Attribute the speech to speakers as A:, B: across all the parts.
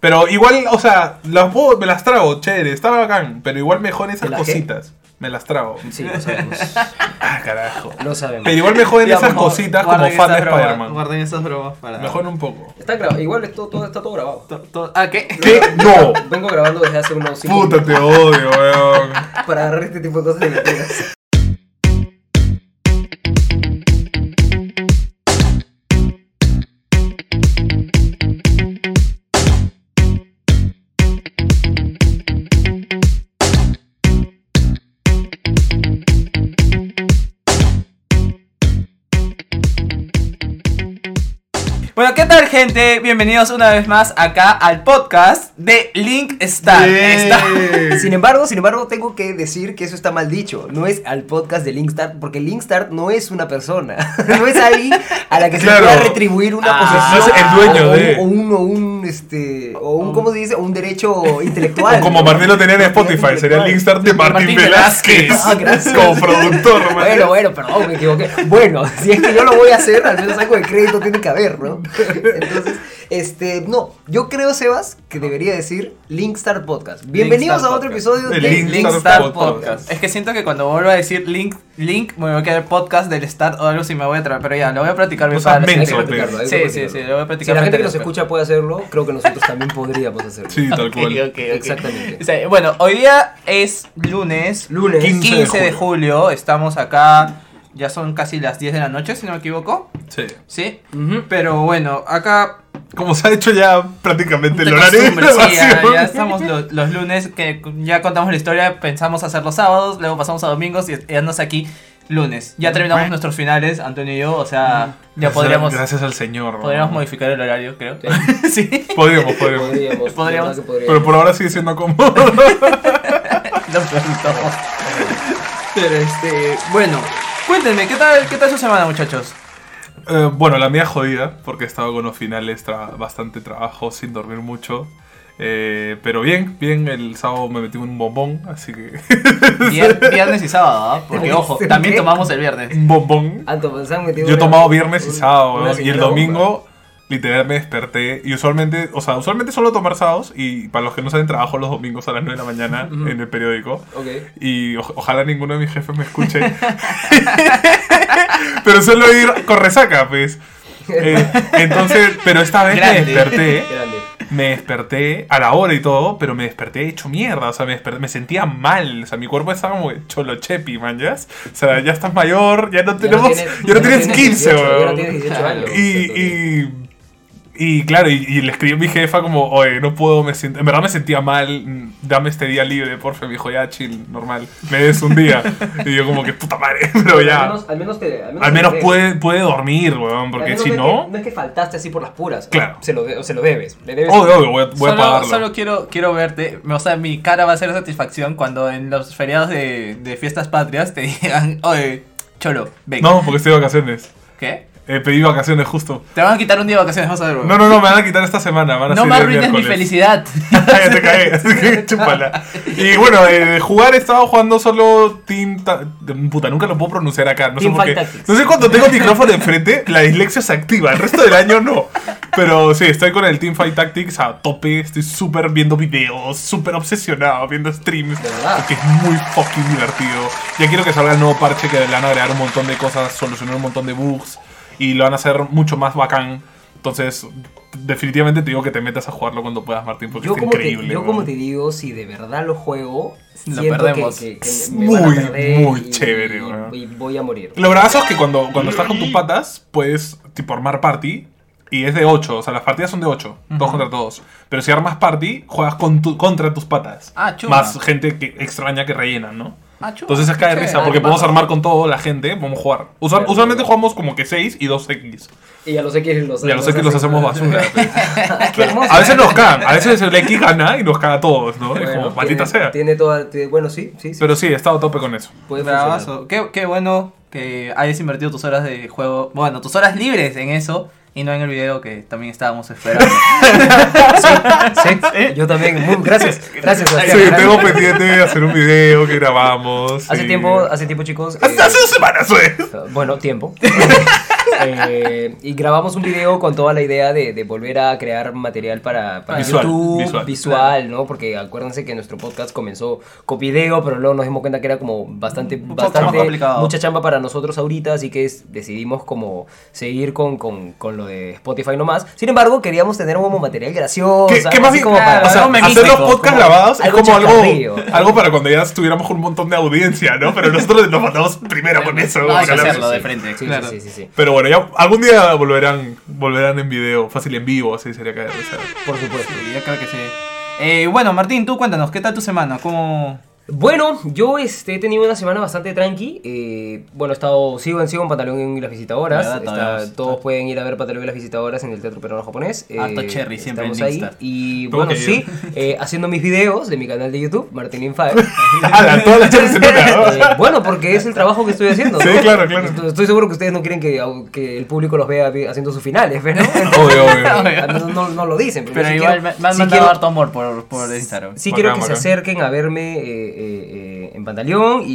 A: Pero igual, o sea, las puedo- me las trago, chévere, está bacán, pero igual mejor esas
B: ¿Te las qué?
A: cositas. Me las trago.
B: Sí, lo sabemos.
A: Ah, carajo.
B: Lo sabemos.
A: Pero igual me joden
C: Ya,
A: esas
C: mo-
A: cositas como
C: guarden
A: fan de
C: esas bromas,
A: Spider-Man.
C: Guarden esas bromas para.
A: Me joden un poco.
B: Está grabado. Igual esto, todo, está todo grabado.
C: To- to- ah, ¿qué?
A: ¿Qué? No.
B: Vengo grabando desde hace unos 5
A: Puta, te odio, weón.
B: para agarrar este tipo de cosas divertidas.
C: Bueno, ¿qué tal, gente? Bienvenidos una vez más acá al podcast de Link Star.
A: Yeah.
B: Sin embargo, sin embargo, tengo que decir que eso está mal dicho. No es al podcast de Linkstart, porque Linkstart no es una persona. No es alguien a la que
A: Claro.
B: se pueda retribuir una
C: Ah,
B: posesión.
A: no es el dueño
B: o, un-
A: de-
B: o un, o un, este, o un, ¿cómo se dice? O un derecho intelectual.
A: O como Martín lo tenía en
B: Propiedad
A: Spotify, sería el Linkstar
B: intelectual.
A: de Martín,
C: Martín
A: Velázquez.
C: Velázquez.
B: Ah, gracias.
A: Como productor, man.
B: Bueno, bueno, perdón, me equivoqué. Bueno, si es que yo lo voy a hacer, al menos algo de crédito tiene que haber, ¿no? Entonces, este, no, yo creo, Sebas, que debería decir Linkstar Podcast. Bienvenidos
C: Linkstar
B: a otro
C: Podcast.
B: episodio de
A: El
C: Link,
A: Link
C: Star,
A: Star
C: podcast.
A: Podcast.
C: Es que siento que cuando vuelva a decir Link, Link, me voy a quedar podcast del Start o algo así me voy a traer. Pero ya, lo voy a practicar
A: No
C: bien
A: seas
C: para la
B: Hay que
A: menso,
C: siguiente.
B: practicarlo, hay que
C: Sí, sí,
B: practicarlo.
C: sí, lo voy a practicar.
B: Si la gente que
C: frente
B: nos
C: al espejo.
B: escucha puede hacerlo, creo que nosotros también podríamos hacerlo.
A: Sí, tal cual.
C: Ok, ok, ok.
B: Exactamente.
C: Sí, Bueno, hoy día es lunes.
B: Lunes.
C: 15,
A: 15 de
C: de, julio. Estamos acá. Ya son casi las 10 de la noche, si no me equivoco.
A: Sí.
C: Sí.
B: Ujú.
C: Pero bueno, acá.
A: Como se ha hecho ya prácticamente el
C: de
A: horario de
C: costumbre, sí, ya,
A: grabación.
C: ya estamos lo- los, lunes, que ya contamos la historia. Pensamos hacer los sábados, luego pasamos a domingos y y andas aquí lunes. Ya terminamos nuestros finales, Antonio y yo. O sea, ya
A: Gracias-
C: podríamos,
A: Gracias al señor. man.
C: podríamos modificar el horario, creo. sí.
A: Podríamos, podríamos.
B: Podríamos,
C: Podríamos.
B: la verdad que
A: Pero por ahora sigue siendo como.
C: Lo pronto. Pero este, bueno, cuéntenme, ¿qué tal, qué tal su semana, muchachos?
A: Eh, bueno, la mía jodida, porque he estado con los finales, tra- bastante trabajo, sin dormir mucho. Eh, pero bien, bien, el sábado me metí un bombón, así que.
C: Vier- viernes y sábado, ¿ah? Porque ojo, también tomamos el viernes.
A: un bombón.
B: Anto, pues, pensaba que tiene
A: Yo he
B: una-
A: tomado viernes y
B: una-
A: sábado,
B: una
A: weón, y el
B: señora bomba.
A: domingo literal me desperté. Y usualmente, o sea, usualmente solo tomar sábados, y para los que no saben, trabajo los domingos a las 9 de la mañana en el periódico.
B: Ok.
A: Y o- ojalá ninguno de mis jefes me escuche. pero suelo ir con resaca, pues. Eh, entonces, pero esta vez
C: Grande.
A: me desperté.
B: Grande.
A: Me desperté a la hora y todo, pero me desperté hecho mierda. O sea, me, desperté- me sentía mal. O sea, mi cuerpo estaba como cholochepi, man. ¿ya? O sea, ya estás mayor, ya no
B: Ya no
A: tenemos. Ya no,
B: tienes-
A: tienes 15,
B: 18, Ya no
A: weón.
B: tienes 18 años.
A: Y, y, y claro, y, y le escribí a mi jefa como, oye, no puedo, me siento, en verdad me sentía mal, mm, dame este día libre, porfa, me dijo, ya, chill, normal, me des un día. y yo como que, puta madre, pero
B: Al
A: ya,
B: menos, al menos, te- al menos
A: al
B: te
A: menos
B: crees.
A: puede, puede dormir, weón,
B: Al
A: porque
B: menos
A: si
B: es
A: no,
B: que- no es que faltaste así por las puras.
A: Claro.
B: Se lo, de- o se lo debes. Le debes.
A: obvio, obvio, voy a, voy a
C: Solo,
A: pagarlo.
C: solo quiero, quiero verte, o sea, mi cara va a ser satisfacción cuando en los feriados de, de fiestas patrias te digan, oye, cholo, ven.
A: No, porque estoy de vacaciones,
C: ¿Qué?
A: eh, pedí vacaciones justo.
C: Te van a quitar un día de vacaciones, vamos a ver.
A: No, no, no, me van a quitar esta semana, van a
C: no
A: ser
C: me
A: el
C: arruines mi
A: miércoles.
C: felicidad.
A: Ah, ya te cagué, así que chúpala. Y bueno, eh, de jugar estaba jugando solo Team. Ta- Puta, nunca lo puedo pronunciar acá. No sé
B: Team
A: por
B: Fight
A: qué.
B: Tactics.
A: No sé cuando tengo el micrófono enfrente, la dislexia se activa. El resto del año no. Pero sí, estoy con el Team Fight Tactics a tope. Estoy súper viendo videos, súper obsesionado viendo streams.
B: De verdad.
A: Porque es muy fucking divertido. Ya quiero que salga el nuevo parche que le van a agregar un montón de cosas, solucionar un montón de bugs y lo van a hacer mucho más bacán. Entonces, definitivamente te digo que te metas a jugarlo cuando puedas, Martín, porque
B: Yo,
A: está
B: como te,
A: increíble.
B: yo
A: weón.
B: como te digo, si de verdad lo juego,
C: Lo
B: siento
C: perdemos.
B: Que, que- que
A: Es
B: me van a
A: muy,
B: perder
A: muy
B: y-
A: chévere,
B: y-
A: weón.
B: y voy a morir.
A: Lo bravazo es que cuando, cuando estás con tus patas, puedes tipo armar party. Y es de 8, o sea, las partidas son de 8, todos contra todos. Pero si armas party, juegas con tu- contra tus patas.
C: Ah, chulo.
A: Más gente que extraña que rellenan, ¿no?
C: Ah, chulo,
A: Entonces es cae
C: qué
A: risa,
C: chévere.
A: porque
C: Ah,
A: podemos
C: qué
A: armar con toda la gente, vamos a jugar. Usual-
B: Claro.
A: usualmente jugamos como que 6 y 2X.
B: Y a los X los,
A: Y a los X los hacemos basura.
B: Qué hermoso.
A: a veces nos cagan, a veces el X gana y nos caga a todos, ¿no? es
B: Bueno,
A: como, maldita
B: tiene-
A: sea.
B: Tiene toda. tiene- bueno, sí, sí. sí
A: Pero sí, he estado a tope con eso.
B: puede funcionar.
C: Bravazo. Qué, qué bueno que hayas invertido tus horas de juego, bueno, tus horas libres en eso. y no en el video que también estábamos esperando.
B: Sí, yo también. Muy- gracias. Gracias.
A: Sí,
B: Sebastián.
A: tengo pendiente de hacer un video que grabamos.
B: Hace
A: sí.
B: tiempo, hace tiempo, chicos. eh,
A: Hace, hace dos semanas, güey.
B: bueno, tiempo. Eh, y grabamos un video con toda la idea de, de volver a crear material para, para
A: Visual,
B: YouTube,
A: visual.
B: visual, ¿no? Porque acuérdense que nuestro podcast comenzó con video, pero luego nos dimos cuenta que era como bastante,
C: poco más
B: bastante
C: complicado.
B: mucha chamba para nosotros ahorita, así que es- decidimos como seguir con, con, con lo de Spotify nomás. Sin embargo, queríamos tener como material gracioso.
A: ¿Qué, qué más
B: así
A: bien-
B: como para-
A: o sea,
C: algo
A: hacer los
C: memístico,
A: podcasts
B: como
A: grabados es
B: algo
A: como algo,
B: chacarrillo.
A: algo para cuando ya estuviéramos con un montón de audiencia, ¿no? Pero nosotros nos matamos primero con eso.
C: No, hay que
A: o sea,
C: hacerlo
A: la-
C: de frente.
B: Sí,
C: claro.
B: sí, sí, sí, sí.
A: Pero bueno, ya algún día volverán, volverán en video, fácil en vivo, así sería que. o sea.
B: Por supuesto.
C: Sí, Yo creo que sí. Eh, bueno, Martín, tú cuéntanos, ¿qué tal tu semana? ¿Cómo...?
B: Bueno, yo este, he tenido una semana bastante tranqui. eh, bueno, he estado, sigo en sigo en Pantaleón y las Visitadoras.
C: ¿Verdad?
B: está-
C: Todavía vas-
B: todos pueden ir a ver Pantaleón y las Visitadoras en el Teatro Peruano Japonés. eh,
C: Harto cherry, siempre en
B: estamos ahí.
C: Instar.
B: Y
A: Todo
B: bueno,
A: que
B: sí, eh, haciendo mis videos de mi canal de YouTube, Martín Infae.
A: ¡Hala! Toda Ah, la charla se nota, ¿no?
B: Eh, bueno, porque es el trabajo que estoy haciendo.
A: Sí,
B: ¿no?
A: claro, claro.
B: Estoy, estoy seguro que ustedes no quieren que, que el público los vea haciendo sus finales, ¿ves? ¿no?
A: Obvio, obvio.
B: Eh, no, no- no lo dicen.
C: Pero
B: sí
C: igual
B: quiero-
C: me, me han
B: sí
C: mandado
B: quiero-
C: harto amor por, por Instagram.
B: Sí
A: Bacán,
B: quiero que
A: bacán.
B: se acerquen a verme eh, eh, eh, en Pantaleón y,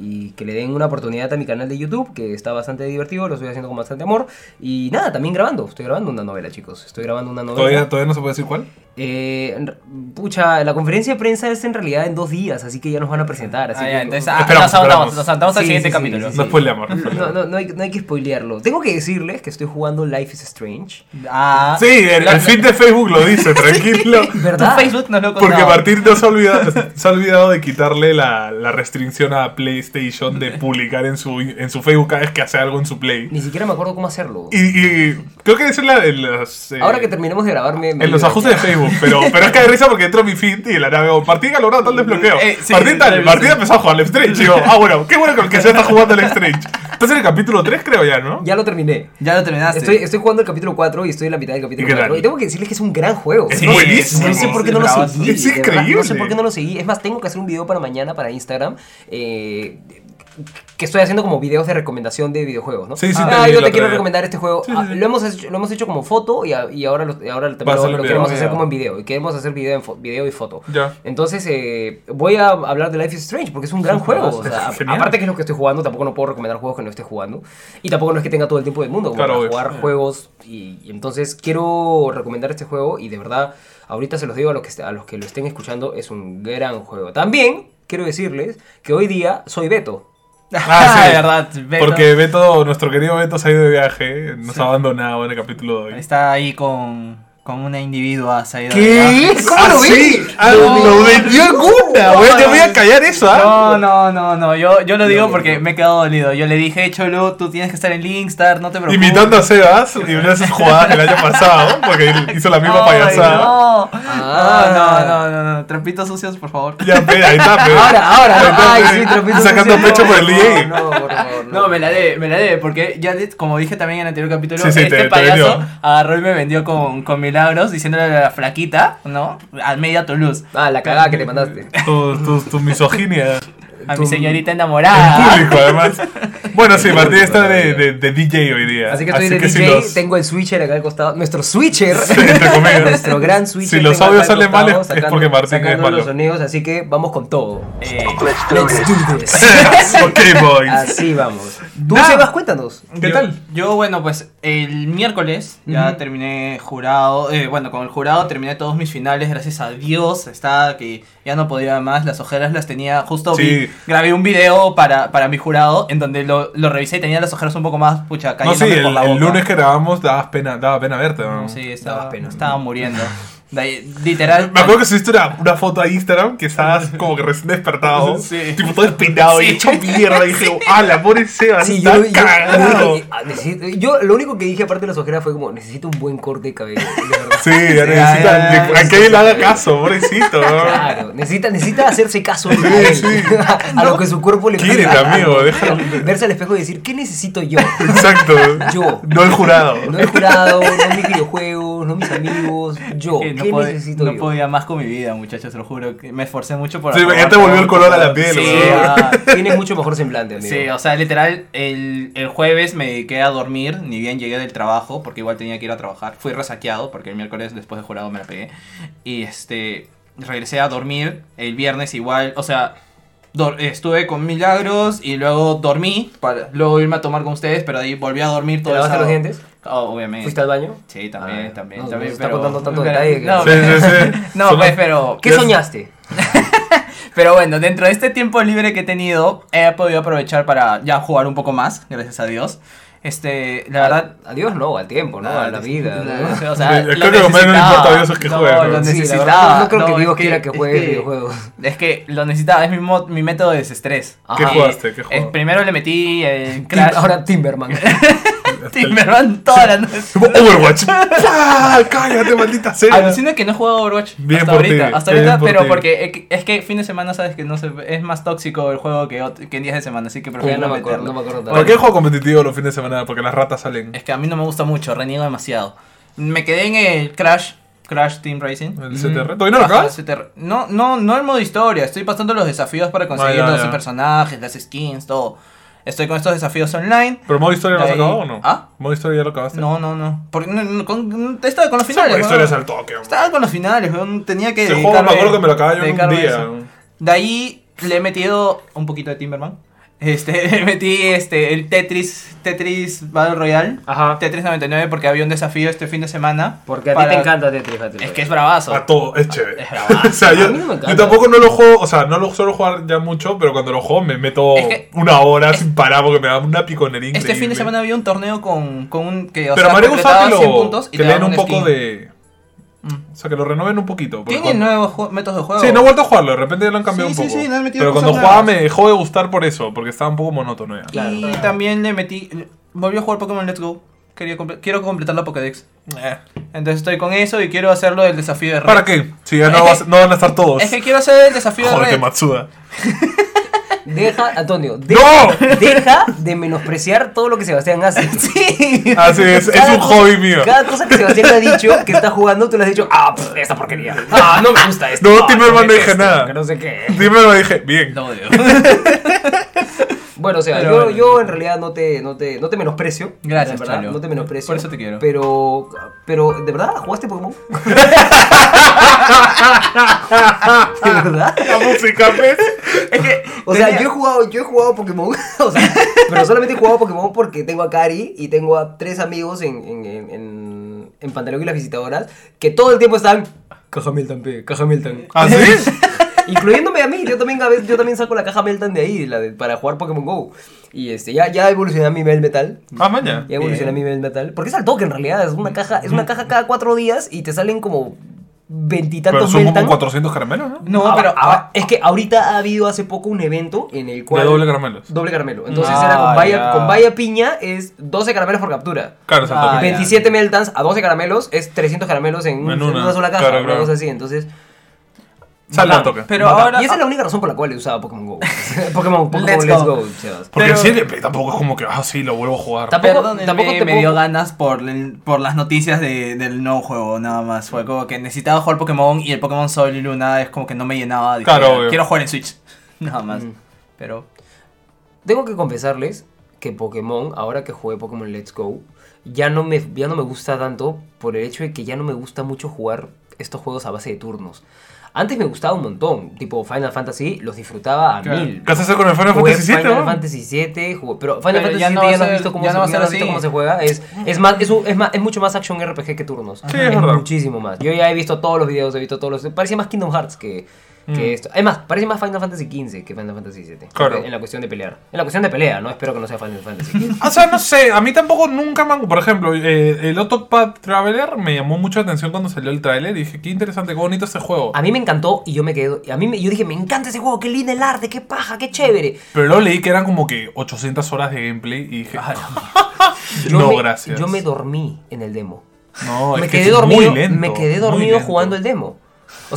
B: y que le den una oportunidad a mi canal de YouTube, que está bastante divertido, lo estoy haciendo con bastante amor. Y nada, también grabando, estoy grabando una novela, chicos, estoy grabando una novela.
A: ¿Todavía, todavía no se puede decir cuál.
B: Eh, en r- pucha, la conferencia de prensa es en realidad en dos días, así que ya nos van a presentar. Así
C: Ah,
B: que-
C: ya, entonces, ah,
A: Esperamos,
C: nos saltamos,
A: esperamos.
C: nos saltamos al
B: Sí,
C: siguiente
B: sí, sí,
C: capítulo.
B: sí, sí.
A: No spoileamos, no
B: no,
A: spoileamos.
B: no, no hay, no hay que spoilearlo. Tengo que decirles que estoy jugando Life is Strange.
C: Ah,
A: Sí, el,
C: la-
A: el feed de Facebook lo dice, tranquilo.
C: tu
B: ¿Verdad?
C: Facebook nos lo contaba.
A: Porque Martín no se ha olvidado, se ha olvidado de quitarle la, la restricción a PlayStation de publicar en su, en su Facebook cada vez que hace algo en su Play.
B: Ni siquiera me acuerdo cómo hacerlo.
A: Y, y creo que es en, la- en las, eh,
B: Ahora que terminemos de grabarme.
A: en los ajustes de Facebook, pero, pero es que de risa porque entro a mi feed y de la nave "Oh, Martín ha logrado tal desbloqueo.
C: Eh, sí,
A: Martín
C: sí,
A: tal,
C: sí.
A: Martín ha empezado a jugar al Strange. Y yo, ah, bueno, qué bueno que el que se está jugando al Strange. Estás en el capítulo 3, creo ya, ¿no?
B: Ya lo terminé.
C: Ya lo terminaste.
B: Estoy, estoy jugando el capítulo 4 y estoy en la mitad del
A: ¿Y
B: capítulo
A: qué tal?
B: 4. Y tengo que decirles que es un gran juego.
A: Es
B: No sé-
A: buenísimo.
B: No sé por qué
A: Es
B: no lo
C: bravazo.
B: seguí.
A: Es
B: de verdad, No sé
A: increíble.
B: por qué no lo seguí. Es más, tengo que hacer un video para mañana para Instagram. eh, que estoy haciendo como videos de recomendación de videojuegos, ¿no?
A: Sí, sí,
B: Ah,
A: te vi
B: yo
A: el
B: te
A: otro
B: quiero
A: día.
B: recomendar este juego.
A: sí,
B: Ah,
A: sí.
B: Lo, hemos hecho, lo hemos hecho como foto y, a- y ahora, lo- y ahora
A: Va a
B: también lo,
A: ser
B: lo
A: en video.
B: queremos hacer
C: Video.
B: como en video. Y queremos hacer video, en fo- video y foto.
A: Ya.
B: Entonces, eh, voy a hablar de Life is Strange porque es un gran
A: un
B: juego.
A: juegazo.
B: o sea,
A: Genial.
B: aparte que es lo que estoy jugando, tampoco no puedo recomendar juegos que no esté jugando. Y tampoco no es que tenga todo el tiempo del mundo como
A: Claro,
B: para
A: obvio.
B: jugar juegos y, y entonces quiero recomendar este juego y de verdad ahorita se los digo a los que est- a los que lo estén escuchando es un gran juego. También quiero decirles que hoy día soy Beto.
A: Ah, sí.
C: de verdad. Beto
A: Porque Beto, nuestro querido Beto se ha ido de viaje, nos ha abandonado en el capítulo de hoy.
C: Está ahí con, con una individua. se ha ido de-
A: ¿Qué?
B: ¿Cómo
A: ¿Ah,
B: lo
A: sí?
B: vi?
A: Ah,
B: Lo
A: lo
B: vi.
A: vendió alguna,
C: No,
A: güey. Te
C: no,
A: voy a callar eso, ¿ah?
C: No, no, no, no. Yo, yo lo digo
B: no,
C: porque me he quedado dolido. Yo le dije, Cholo, tú tienes que estar en Linkstar, no te preocupes.
A: Imitando a Sebas y una de sus jugadas del año pasado, porque él hizo la misma
C: Ay,
A: payasada.
C: No.
B: Ah.
C: no, no, no, no, no. Trapitos sucios, por favor.
A: Ya, ve, ahí está, ve.
B: Ahora, ahora,
A: Ahí está,
B: ay,
A: ve.
B: sí, tropito
A: Sacando
B: sucio,
A: pecho
B: no,
A: por el
B: no,
A: DJ.
B: No, por favor, no.
C: No, me la debe, me la debe, porque ya, le- como dije también en el anterior capítulo,
A: Sí, sí,
C: este
A: te- te
C: payaso
A: vendió.
C: agarró y me vendió con, con milagros, diciéndole a la flaquita, ¿no? A media Toulouse,
B: Ah, la cagada que le mandaste.
A: Tu, tu, tu misoginia.
C: a
B: Tú-
C: mi señorita
A: En
C: enamorada.
A: público, además. Bueno, sí, Martín está de, de- de DJ hoy día.
B: Así que estoy de
A: si
B: DJ,
A: los-
B: tengo el switcher acá al costado. Nuestro switcher.
A: entre comillas.
B: nuestro gran switcher.
A: Si los
B: tengo acá
A: audios
B: al
A: salen mal
B: costado
A: es- es porque Martín es
B: sacando
A: malo.
B: los sonidos, así que vamos con todo.
C: Eh,
B: Let's do this.
A: ok, boys.
B: Así vamos. Tú,
C: Nada.
B: Sebas, cuéntanos.
A: ¿Qué
C: yo-
A: tal?
C: Yo, bueno, pues el miércoles ya
B: Ujú.
C: terminé jurado, eh, bueno, con el jurado terminé todos mis finales, gracias a Dios, estaba que ya no podía más, las ojeras las tenía, justo
A: Sí.
C: vi- grabé un video para, para mi jurado, en donde lo, lo revisé y tenía las ojeras un poco más, pucha,
A: No, sí,
C: cayéndome
A: el,
C: por la
A: el
C: boca.
A: lunes que grabamos dabas pena, daba pena verte. ¿no?
C: No, sí, estaba,
B: Daba pena.
C: estaba muriendo. De ahí, literal.
A: Me acuerdo que subiste una, una foto a Instagram que estabas como que recién despertado,
C: Sí.
A: tipo todo despeinado y
C: Sí.
A: hecho mierda. Y dije, ¡ah, la pobre Sebas!
B: Sí,
A: está
B: yo, yo-
A: cagado.
B: yo- ah, necesito- yo lo único que dije aparte de las ojeras fue como, necesito un buen corte de cabello. de verdad.
A: Sí, ya
C: ya,
A: necesita.
C: ya,
A: A que alguien le haga caso, pobrecito. ¿no?
B: Claro, necesita, necesita hacerse caso a, él,
A: Ah. sí.
B: a lo que su cuerpo le
A: Quiere,
B: pide.
A: amigo, déjalo.
B: Verse al espejo y decir, ¿qué necesito yo?
A: Exacto.
B: Yo.
A: No el jurado.
B: No el jurado, no mis videojuegos, no mis amigos, yo.
C: Eh, no,
B: ¿Qué
C: pod-
B: necesito
C: no
B: yo?
C: podía más con mi vida, muchachos, te lo juro. que Me esforcé mucho por...
A: Sí, ya te volvió el color a la piel,
C: Sí,
A: weón.
C: ah,
B: Tienes mucho mejor semblante, amigo.
C: Sí, o sea, literal, el, el jueves me dediqué a dormir, ni bien llegué del trabajo, porque igual tenía que ir a trabajar. Fui resaqueado, porque el miércoles después de jurado me la pegué. Y este, regresé a dormir, el viernes igual, o sea, dor- estuve con Milagros y luego dormí, para luego irme a tomar con ustedes, pero ahí volví a dormir
B: ¿Te
C: todo el
B: lavaste los
C: sábado.
B: dientes?
C: Oh, obviamente.
B: ¿Fuiste al baño?
C: Sí, también,
B: Ah,
C: también,
B: no,
C: también,
B: se está
C: pero-
B: contando tanto
C: pero-
B: detalle que-
C: No,
A: Sí, sí, sí.
C: no,
A: Solo-
C: pues, pero...
B: ¿Qué
A: Yo-
B: soñaste?
C: Pero bueno, dentro de este tiempo libre que he tenido, he podido aprovechar para ya jugar un poco más, gracias a Dios. Este, la verdad.
B: A Dios no, al tiempo, Ah, ¿no? a la vida. ¿no?
C: O sea,
A: Creo
C: lo
A: que lo menos le
C: necesitaba.
A: importa a Dios es que
C: No,
A: juegue, ¿no?
C: lo
B: Sí, la
C: necesitaba.
B: verdad, no creo que
C: es
B: Dios quiera que
C: es
B: juegues
C: que-
B: videojuegos.
C: Es que lo necesitaba, es mi, mo- mi método de desestrés.
A: ¿Qué
C: Eh,
A: jugaste? ¿Qué
C: eh,
A: juego?
C: primero le metí el
B: Tim-
C: Crash.
B: Ahora Timberman.
C: Timberman toda la noche.
A: Overwatch. ¡Ah! ¡Cállate, maldita sea!
C: Alucina que Ah, no he jugado Overwatch
A: Bien
C: hasta
A: por ti,
C: ahorita, hasta
A: bien
C: ahorita,
A: por
C: pero
A: ti.
C: porque es que- es que fin de semana sabes que no se, es más tóxico el juego que, ot- que en días de semana, así que
B: Ya
C: prefiero
B: no
C: no
B: me acuerdo, no
C: meterlo.
B: me acuerdo tanto.
A: ¿Para qué juego competitivo los fines de semana? Porque las ratas salen.
C: Es que a mí no me gusta mucho, reniego demasiado. Me quedé en el Crash, Crash Team Racing.
A: ¿El CTR? ¿Todavía no lo
C: Ajá,
A: acabas?
C: CTR. No, no, no el modo historia, estoy pasando los desafíos para conseguir
A: Ah, ya,
C: los
A: ya.
C: personajes, las skins, todo. Estoy con estos desafíos online.
A: ¿Pero modo historia lo has
C: Ahí-
A: acabado o no?
C: ¿Ah?
A: ¿Modo historia ya lo acabaste?
C: No, no, no. Porque no, no, con, estaba con los
A: Esa modo
C: finales. ¿no?
A: historia es al toque. weón.
C: Estaba con los finales, weón, tenía que
A: Ese juego me
C: dedicarme-
A: acuerdo que me lo acababa yo en un
C: dedicarme a
A: día.
C: eso. De ahí le he metido un poquito de Timberman. Este, le metí este, el Tetris, Tetris Battle Royale.
A: Ajá.
C: Tetris 99 porque había un desafío este fin de semana.
B: Porque a
C: para-
B: ti te encanta Tetris, pues. Patrick.
C: Es que es bravazo.
A: A todo, es chévere.
C: Es bravazo.
A: o sea, yo,
B: A mí no me encanta.
A: yo tampoco no lo juego, o sea, no lo suelo jugar ya mucho, pero cuando lo juego me meto
C: Es que-
A: una hora sin parar porque me da una piconería
C: Este fin
A: increíble.
C: de semana había un torneo con, con un que o
A: Pero
C: sea,
A: me habría gustado que
C: completabas 100
A: lo
C: puntos y
A: que
C: te
A: le den
C: daban
A: un poco
C: skin.
A: de.
C: Mm.
A: O sea, que lo renueven un poquito. porque
C: Tienen
A: cuando-
C: nuevos ju- métodos de juego.
A: Sí, no he vuelto a jugarlo, de repente lo han cambiado un
C: Sí, sí,
A: poco.
C: sí, le han metido
A: pero
C: cosas
A: cuando jugaba
C: nuevas.
A: me dejó de gustar por eso, porque estaba un poco monótono ya.
C: Y también le metí volvió a jugar Pokémon Let's Go. Quería comple- quiero completar la Pokédex.
A: Eh,
C: Entonces estoy con eso y quiero hacerlo del desafío de red.
A: ¿Para qué? Si ya
C: Es
A: no,
C: que-
A: vas- no van a estar todos.
C: Es que quiero hacer el desafío de
A: Jódete,
C: red.
A: Matsuda.
B: Deja, Antonio, de-
A: ¡No!
B: deja de menospreciar todo lo que Sebastián hace.
C: Sí.
A: Así es, es
B: Cada
A: un
B: cosa-
A: hobby mío.
B: Cada cosa que Sebastián te ha dicho que está jugando, tú le has dicho, ah, pff, esta porquería. Ah, no me gusta esto.
A: No,
B: Ah,
A: Timberman no
B: me
A: dije
B: detesto,
A: nada.
B: Que no sé qué.
A: Dime lo dije, bien.
C: Lo odio.
B: Bueno, o sea,
C: Pero
B: yo,
C: bueno.
B: yo en realidad no te, no te, no te menosprecio.
C: Gracias,
B: de verdad,
C: Cholo.
B: No te menosprecio.
C: Por eso te quiero.
B: Pero, pero ¿de verdad jugaste Pokémon? ¿De verdad?
A: La música, ¿ves?
B: O sea, yo he jugado, yo he jugado Pokémon, o sea, pero solamente he jugado Pokémon porque tengo a Cari y tengo a tres amigos en, en, en, en, en Pantaleón y las visitadoras que todo el tiempo están caja Milton, pe, caja Milton.
A: ¿Así?
B: Incluyéndome a mí, yo también, a veces, yo también saco la caja Meltan de ahí, la de- para jugar Pokémon GO. Y este, ya, ya evolucioné mi Mel Metal.
A: Ah, maña.
B: Ya evolucioné mi Mel Metal. Porque es al toque en realidad, es una caja, es una caja cada cuatro días y te salen como
A: Pero
B: veintitantos
A: son como
B: Meltan.
A: 400 caramelos, ¿no?
C: No,
B: Ah,
C: pero
B: ah, es que ahorita ha habido hace poco un evento en el cual.
A: De doble caramelos.
B: Doble caramelo. Entonces
C: Ah,
B: era con vaya,
C: ya.
B: con vaya piña, es 12 caramelos por captura.
A: Claro, es al
C: Ah,
A: toque.
C: ya.
B: 27 meltans a 12 caramelos es 300 caramelos en, un-
A: En
B: en
A: una,
B: una, sola caja.
A: claro,
B: una
A: claro.
B: cosa así. Entonces,
A: Sale al toque.
C: Pero
B: bacán.
C: ahora-
B: Y esa es la única razón por la cual he usado Pokémon Go. Pokémon, Pokémon
C: Let's
B: Let's,
C: go.
B: Go, Sebas.
A: Porque
C: pero-
A: en serio, pe, tampoco es como que, ah, sí, lo vuelvo a jugar.
B: Tampoco-
C: Perdónenme,
B: tampoco te
C: me
B: puedo-
C: dio ganas por, el- por las noticias de- del nuevo juego, nada más. Fue como que necesitaba jugar Pokémon y el Pokémon Sol y Luna es como que no me llenaba. Dije,
A: Claro,
C: "Ya,
A: obvio.
C: quiero jugar en Switch. Nada más. Pero
B: Tengo que confesarles que Pokémon, ahora que jugué Pokémon Let's Go, ya no, me, ya no me gusta tanto por el hecho de que ya no me gusta mucho jugar estos juegos a base de turnos. Antes me gustaba un montón, tipo Final Fantasy, los disfrutaba a
C: Claro.
B: mil.
A: ¿Qué haces con el Final
B: Jugué
A: Fantasy VII?
B: Final
A: ¿no?
B: Fantasy VII, jugué- pero Final
C: Pero
B: Fantasy
C: ya
B: VII
C: no
B: ya,
C: va a
B: no has
C: ser-
B: visto cómo,
C: ya
B: se,
C: no va a
B: ya
C: ser
B: no has visto
C: así.
B: cómo se juega. Es, es, más, es, un- es, más, es mucho más action RPG que turnos.
A: Sí, es verdad.
B: muchísimo más. Yo ya he visto todos los videos, he visto todos los. Parecía más Kingdom Hearts que, que esto. Es más, parece más Final Fantasy XV que Final Fantasy VII.
A: Mm. Claro.
B: En la cuestión de pelear. En la cuestión de pelea, ¿no? Espero que no sea Final Fantasy XV.
A: O sea, no sé, a mí tampoco nunca me han... Por ejemplo, eh, el Octopath Traveler me llamó mucho la atención cuando salió el trailer y dije, qué interesante, qué bonito este juego.
B: A mí me encantó y yo me quedo. A mí me- yo dije, me encanta ese juego, qué lindo el arte, qué paja, qué chévere.
A: Pero luego leí que eran como que 800 horas de gameplay y dije, "Ah,
B: Yo
A: no,
B: me-
A: gracias.
B: Yo me dormí en el demo.
A: No, es
B: me,
A: que
B: quedé
A: es
B: dormido,
A: muy lento,
B: me quedé
A: muy
B: dormido
A: lento. Eh.
B: jugando el demo. O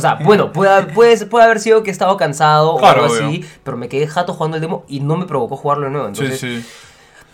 B: sea, bueno, puede, puede, puede haber sido que he estado cansado
A: Claro,
B: o algo así,
A: obvio.
B: pero me quedé jato jugando el demo y no me provocó jugarlo de nuevo.
A: Sí,
B: Entonces,
A: sí.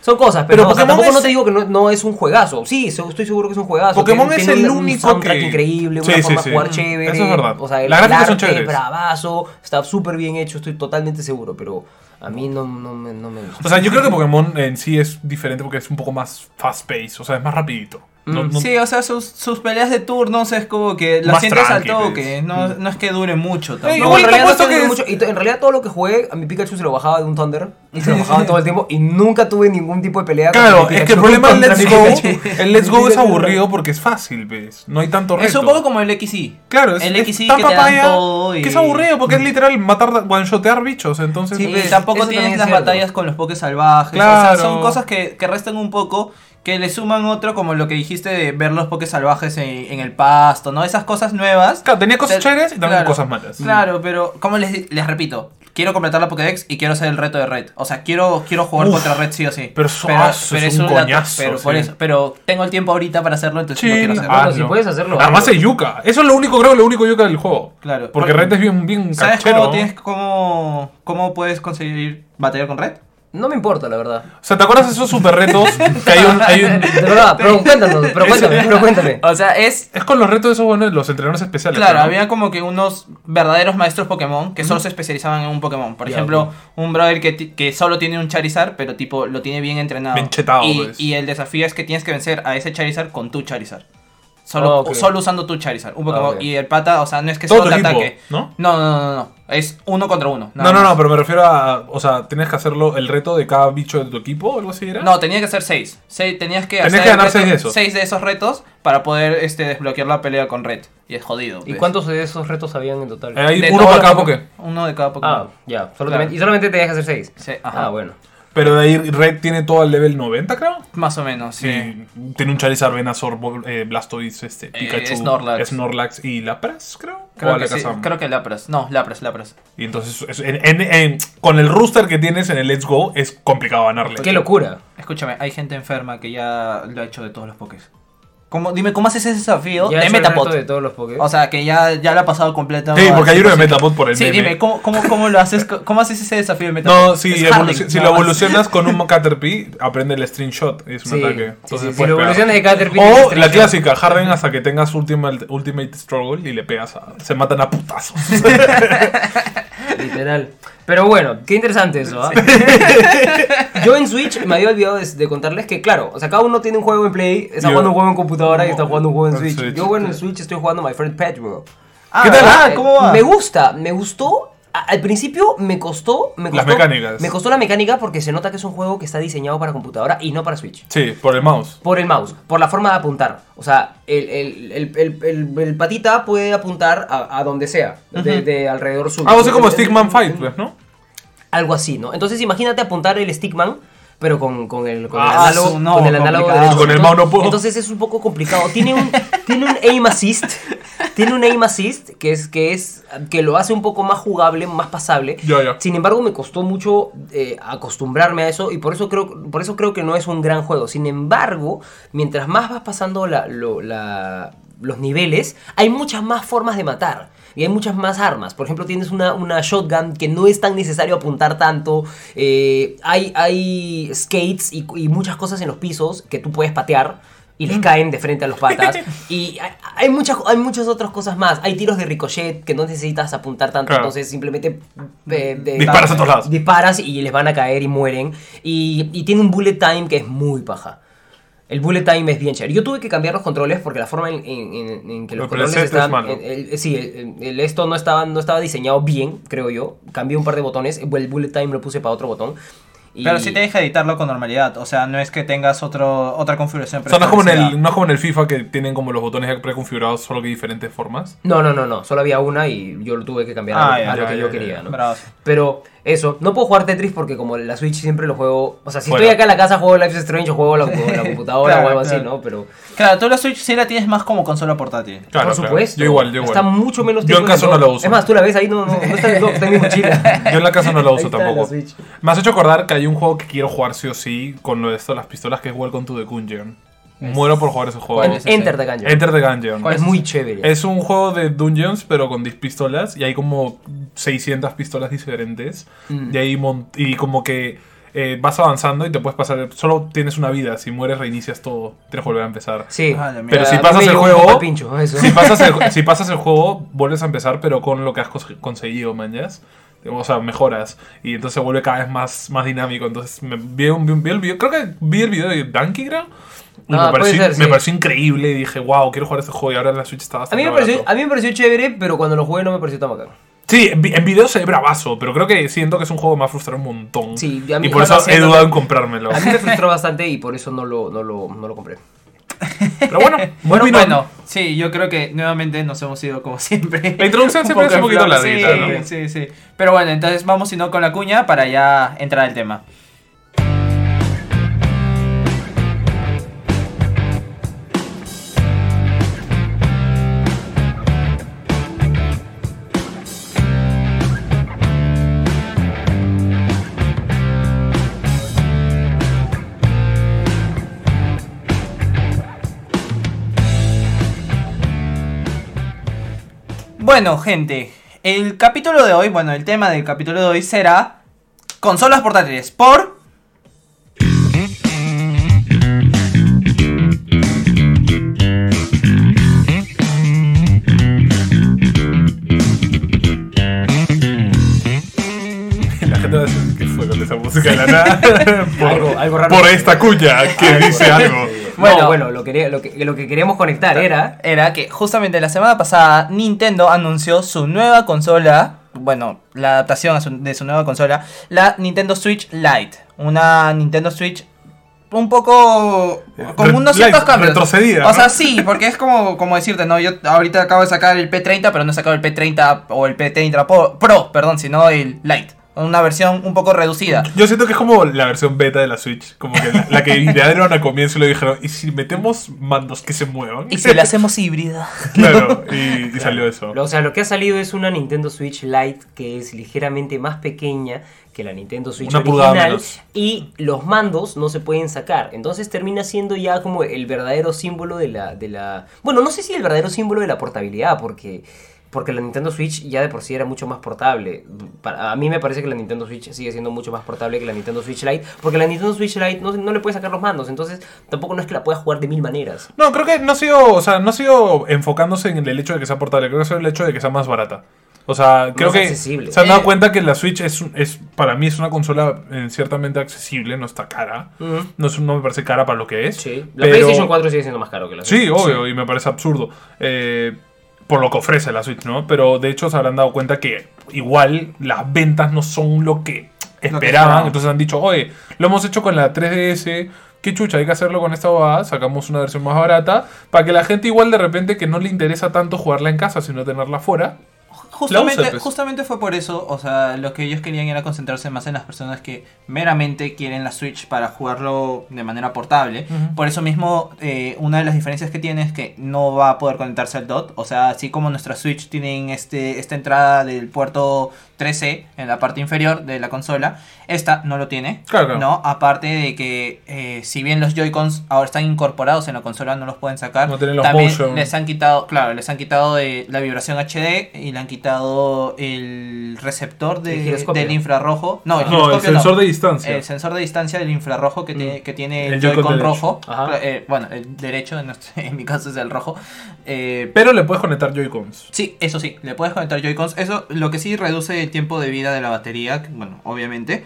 B: Son cosas,
A: Pero
B: pero, no, o sea,
A: Pokémon
B: tampoco no
A: es-
B: te digo que no, no es un juegazo. Sí, so- estoy seguro que es un juegazo.
A: Pokémon
B: Tiene-
A: es
B: tiene
A: el
B: un- un
A: único
B: soundtrack
A: que-
B: increíble,
A: Sí,
B: una
A: sí,
B: forma
A: sí.
B: de jugar
A: Mm,
B: chévere.
A: eso es verdad.
B: O sea, el,
A: Las gráficas
B: el
A: son
B: arte
A: chéveres.
B: es bravazo, está súper bien hecho, estoy totalmente seguro, pero a mí no, no, me- no me gusta.
A: O sea, yo creo que Pokémon en sí es diferente porque es un poco más fast pace, o sea, es más rapidito. No- no-
C: Mm, Sí, o sea, sus, sus peleas de turnos es como que las
A: Más
C: sientes al
A: tranqui, pues.
C: toque. No, no es que dure mucho
A: Ey,
C: tampoco.
B: No,
A: Igual
B: en
A: te
B: realidad no
A: apuesto
B: tiene
A: que
B: mucho- y to- en realidad todo lo que jugué, a mi Pikachu se lo bajaba de un Thunder. Y se lo
C: Sí,
B: bajaba
C: sí.
B: todo el tiempo. Y nunca tuve ningún tipo de pelea
A: Claro,
B: mi
A: es que el
B: Pikachu
A: problema del
B: contra
A: Let's
B: mi
A: Go,
B: Pikachu.
A: el Let's Go es aburrido porque es fácil, ¿ves? No hay tanto reto.
C: Es un poco como el XY.
A: Claro, es,
C: el
A: es
C: XY
A: tan
C: que te dan
A: papaya
C: todo y...
A: que es aburrido porque es literal matar, one-shotear bichos, entonces... eh,
C: Sí,
B: Sí,
C: pero
B: es-
C: tampoco
B: eso también
C: tienes
B: es
C: las
B: cierto.
C: batallas con los pokés salvajes. O
A: Claro.
C: sea, son cosas que, que restan un poco, que le suman otro, como lo que dijiste de ver los pokés salvajes en, en el pasto, ¿no? Esas cosas nuevas.
A: Claro, tenía cosas
C: Te-
A: chéveres y también
C: claro.
A: cosas malas.
C: Claro, pero como les, les repito, quiero completar la Pokédex y quiero hacer el reto de Red. O sea, quiero, quiero jugar
A: Uf,
C: contra Red sí o sí.
A: pero eso- ah, eso es un
C: dato-
A: coñazo,
C: pero, por
A: sí.
C: eso, pero tengo el tiempo ahorita para hacerlo, entonces no
A: Sí,
C: quiero hacerlo.
B: ah.
A: hazlo.
B: si puedes hacerlo,
A: Además
B: hazlo.
A: es yuca. Eso es lo único, creo, lo único yuca del juego.
C: Claro.
A: Porque
C: Por-
A: Red es bien, bien
C: ¿Sabes
A: canchero.
C: cómo, tienes, cómo, cómo puedes conseguir batallar con Red?
B: No me importa, la verdad.
A: O sea, ¿te acuerdas de esos super retos? que hay un, hay un-
B: De verdad, pero cuéntanos, pero cuéntame, pero cuéntame.
C: O sea, es
A: Es con los retos esos, bueno, de los entrenadores especiales.
C: Claro,
A: ¿no?
C: había como que unos verdaderos maestros Pokémon que solo se especializaban en un Pokémon. Por
B: Ya,
C: ejemplo, un brother que, ti- que solo tiene un Charizard, pero tipo lo tiene bien entrenado.
A: Bien chetado,
C: y,
A: pues.
C: y el desafío es que tienes que vencer a ese Charizard con tu Charizard. Solo,
B: Ah, ok.
C: solo usando tu Charizard, un Pokémon.
B: Ah, ok.
C: Y el pata, o sea, no es que
A: Todo
C: solo
A: tu
C: te
A: equipo,
C: ataque.
A: ¿no?
C: no, no, no, no. Es uno contra uno.
A: No, no,
C: más.
A: no, pero me refiero a. O sea, tienes que hacerlo el reto de cada bicho de tu equipo o algo así, ¿era?
C: No, tenía que ser seis. Se- tenías que
A: Tenías
C: hacer
A: que ganar
C: reto-
A: seis de esos.
C: seis de esos retos para poder este, desbloquear la pelea con Red. Y es jodido.
B: ¿Y
C: pues.
B: cuántos de esos retos habían en total?
A: Eh, hay
C: De
A: uno
C: todos
A: para cada
C: los
A: Poké.
C: Uno de cada
B: Ah,
C: Pokémon.
B: ya. solamente- Y solamente tenías que hacer seis.
C: Sí, ajá.
B: Ah, bueno.
A: Pero de ahí Red tiene todo al level 90, creo.
C: Más o menos, sí.
A: Y tiene un Charizard, Venusaur, Bo- eh, Blastoise, este, Pikachu,
C: Snorlax.
A: Snorlax y Lapras, creo.
C: Creo
A: o
C: que, sí,
A: Alakazam.
C: creo que Lapras. No, Lapras, Lapras.
A: Y entonces, es- en- en- en- con el rooster que tienes en el Let's Go, es complicado ganarle.
B: Qué locura.
C: Escúchame, hay gente enferma que ya lo ha hecho de todos los pokés. ¿Cómo, dime, ¿cómo haces ese desafío
B: Ya
C: de
B: es el reto
C: Metapod?
B: de todos los Poké.
C: O sea, que ya, ya lo ha pasado completo.
A: Sí, porque hay uno de
C: Sí,
A: Metapod por el
C: Sí,
A: meme.
C: dime, ¿cómo, cómo, cómo lo haces? ¿Cómo haces ese desafío de Metapod?
A: No, sí,
C: Es Ah,
A: evoluc-
C: Harding,
A: si
C: nada
A: lo
C: más.
A: evolucionas con un Caterpie, aprende el string shot, es un
B: Sí,
A: ataque.
B: sí,
A: Entonces
B: sí, si
A: puedes
B: lo
A: pegar.
B: evolucionas de Caterpie, es
A: O
B: string
A: la
B: shot.
A: clásica, Harden hasta que tengas Ultimate, ultimate Struggle y le pegas a... Se matan a putazos.
B: Literal. Pero bueno, qué interesante eso, ¿ah? Yo en Switch me había olvidado de, de contarles que, claro, o sea, cada uno tiene un juego en Play, está
A: Yo-
B: jugando un juego en computadora y está jugando un juego en
A: En
B: Switch.
A: Switch.
B: Yo, bueno, en Switch estoy jugando My Friend Patchwork.
C: Ah,
A: ¿Qué tal?
C: ah,
B: Eh,
C: ¿cómo va?
B: Me gusta, me gustó. A- Al principio me costó, me
A: Las
B: costó.
A: mecánicas.
B: Me costó la mecánica porque se nota que es un juego que está diseñado para computadora y no para Switch.
A: sí, por el mouse.
B: Por el mouse, por la forma de apuntar. O sea, el, el- el- el- el- el patita puede apuntar a, a donde sea, de, de alrededor suyo.
A: Ah, vos es como Stickman Fight, pues, ¿no?
B: Algo así, ¿no? Entonces imagínate apuntar el Stickman, pero con, con el, con el
C: Ah,
B: análogo.
C: su- no,
B: con el análogo
C: complicado.
B: derecho.
A: Con el mouse no puedo.
B: Entonces es un poco complicado. Tiene un, tiene un aim assist. Tiene un aim assist que es, que es. que lo hace un poco más jugable, más pasable.
A: Ya, ya.
B: Sin embargo, me costó mucho eh, acostumbrarme a eso. Y por eso creo. Por eso creo que no es un gran juego. Sin embargo, mientras más vas pasando la- lo- la- los niveles, hay muchas más formas de matar. Y hay muchas más armas. Por ejemplo, tienes una, una shotgun que no es tan necesario apuntar tanto. eh, hay, hay skates y, y muchas cosas en los pisos que tú puedes patear y les caen de frente a los patas. Y hay, hay muchas, hay muchas otras cosas más. Hay tiros de ricochet que no necesitas apuntar tanto.
A: Claro.
B: Entonces simplemente eh, de-
A: Disparas a todos lados.
B: Disparas y les van a caer y mueren. Y, y tiene un bullet time que es muy paja. El bullet time es bien chévere. Yo tuve que cambiar los controles porque la forma en, en- en- en que los
A: El
B: controles
A: preset es
B: estaban.
A: malo.
B: en- el- sí, el, el- esto no estaba, no estaba diseñado bien, creo yo. Cambié un par de botones. El bullet time lo puse para otro botón. Y-
C: Pero sí te deja editarlo con normalidad. O sea, no es que tengas otro, otra configuración.
A: O sea, no es, como en el,
C: preestablecida.
A: no es como en el FIFA que tienen como los botones ya preconfigurados, solo que diferentes formas.
B: No, no, no, no. Solo había una y yo lo tuve que cambiar a,
C: Ah,
B: lo-
C: ya,
B: a lo
A: ya,
B: que
A: ya,
B: yo
A: ya,
B: quería,
A: ya.
B: ¿no?
C: Bravo.
B: Pero eso, no puedo jugar Tetris porque como la Switch siempre lo juego. O sea, si
A: Bueno.
B: estoy acá en la casa juego Life is Strange o juego la, o la computadora
C: Claro,
B: o algo así,
C: claro.
B: ¿no? Pero
C: Claro, tú la Switch sí la tienes más como consola portátil.
A: Claro, claro.
B: por supuesto.
A: Yo igual, yo igual.
B: Está mucho menos
A: Yo en
B: tiempo que
A: casa
B: el
A: no la
B: dock.
A: uso.
B: Es más, tú la ves ahí, no, no, no está en el dock, está en mi mochila.
A: Yo en la casa no la uso
B: Ahí está
A: tampoco.
B: la Switch.
A: Me has hecho acordar que hay un juego que quiero jugar sí o sí con lo de esto, las pistolas, que es Welcome to the Gungeon. Muero por jugar ese juego.
C: ¿Cuál es ese?
B: Enter the Gungeon.
A: Enter the Gungeon.
B: Es muy chévere.
A: Es un juego de dungeons, pero con 10
B: Mm.
A: pistolas. Y hay como 600 pistolas diferentes. Y hay mon- y como que eh, vas avanzando y te puedes pasar. Solo tienes una vida. Si mueres, reinicias todo. Tienes que volver a empezar.
B: Sí.
C: Ah, la mierda.
A: Pero si
B: A mí
A: pasas
B: me
A: el
B: llegó un
A: juego-
B: poco de pincho, eso.
A: Si pasas, el, si pasas el juego, vuelves a empezar, pero con lo que has cons- conseguido, mañas. O sea, mejoras. Y entonces se vuelve cada vez más, más dinámico. Entonces, me, vi, un- vi un- vi el video. Creo que vi el video de Donkey Kong. Y me,
B: Ah, puede
A: pareció,
B: ser, sí.
A: me pareció increíble. Y dije, wow, quiero jugar este juego. Y ahora la Switch está
B: A
A: bastante
B: mí, me pareció,
A: barato.
B: a mí me pareció chévere, pero cuando lo jugué no me pareció tan bacán.
A: Sí, en vi- en video se ve bravazo. Pero creo que siento que es un juego que me va a frustrar un montón.
B: Sí, a mí-
A: y por
B: yo
A: eso he
B: siento
A: dudado
B: que-
A: en comprármelo.
B: A mí me frustró bastante y por eso no lo, no lo, no lo compré.
A: Pero bueno,
C: Bueno,
A: vino-
C: bueno, sí, yo creo que nuevamente nos hemos ido como siempre.
A: La introducción siempre es un poquito
C: en flor,
A: larguita,
C: sí,
A: ¿no?
C: Sí, sí. Pero bueno, entonces vamos si no con la cuña para ya entrar al tema. Bueno, gente, el capítulo de hoy, bueno, el tema del capítulo de hoy será consolas portátiles por
A: La gente va a decir que fue con esa música de la nada. por,
B: Algo- algo raro.
A: por esta cuña que dice algo.
C: Bueno.
B: Bueno, bueno, lo, quería, lo, que, lo que queríamos conectar era.
C: era que justamente la semana pasada Nintendo anunció su nueva consola, bueno, la adaptación a su- de su nueva consola, la Nintendo Switch Lite, una Nintendo Switch un poco con
A: Eh, Re-
C: unos ciertos
A: Lite,
C: cambios.
A: retrocedida,
C: O sea,
A: ¿no?
C: sí, porque es como, como decirte, no, yo ahorita acabo de sacar el P30, pero no he sacado el P30 o el P30 Pro, Pro, perdón, sino el Lite, una versión un poco reducida.
A: Yo siento que es como la versión beta de la Switch. Como que la, la que idearon al comienzo y le dijeron, ¿y si metemos mandos que se muevan?
C: Y si la hacemos híbrida.
A: Claro, y, y salió eso.
B: O sea, lo que ha salido es una Nintendo Switch Lite que es ligeramente más pequeña que la Nintendo Switch
A: Una pulgada
B: original
A: menos.
B: y los mandos no se pueden sacar. Entonces termina siendo ya como el verdadero símbolo de la, de la... Bueno, no sé si el verdadero símbolo de la portabilidad porque... Porque la Nintendo Switch ya de por sí era mucho más portable. Para- a mí me parece que la Nintendo Switch sigue siendo mucho más portable que la Nintendo Switch Lite. Porque la Nintendo Switch Lite no, no le puede sacar los mandos. Entonces tampoco no es que la pueda jugar de mil maneras.
A: No, creo que no ha sido, o sea, no ha sido enfocándose en el hecho de que sea portable, creo que ha sido el hecho de que sea más barata. O sea, creo
B: Más
A: que
B: accesible.
A: se han dado
C: Eh.
A: cuenta que la Switch es, un- es para mí es una consola eh, ciertamente accesible, no está cara.
B: Ujú.
A: No, es- no me parece cara para lo que es.
B: Sí. La
A: pero-
B: PlayStation 4 sigue siendo más caro que la Switch.
A: Sí, obvio, y me parece absurdo. eh, por lo que ofrece la Switch, ¿no? Pero de hecho se habrán dado cuenta que igual las ventas no son lo que esperaban.
C: esperaban.
A: entonces han dicho, oye, lo hemos hecho con la 3DS. Qué chucha, hay que hacerlo con esta bobada. Sacamos una versión más barata. Para que la gente igual de repente que no le interesa tanto jugarla en casa, sino tenerla fuera. La usa,
C: Justamente,
A: pues.
C: justamente fue por eso, o sea, lo que ellos querían era concentrarse más en las personas que meramente quieren la Switch para jugarlo de manera portable.
A: Ujú.
C: Por eso mismo, eh, una de las diferencias que tiene es que no va a poder conectarse al DOT. O sea, así como nuestra Switch tienen este, esta entrada del puerto 13 en la parte inferior de la consola, esta no lo tiene.
A: Claro, claro.
C: ¿no? Aparte de que, eh, si bien los Joy-Cons ahora están incorporados en la consola, no los pueden sacar.
A: No tienen los
C: también
A: motion.
C: les han quitado, claro, les han quitado de la vibración HD y le han quitado el receptor de-
B: El giroscopio.
C: del infrarrojo. No, el
A: Ah. No, el
C: giroscopio
A: sensor
C: no.
A: de distancia. Mm.
C: El sensor de distancia del infrarrojo que, tiene- que tiene
A: El
C: el
A: Joy-Con
C: Joy-Con
A: derecho.
C: rojo.
B: Ajá.
C: Cla- eh, bueno, el derecho, en, nuestro- en mi caso es el rojo. Eh,
A: Pero le puedes conectar Joy-Cons.
C: Sí, eso sí, le puedes conectar Joy-Cons. Eso lo que sí reduce el tiempo de vida de la batería, que, bueno, obviamente.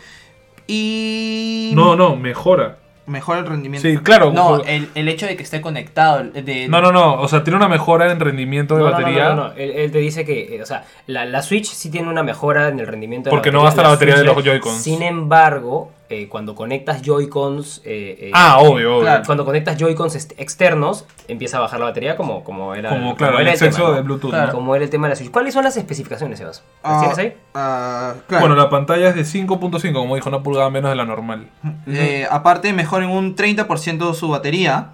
C: Y.
A: No, no, mejora.
C: Mejora el rendimiento.
A: Sí, claro.
C: No,
A: por-
C: el, el hecho de que esté conectado. el- de-
A: no, no, no. O sea, tiene una mejora en rendimiento de
B: No, no, no,
A: batería.
B: No, no, Él, él te dice que, eh, o sea, la, la Switch sí tiene una mejora en el rendimiento. de
A: Porque no gasta la batería de
B: Switch
A: los
B: Lite.
A: Joy-Cons.
B: Sin embargo, eh, cuando conectas Joy-Cons. eh, eh,
A: Ah, obvio, obvio.
C: Claro.
B: Cuando conectas Joy-Cons ex- externos, empieza a bajar la batería como, como era,
A: Como, claro, el
B: era
A: exceso
B: tema, ¿no?
A: de Bluetooth.
C: Claro.
A: ¿no?
B: Como era el tema de la Switch. ¿Cuáles son las especificaciones, Sebas? ¿Las
C: Ah,
B: tienes ahí?
C: ah, claro.
A: Bueno, la pantalla es de 5.5, como dijo, una pulgada menos de la normal.
C: Eh, aparte, mejoren un 30% su batería.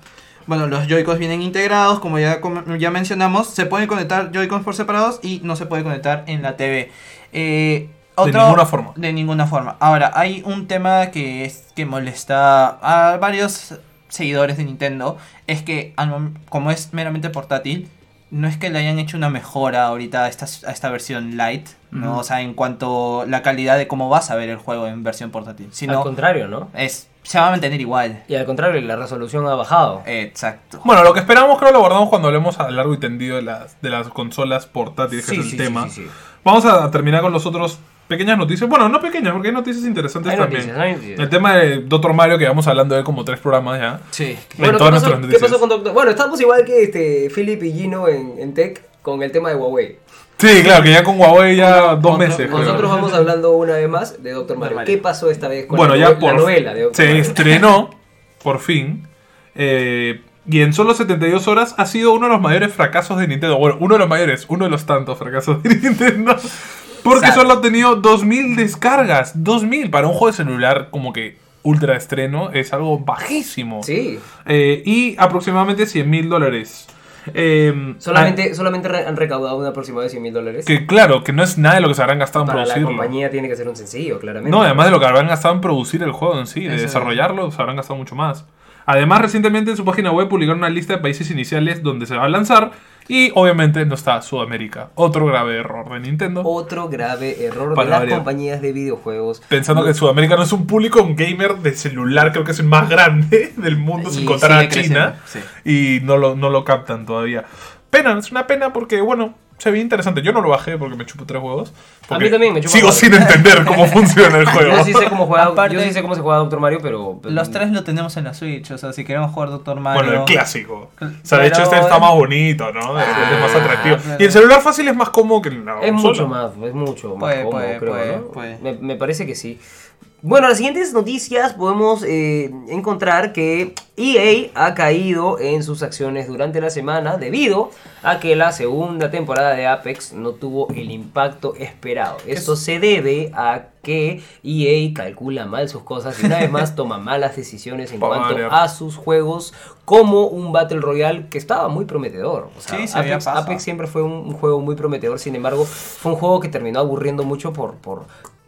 C: Bueno, los Joy-Cons vienen integrados, como ya, com- ya mencionamos. Se pueden conectar Joy-Cons por separados y no se puede conectar en la TV. Eh, otro-
A: ninguna forma.
C: De ninguna forma. Ahora, hay un tema que, es, que molesta a varios seguidores de Nintendo. Es que al mom- como es meramente portátil, no es que le hayan hecho una mejora ahorita a esta, a esta versión light, ¿no?
B: Ujú.
C: O sea, en cuanto la calidad de cómo vas a ver el juego en versión portátil.
B: Al
C: Sino
B: contrario, ¿no?
C: es, se va a mantener igual.
B: Y al contrario, la resolución ha bajado.
C: Eh, Exacto.
A: Bueno, lo que esperamos creo lo guardamos cuando hablemos a largo y tendido de las, de las consolas portátiles, que es el tema.
B: sí, sí.
A: Vamos a terminar con los otros pequeñas noticias. Bueno, no pequeñas, porque hay noticias interesantes
B: Hay
A: también.
B: noticias, hay noticias.
A: El tema de Doctor Mario, que vamos hablando de él como tres programas ya.
C: Sí.
B: Bueno, ¿qué
A: todas
B: pasó,
A: nuestras
B: qué
A: noticias.
B: pasó con Doctor? Bueno, estamos igual que este Philip y Gino en, en Tech con el tema de Huawei.
A: Sí, claro, que ya con Huawei ya dos
C: otro-
A: meses.
C: con
A: creo.
B: Nosotros vamos hablando una vez más de Doctor Mario.
C: Mario.
B: ¿Qué pasó esta vez con
A: Bueno,
B: la,
A: ya
B: nove-
A: por
B: la novela de Doctor
A: se
B: Mario?
A: estrenó por fin. eh, y en solo 72 horas ha sido uno de los mayores fracasos de Nintendo. Bueno, uno de los mayores, uno de los tantos fracasos de Nintendo. Porque
C: Sad.
A: solo ha tenido 2.000 descargas. 2.000 para un juego de celular como que ultra estreno es algo bajísimo.
B: Sí,
A: Eh, y aproximadamente 100.000 dólares. Eh,
B: solamente, solamente re- han recaudado una aproximada de 100 mil
A: ah,
B: dólares.
A: que claro, que no es nada de lo que se habrán gastado en
B: Para la
A: producirlo.
B: compañía tiene que ser un sencillo, claramente.
A: No, además de lo que habrán gastado en producir el juego en sí, de
C: Eso es.
A: desarrollarlo, se habrán gastado mucho más. Además, recientemente en su página web publicaron una lista de países iniciales donde se va a lanzar y obviamente no está Sudamérica. Otro grave error de Nintendo.
B: Otro grave error
A: Para
B: de las
A: variar.
B: compañías de videojuegos.
A: Pensando que Sudamérica no es un público gamer de celular, creo que es el más grande del mundo, sin contar a
C: sigue
A: China.
C: creciendo, sí.
A: Y no lo, no lo captan todavía. Pena, es una pena porque, bueno, se ve interesante. Yo no lo bajé porque me chupo tres juegos. porque
B: mí también me chupa
A: Sigo
B: huevos.
A: sin entender cómo funciona el juego.
B: Yo sí sé cómo juega,
C: Aparte-
B: yo sí sé cómo se juega Doctor Mario, pero mm,
C: Los tres lo tenemos en la Switch, o sea, si queremos jugar Doctor Mario.
A: Bueno, el clásico. O sea, de hecho
C: Pero-
A: este está más bonito, ¿no? De repente es más atractivo.
C: pero-
A: Y el celular fácil es más cómodo que el
B: Es
A: consola.
B: mucho más, es mucho más
C: Puede,
B: cómodo,
C: puede,
B: creo,
C: puede,
B: ¿no?
C: puede.
B: Me, me parece que sí. Bueno, las siguientes noticias podemos eh, encontrar que EA ha caído en sus acciones durante la semana debido a que la segunda temporada de Apex no tuvo el impacto esperado. Esto se debe a que EA calcula mal sus cosas y una vez más toma malas decisiones en
A: Pa'
B: cuanto
A: variar.
B: a sus juegos como un Battle Royale que estaba muy prometedor. O sea,
C: Sí, se veía
B: Apex-
C: paja.
B: Apex siempre fue un, un juego muy prometedor, sin embargo, fue un juego que terminó aburriendo mucho por, por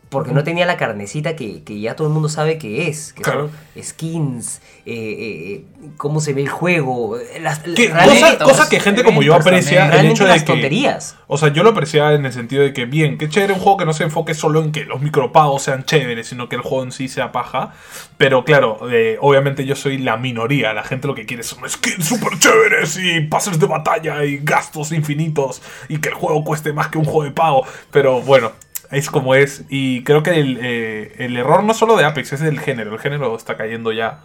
B: porque no tenía la carnecita que, que ya todo el mundo sabe que es, que
A: Claro.
B: son skins, eh, eh, eh, cómo se ve el juego, eh, las,
A: Que-
B: las- realmente-
A: cosa, cosa que gente como yo
C: eventos
A: aprecia
C: también.
A: el
B: realmente
A: hecho de
B: las
A: que...
B: tonterías.
A: O sea, yo lo apreciaba en el sentido de que, bien, qué chévere un juego que no se enfoque solo en que los micropagos sean chéveres, sino que el juego en sí sea paja. Pero claro, eh, obviamente yo soy la minoría. La gente lo que quiere son skins súper chéveres y pases de batalla y gastos infinitos y que el juego cueste más que un juego de pago. Pero bueno. Es como es, y creo que el, eh, el error no solo de Apex, es del género. El género está cayendo ya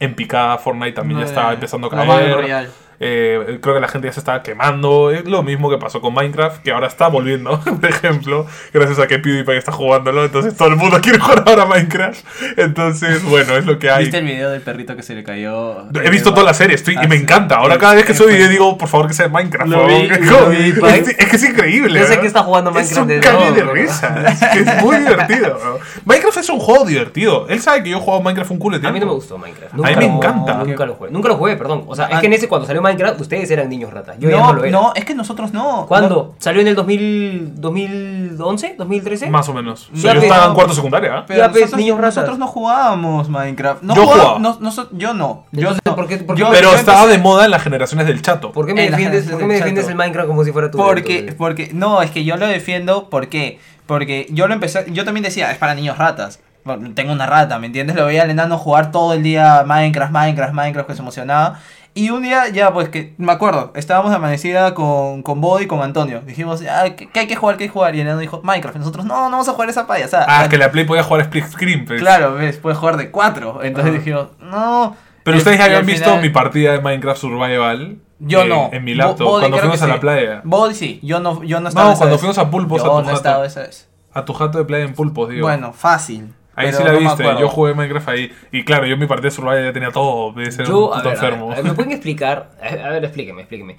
A: en picada. Fortnite también ya
C: Eh,
A: está empezando a
C: los Battle
A: caer.
C: Royale.
A: Eh, creo que la gente ya se estaba quemando. Es lo mismo que pasó con Minecraft, que ahora está volviendo, por ejemplo, gracias a que PewDiePie está jugándolo. Entonces todo el mundo quiere jugar ahora a Minecraft. Entonces, bueno, es lo que hay.
C: ¿Viste el video del perrito que se le cayó?
A: He visto toda la serie estoy,
C: Ah,
A: y me
C: sí.
A: encanta. Ahora
C: Sí.
A: cada vez que
C: Eh,
A: soy
C: pues,
A: video digo, por favor que sea de Minecraft.
B: Lo
A: por favor".
B: vi-
A: Es
B: lo
A: como-
B: vi,
A: es,
B: pues.
A: es que es increíble.
B: Yo sé
A: ¿verdad?
B: que está jugando
A: Es
B: Minecraft
A: un
B: de
A: cague
B: nuevo,
A: de
B: ¿no?
A: risa. Es, que es muy divertido. ¿no? Minecraft es un juego divertido. Él sabe que yo he jugado Minecraft un culo de
B: A mí no
A: tiempo.
B: me gustó Minecraft.
A: mí me
B: lo-
A: encanta.
B: Nunca lo jugué. Nunca lo jugué, perdón. O sea, es
C: Ah.
B: que en ese cuando salió Minecraft ustedes eran niños ratas. Yo ya no
C: No,
B: lo era.
C: no, es que nosotros no.
B: ¿Cuándo? ¿Salió en el 2000, 2011? ¿2013?
A: Más o menos. O sea,
B: Ya,
A: yo
B: pero-
A: estaba en cuarto secundaria. ¿eh?
C: Pero
B: Ya, pues,
C: nosotros,
B: niños ratas.
C: nosotros no jugábamos Minecraft. No
A: Yo
C: jugaba-
A: jugaba.
C: No, noso- yo no. Yo
B: Entonces,
C: no.
B: ¿por qué- por qué-
C: Yo-
A: Pero
C: yo
A: estaba
C: empecé-
A: de moda en la generación del chato.
B: ¿Por qué me
C: En las
B: defiendes,
C: generaciones
B: ¿por qué me
C: del
B: defiendes
C: chato.
B: el Minecraft como si fuera tu
C: Porque,
B: tu-
C: porque, no, es que yo lo defiendo porque, porque yo lo empecé, yo también decía, es para niños ratas. Bueno, Tengo una rata, ¿me entiendes? Lo veía al enano jugar todo el día Minecraft, Minecraft, Minecraft, que se emocionaba. Y un día, ya, pues que, me acuerdo, estábamos de amanecida con, con Body y con Antonio. Dijimos, ah, ¿qué, qué hay que jugar? ¿Qué hay que jugar? Y el enano dijo, Minecraft. Y nosotros, no, no vamos a jugar esa payasada.
A: Ah, que la Play podía jugar split screen, pues.
C: Claro, ves, puedes jugar de cuatro. Entonces
B: Ajá.
C: dijimos, no.
A: Pero
C: Y-
A: ustedes
C: y
A: ya habían
C: al
A: visto
C: final-
A: mi partida de Minecraft Survival.
C: Yo
A: eh,
C: no.
A: En mi
C: Bo-
A: laptop,
C: Body
A: cuando
C: creo
A: fuimos
C: que
A: a la
C: sí.
A: playa.
C: Body sí, yo no, yo no estaba. esa
A: cuando
C: vez.
A: fuimos a Pulpos,
C: yo
A: a tu
C: no
A: jato.
C: estaba esa vez.
A: A tu jato de playa en pulpos, digo.
C: Bueno, fácil.
A: Ahí
C: pero
A: sí la
C: no me
A: viste,
C: acuerdo.
A: yo jugué Minecraft ahí. Y claro, yo en mi partida de Survival ya tenía todo, de ser
B: Yo,
A: un
B: a
A: puto
B: ver, a ver,
A: enfermo.
B: a ver, ¿me pueden explicar? A a ver, explíqueme, explíqueme.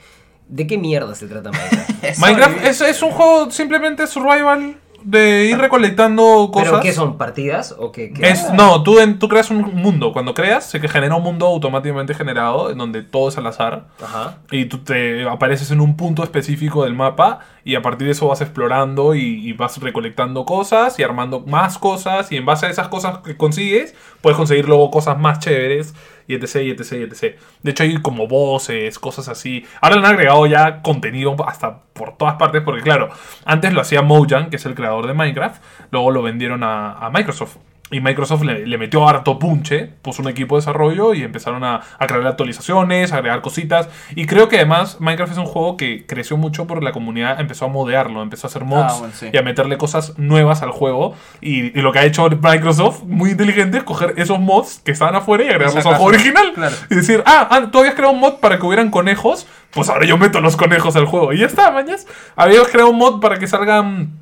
B: ¿De qué mierda se trata Minecraft?
C: Es Ah.
A: Minecraft
C: horrible.
A: es, es un juego simplemente survival de ir recolectando cosas.
B: ¿Pero qué son? ¿Partidas? ¿O qué? qué-
A: Es- no, tú, en- tú creas un mundo. Cuando creas, se que genera un mundo automáticamente generado en donde todo es al azar.
B: Ajá.
A: Y tú te apareces en un punto específico del mapa Y a partir de eso vas explorando y, y vas recolectando cosas y armando más cosas. Y en base a esas cosas que consigues, puedes conseguir luego cosas más chéveres. Y etc, y etc, y etc. De hecho, hay como voces, cosas así. Ahora le han agregado ya contenido hasta por todas partes. Porque, claro, antes lo hacía Mojang, que es el creador de Minecraft. Luego lo vendieron a, a Microsoft. Y Microsoft le, le metió harto punche, puso un equipo de desarrollo y empezaron a, a crear actualizaciones, a agregar cositas. Y creo que además Minecraft es un juego que creció mucho porque la comunidad empezó a modearlo, empezó a hacer mods
C: Ah, bueno, sí.
A: y a meterle cosas nuevas al juego. Y, y lo que ha hecho Microsoft, muy inteligente, es coger esos mods que estaban afuera y agregarlos al
C: Sacarlos,
A: juego original.
C: claro.
A: Y decir, ah, ah, tú habías creado un mod para que hubieran conejos, pues ahora yo meto los conejos al juego. Y ya está, mañas. Habías creado un mod para que salgan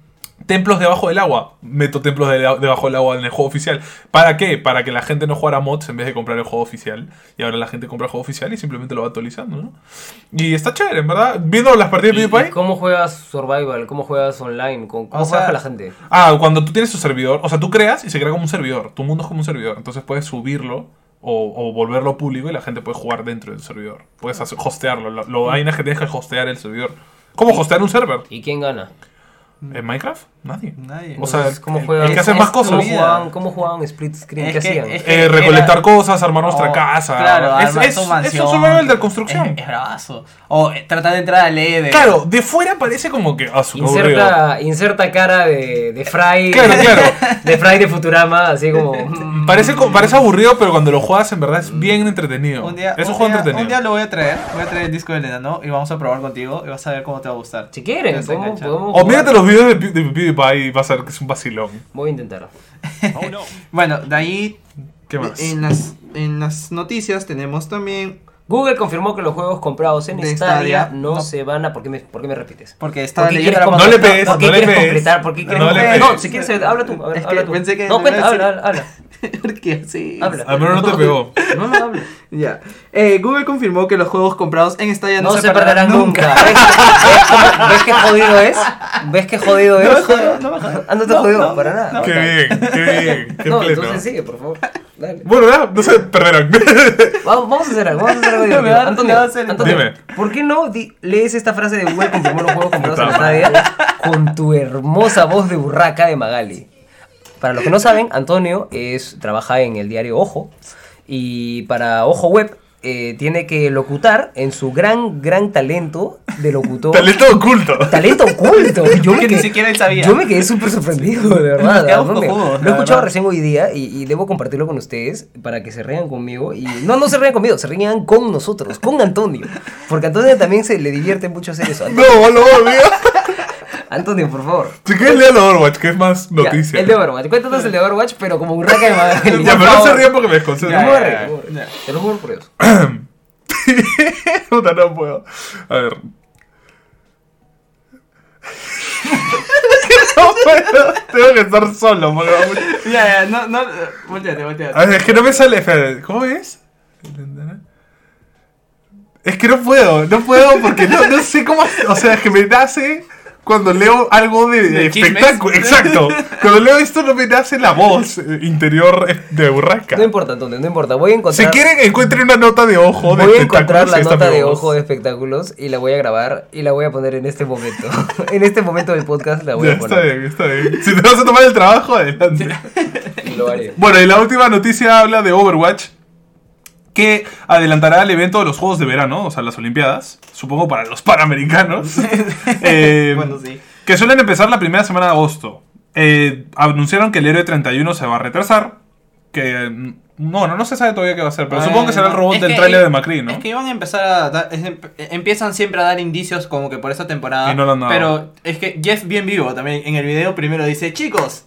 A: templos debajo del agua. Meto templos de- debajo del agua en el juego oficial. ¿Para qué? Para que la gente no jugara mods en vez de comprar el juego oficial. Y ahora la gente compra el juego oficial y simplemente lo va actualizando, ¿no? Y está chévere, en verdad. Viendo las partidas
B: ¿Y-
A: de
B: y
A: PewDiePie.
B: ¿Cómo juegas Survival? ¿Cómo juegas online? ¿Cómo, cómo
C: O
B: juegas
C: sea,
B: con la gente?
A: Ah, cuando tú tienes tu servidor, o sea, tú creas y se crea como un servidor. Tu mundo es como un servidor. Entonces puedes subirlo o, o volverlo público y la gente puede jugar dentro del servidor. Puedes hacer- hostearlo. Lo, lo- hay una que tienes que hostear el servidor. ¿Cómo hostear un server?
B: ¿Y quién gana?
A: ¿En Minecraft? Nadie.
C: Nadie.
A: O sea,
B: Mm. Entonces, ¿cómo
A: el-
B: juegas?
A: el que hace
B: Es-
A: más cosas.
B: ¿Cómo
C: Vida.
B: jugaban, cómo jugaban split screen?
C: Es
B: ¿Qué
C: que-
B: hacían?
C: es-
A: Eh,
C: Era-
A: recolectar cosas, armar nuestra
C: O-
A: casa.
C: Oh, Claro,
A: es,
C: armar
A: es,
C: tu
A: es
C: mansión.
A: un survival de construcción.
C: Es, es bravazo. O eh, tratar de entrar al Eden.
A: Claro, de fuera parece como que. Ah, su qué aburrido.
B: Inserta, inserta cara de, de Fry.
A: Claro, claro.
B: De Fry de Futurama, así como. mm,
A: Parece, co- parece aburrido, pero cuando lo juegas en verdad es bien entretenido.
C: Mm. Un día,
A: es un,
C: un
A: juego
C: día-
A: entretenido.
C: un día lo voy a traer. Voy a traer el disco del enano y vamos a probar contigo y vas a ver cómo te va a gustar.
B: Si quieren,
C: Te vas a
B: podemos-
C: enganchar.
B: podemos-
A: O mírate los videos de, Pew- de PewDiePie y vas a ver que es un vacilón.
B: Voy a intentar.
C: Bueno, de ahí.
A: ¿Qué más?
C: En las, en las noticias tenemos también.
B: Google confirmó que los juegos comprados en
C: De
B: Stadia,
C: Stadia,
B: no,
C: no.
B: se van a. ¿Por qué me, por qué me repites?
C: Porque estaba
B: ¿Por qué
C: leyendo
B: quieres
C: la
A: No
B: comprar-
A: le pegues,
B: ¿Por qué
A: no le
B: quieres
A: pegues.
B: completar? ¿Por qué quieres
A: No le
B: completar?
A: pegues.
B: No, si quieres, habla tú. a ver,
C: Es que
B: habla tú.
C: pensé que
B: no,
C: me
B: cuenta,
C: iba a decir-
B: habla, habla.
C: ¿Por qué así?
B: habla.
A: Al menos no te pegó.
B: No, no habla.
C: Ya. Eh, Google confirmó que los juegos comprados en Stadia
B: No, se perderán nunca. ¿Ves, ves cómo- ves qué jodido es? ¿Ves qué jodido es?
C: No me jodas, no me jodas.
B: Ah, no te
C: No,
B: jodió,
C: no,
B: para nada.
A: Qué bien, qué bien, qué
B: no,
A: pleno.
B: entonces sigue, por favor. Dale.
A: Bueno, ya, no se perderán.
B: Vamos, vamos a hacer algo, vamos a hacer algo
C: Me va-
B: divertido.
C: me
B: Antonio,
C: va a hacer-
B: Antonio,
A: Dime.
B: ¿por qué no di- lees esta frase de Google confirmó los juegos comprados en
A: Puta
B: Stadia con tu hermosa voz de burraca de Magali? Para los que no saben, Antonio es, trabaja en el diario Ojo y para Ojo Web eh, tiene que locutar en su gran, gran talento de locutor.
A: Talento oculto.
B: Talento oculto. Yo me
C: Que ni
B: quedé-
C: siquiera él sabía.
B: Yo me quedé súper sorprendido, de
C: Nos
B: verdad.
C: quedamos
B: ¿no? Me- Lo
C: cojudos,
B: he
C: la
B: escuchado
C: verdad.
B: recién hoy día y, y debo compartirlo con ustedes para que se rean conmigo. Y no, no se rean conmigo, se rían con nosotros, con Antonio. Porque a Antonio también se le divierte mucho hacer eso. Anto-
A: No, lo odio.
B: Antonio, por favor.
A: Si quieres, léalo Overwatch, que es más
B: Ya,
A: noticia.
B: el de Overwatch. Cuéntanos el de Overwatch, pero como un raca de Magali.
A: Ya, pero
B: Por
A: no
B: favor.
A: se rían porque me desconcentro.
B: No me voy a reír,
C: Ya,
B: no me voy a reír.
C: ya, ya.
B: Te lo juro por Dios.
A: Puta, no puedo. A ver. no puedo. Tengo que estar solo. porque va mucho.
C: Ya, ya, no, no. eh, Volteate, volteate.
A: A ver, es que no me sale. espera, ¿Cómo es? Es que no puedo, no puedo porque no, no sé cómo. O sea, es que me nace cuando leo algo de,
C: ¿De chismes?
A: espectáculo. Exacto. Cuando leo esto no me nace la voz eh, interior eh, de burrasca.
B: No importa, Antonio, no importa. Voy a encontrar.
A: Si quieren, encuentren una nota de ojo de
B: Voy a
A: espectáculos
B: encontrar la
A: y esta
B: nota
A: me
B: de
A: voz.
B: ojo de espectáculos y la voy a grabar y la voy a poner en este momento. en este momento del podcast la voy
A: Ya,
B: a
A: está
B: poner.
A: bien, está bien. Si te vas a tomar el trabajo, adelante.
B: Y lo haré.
A: Bueno, y la última noticia habla de Overwatch, que adelantará el evento de los Juegos de Verano, o sea, las Olimpiadas, supongo para los Panamericanos, eh,
C: Bueno, sí.
A: que suelen empezar la primera semana de agosto. Eh, anunciaron que el héroe 31 se va a retrasar, que mm, no, no, no se sabe todavía qué va a ser, pero supongo que será el robot
C: Es
A: del
C: que
A: tráiler
C: i-
A: de Macri, ¿no?
C: Es que iban a empezar a dar. es em- empiezan siempre a dar indicios como que por esta temporada.
A: Y no lo han dado.
C: Pero es que Jeff, bien vivo también, en el video primero dice: Chicos,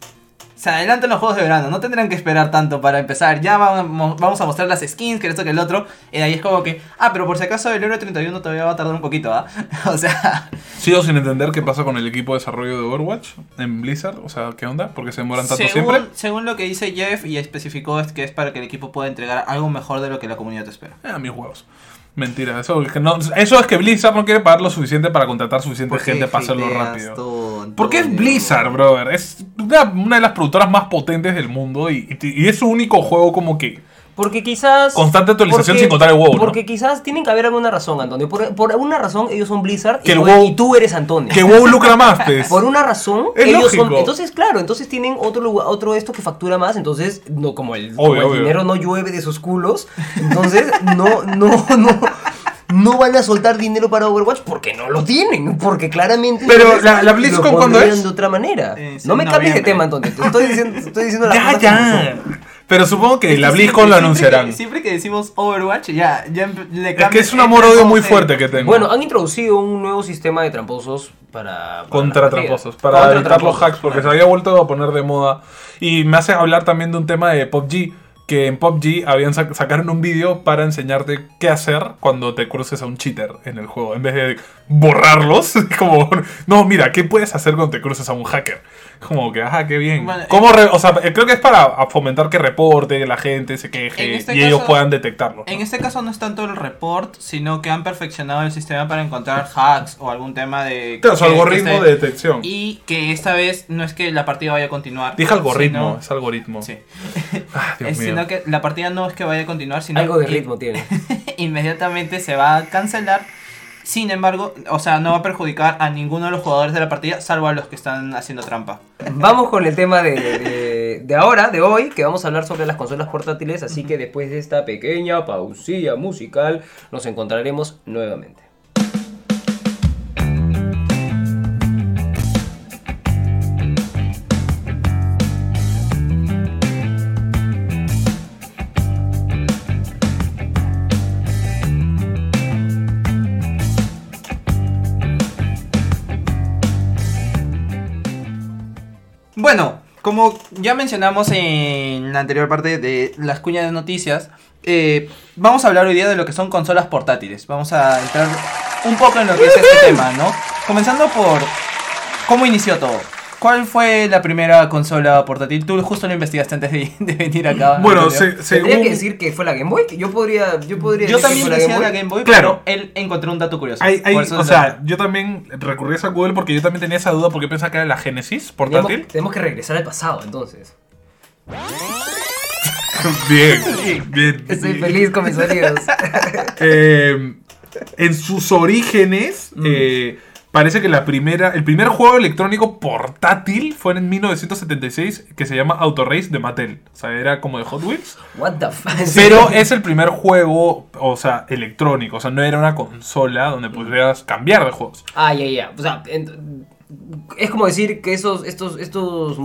C: se adelantan los juegos de verano, no tendrán que esperar tanto para empezar. Ya vamos, vamos a mostrar las skins, que esto que el otro. Y ahí es como que: Ah, pero por si acaso el Euro 31 todavía va a tardar un poquito, ¿ah? o sea.
A: Sigo sin entender qué pasa con el equipo de desarrollo de Overwatch en Blizzard, o sea, ¿qué onda? ¿Por qué se demoran tanto siempre?
C: según lo que dice Jeff y especificó es que es para que el equipo pueda entregar algo mejor de lo que la comunidad espera.
A: Ah, mis huevos. Mentira, eso es, que no- eso es que Blizzard no quiere pagar lo suficiente para contratar suficiente gente para hacerlo rápido. Porque es Blizzard, brother. Es una, una de las productoras más potentes del mundo y, y- y es su único juego como que
B: Porque quizás.
A: Constante actualización sin contar el WoW, ¿no?
B: Porque quizás tienen que haber alguna razón, Antonio. Por, por alguna razón ellos son Blizzard
A: Que
B: y,
A: el
B: tú- e-
A: WoW-
B: y tú eres Antonio.
A: Que WoW lucra más, pues.
B: Por una razón,
A: Es
B: ellos son.
A: lógico.
B: Entonces, claro, entonces tienen otro lugar, otro esto que factura más. Entonces, no, como el, como
A: Obvio,
B: el
A: obvio.
B: dinero no llueve de sus culos, entonces no, no, no. No van a soltar dinero para Overwatch porque no lo tienen, porque claramente.
A: Pero,
B: entonces,
A: ¿la- la
B: lo
A: BlizzCon cuándo
B: pondrían
A: es?
B: de otra manera.
C: Es
B: no me
C: en
B: cambies de
C: noviembre.
B: tema, Antonio. Te estoy diciendo, te estoy diciendo las
A: Ya,
B: cosas como son.
A: ya. Pero supongo que la
C: Sí,
A: BlizzCon
C: siempre
A: lo
C: que-
A: anunciarán.
C: siempre que decimos Overwatch, ya, ya em, le
A: Es
C: cambian-
A: que es un amor-odio muy
C: Sí.
A: fuerte que tengo.
B: Bueno, han introducido un nuevo sistema de tramposos para. para
A: Contra
B: las
A: tramposos,
B: partidas.
A: para
B: Contra
A: evitar los
B: tramposos,
A: hacks, porque se había vuelto a poner de moda. Y me hace hablar también de un tema de PUBG, que en PUBG habían sac- sacaron un vídeo para enseñarte qué hacer cuando te cruces a un cheater en el juego. En vez de borrarlos, como, no, mira, ¿qué puedes hacer cuando te cruces a un hacker? Como que, ajá, qué bien.
C: Bueno,
A: ¿Cómo re- o sea, eh, creo que es para a fomentar que reporte, que la gente se
C: En
A: queje
C: este
A: y ellos
C: caso-
A: puedan detectarlo. ¿no?
C: En este caso no es tanto el report, sino que han perfeccionado el sistema para encontrar hacks o algún tema de...
A: Claro, su
C: que- que
A: algoritmo
C: esté-
A: de detección.
C: Y que esta vez no es que la partida vaya a continuar.
A: Dije algoritmo,
C: sino-
A: es algoritmo.
C: sí.
A: Ah, Dios
C: Es-
A: mío.
C: sino que la partida no es que vaya a continuar, sino
B: Algo de
C: que
B: ritmo tiene.
C: inmediatamente se va a cancelar. Sin embargo, o sea, no va a perjudicar a ninguno de los jugadores de la partida, salvo a los que están haciendo trampa.
B: Vamos con el tema de, de- de ahora, de hoy, que vamos a hablar sobre las consolas portátiles, así que después de esta pequeña pausilla musical nos encontraremos nuevamente.
C: Bueno, como ya mencionamos en la anterior parte de las cuñas de noticias, eh, vamos a hablar hoy día de lo que son consolas portátiles. Vamos a entrar un poco en lo que es este tema, ¿no? Comenzando por cómo inició todo. ¿Cuál fue la primera consola portátil? Tú justo lo investigaste antes de, de venir acá.
A: Bueno,
C: Antonio.
A: se-
B: Tendría
A: según...
B: que decir que fue la Game Boy, que yo podría, yo podría
C: Yo
B: decir que
C: también
B: fue la
C: decía
B: Game
C: la
B: Boy.
C: Game Boy,
A: Claro.
C: pero él encontró un dato curioso.
A: Hay- hay-
C: Por eso
A: o
C: se-
A: sea, yo también recurrí a esa Google porque yo también tenía esa duda porque pensaba que era la Genesis portátil.
B: Tenemos, tenemos que regresar al pasado entonces.
A: Bien, bien.
B: Estoy
A: bien.
B: feliz con mis sonidos.
A: Eh, en sus orígenes,
B: Mm.
A: eh, parece que la primera, el primer juego electrónico portátil fue en 1976 que se llama Auto Race de Mattel. O sea, era como de Hot Wheels.
B: What the fuck.
A: Pero es el primer juego, o sea, electrónico. O sea, no era una consola donde pudieras cambiar de juegos.
B: Ah, ya, ya. O sea, ent- es como decir que esos, estos, estos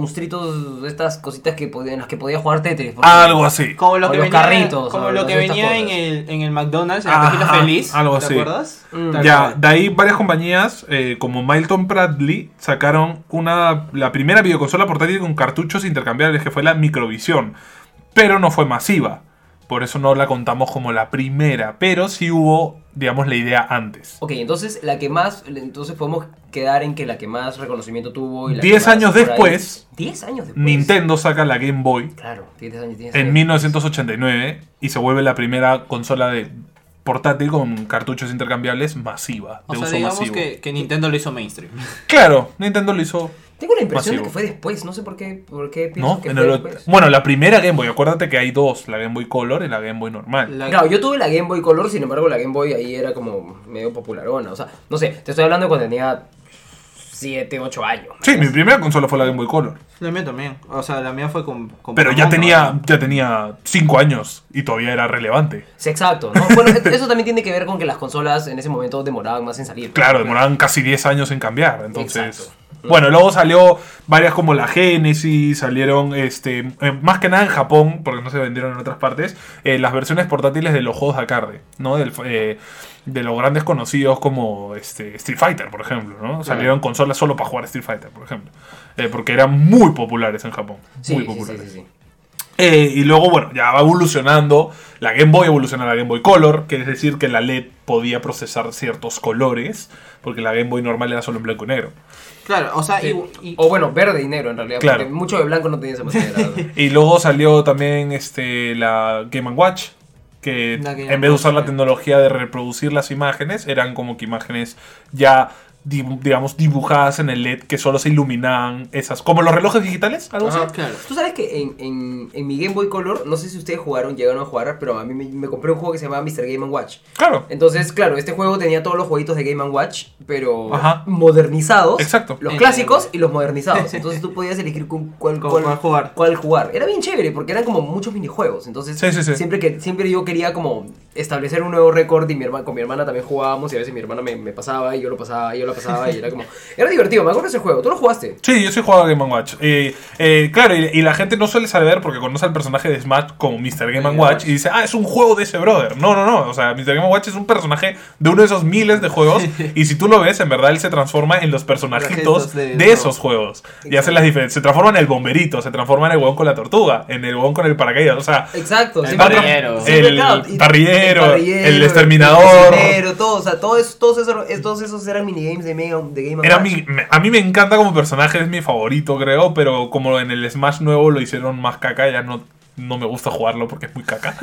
B: monstruitos, estas cositas que podían, las que podía jugar Tetris. por ejemplo.
A: Algo así.
C: Como lo
B: o
C: que
B: los
C: venía,
B: carritos,
C: como
B: o
C: lo que
B: todas estas
C: venía en
B: cosas.
C: el, en el McDonald's, en la cajita
A: Ajá,
C: feliz.
A: Ah, algo
C: ¿Te
A: así.
C: acuerdas?
B: Mm.
C: Tal
A: Ya,
C: cual.
A: de ahí varias compañías eh, como Milton Bradley sacaron una, la primera videoconsola portátil con cartuchos intercambiables que fue la Microvisión, pero no fue masiva. Por eso no la contamos como la primera, pero sí hubo, digamos, la idea antes.
B: Ok, entonces la que más, entonces podemos quedar en que la que más reconocimiento tuvo y la que
A: Diez
B: más
A: años
B: por ahí-
A: después,
B: Diez años
C: pues.
B: después.
A: Nintendo saca la Game Boy
B: Claro, diez años, diez
A: en
B: años.
A: 1989 y se vuelve la primera consola de portátil con cartuchos intercambiables masiva,
C: O
A: de
C: sea,
A: uso
C: digamos
A: masivo.
C: que, que Nintendo lo hizo mainstream.
A: Claro, Nintendo lo hizo
B: Tengo la impresión
A: Masivo.
B: de que fue después, no sé por qué, por qué pienso
A: No,
B: que
A: en
B: fue
A: el-
B: después.
A: bueno, la primera Game Boy, acuérdate que hay dos, la Game Boy Color y la Game Boy normal.
C: La-
B: Claro, yo tuve la Game Boy Color, sin embargo la Game Boy ahí era como medio popularona, o sea, no sé, te estoy hablando cuando tenía 7, 8 años.
A: Sí, mi primera consola fue la Game Boy Color,
C: La mía también. O sea, la mía fue con. con
A: pero ya
C: Pokémon,
A: tenía
C: ¿no?
A: ya tenía 5 años y todavía era relevante.
B: Sí, exacto, ¿no? Bueno, e-, eso también tiene que ver con que las consolas en ese momento demoraban más en salir. ¿no?
A: Claro, demoraban casi 10 años en cambiar, entonces
B: Exacto.
A: bueno, luego salió varias como la Genesis, salieron este eh, más que nada en Japón, porque no se vendieron en otras partes, eh, las versiones portátiles de los juegos de arcade, ¿no? Del, eh, de los grandes conocidos como este, Street Fighter, por ejemplo, ¿no? Salieron consolas solo para jugar Street Fighter, por ejemplo. Eh, porque eran muy populares en Japón.
B: Sí,
A: muy
B: sí, sí,
A: populares.
B: sí, sí.
A: Eh, y luego, bueno, ya va evolucionando. La Game Boy evoluciona a la Game Boy Color, que es decir que la LED podía procesar ciertos colores, porque la Game Boy normal era solo en blanco y negro.
C: Claro, o sea,
B: Sí.
C: y, y-
B: O bueno, verde Ah, y negro en realidad,
A: Claro.
B: porque mucho de blanco no tenía esa manera. la verdad.
A: Y luego salió también este, la Game Watch, que
C: La Game
A: en vez de usar la
C: Watch, sí.
A: tecnología de reproducir las imágenes, eran como que imágenes ya di- digamos, dibujadas en el LED que solo se iluminaban esas. Como los relojes digitales, algo así.
B: Ajá.
C: Claro.
B: Tú sabes que en, en- en mi Game Boy Color, no sé si ustedes jugaron, llegaron a jugar, pero a mí me, me compré un juego que se llamaba Mr. Game Watch.
A: Claro.
B: Entonces, claro, este juego tenía todos los jueguitos de Game Watch, pero
A: Ajá.
B: modernizados.
A: Exacto.
B: Los
C: En
B: clásicos
C: Game
B: y los modernizados. Entonces tú podías elegir con cuál,
C: Con
B: cuál-
C: cuál jugar.
B: cuál jugar. Era bien chévere porque eran como muchos minijuegos. Entonces,
A: Sí, sí, sí.
B: siempre que siempre yo quería como establecer un nuevo récord y mi herma- con mi hermana también jugábamos y a veces mi hermana me, me pasaba y yo lo pasaba y yo la pasaba y era como... Era divertido, me acuerdo de ese juego. ¿Tú lo jugaste?
A: Sí, yo soy jugador de Game Watch. Eh, eh, claro, y, y la gente no suele saber porque conoce al personaje de Smash como Mr. Game
B: Game
A: Watch
B: Watch.
A: y dice, ah, es un juego de ese brother. No, no, no. O sea, Mr. Game Watch es un personaje de uno de esos miles de juegos y si tú lo ves, en verdad él se transforma en los personajitos
C: Personajitos de-
A: de,
C: no.
A: esos juegos. Y hace las diferencias. Se transforma en el bomberito, se transforma en el huevón con la tortuga, en el huevón con el paracaídas. O sea,
B: Exacto.
C: El
B: siempre-
C: parrillero.
B: siempre,
A: El
B: claro, y-
A: parrillero, el
B: El
A: exterminador.
B: cocinero, todo, o sea, todo eso- todos, esos, todos esos eran minigames de, Mega- de Game
A: Era
B: Watch.
A: mi- me- a mí me encanta como personaje, es mi favorito, creo, pero como en el Smash nuevo lo hicieron más caca, ya no, no me gusta jugarlo porque es muy caca.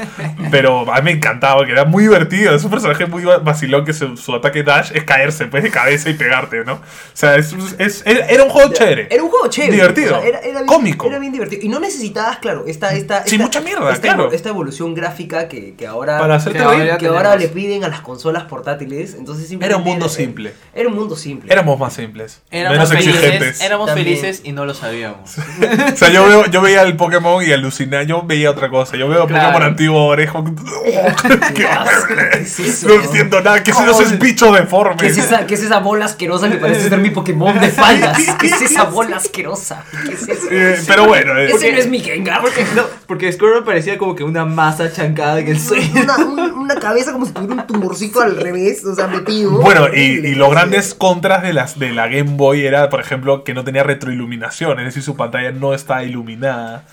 A: Pero a mí me encantaba, que era muy divertido. Es un personaje muy va- vacilón que su, su ataque dash es caerse pues, de cabeza y pegarte, ¿no? O sea, es, es- era- era un juego chévere.
B: Era un juego chévere.
A: Divertido.
B: O sea, era, era bien,
A: Cómico.
B: Era bien divertido. Y no necesitabas, claro, esta. esta
A: Sí,
B: esta-
A: mucha mierda,
B: esta
A: claro.
B: evol- Esta evolución gráfica que, que ahora.
A: Para hacerte
C: Claro,
A: reír.
C: ya
B: que ahora
C: tenemos.
B: le piden a las consolas portátiles. Entonces simplemente
A: Era un mundo
B: era-
A: simple.
B: Era un mundo simple.
A: Éramos más simples,
C: Éramos
A: menos
C: felices,
A: exigentes.
C: éramos
B: También.
C: felices y no lo sabíamos.
A: O sea, yo, veo- yo veía el Pokémon y aluciné, yo veía otra cosa. Yo veo
C: Claro.
A: Pokémon antiguo, orejo. ¡Qué horrible!
B: Ah, ¿Qué es eso?
A: No entiendo nada, ¿qué son esos bichos deformes?
B: ¿Qué es, esa, ¿Qué es esa bola asquerosa que parece ser mi Pokémon de faldas? ¿Qué es esa bola asquerosa? ¿Qué es eso?
A: Eh, pero bueno, eh,
B: Ese no es mi Gengar.
C: No, porque Squirrel parecía como que una masa chancada en el suelo.
B: Una, un- una cabeza como si tuviera un tumorcito al revés, o sea, metido.
A: bueno, y,
B: Horrible.
A: y los grandes contras de, las, de la Game Boy era, por ejemplo, que no tenía retroiluminación, es decir, su pantalla no está iluminada.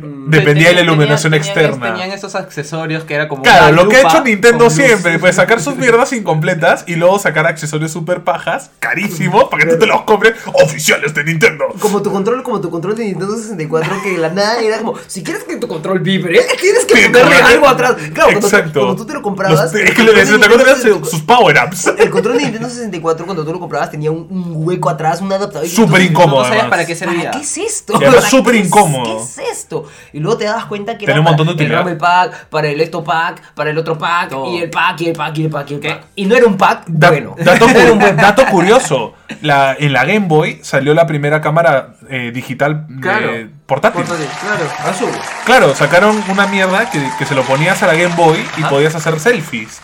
B: Mm.
A: Dependía de la
C: Pues Tenían-
A: iluminación
C: tenían- tenían-
A: externa.
C: Tenían esos accesorios que era como.
A: Claro,
C: una
A: lo que ha
C: lupa
A: hecho Nintendo
C: con luz.
A: siempre, pues sacar sus mierdas incompletas y luego sacar accesorios super pajas, carísimos, para que tú te los compres oficiales de Nintendo.
B: Como tu control, como tu control de Nintendo 64, que de la nada era como, si quieres que tu control vibre, tienes que
A: Sí,
B: ponerle
A: correcto.
B: algo atrás. Claro, cuando,
A: Exacto.
B: cuando tú te lo comprabas.
A: Los- es
B: el
A: que le
B: control de
A: decía, ¿te acuerdas de
B: Nintendo
A: sus power-ups?
B: 64 El control de Nintendo 64, cuando tú lo comprabas, tenía un, un hueco atrás, un adaptador. Y tú-
A: Súper
C: No,
A: incómodo.
C: no sabías
A: además.
C: para qué servía.
B: ¿Para qué es esto?
A: Y además
B: ¿Para
A: súper
B: qué es-
A: incómodo.
B: ¿Qué es esto? Y luego te dabas cuenta que
A: Tenía
B: era
A: un montón
B: para
A: de
B: el
A: utilidad.
B: Rumble Pack, para el esto pack, para el otro pack,
C: Todo.
B: y el pack, y el pack, y el pack, y el
C: ¿Qué?
B: pack. Y no era un pack
A: Da-
B: bueno.
A: dato, cu- dato curioso, la, en la Game Boy salió la primera cámara eh, digital eh,
C: Claro.
A: portátil. Ah,
C: Portátil, claro.
B: Azul.
A: Claro, sacaron una mierda que, que se lo ponías a la Game Boy y
C: Ajá.
A: podías hacer selfies.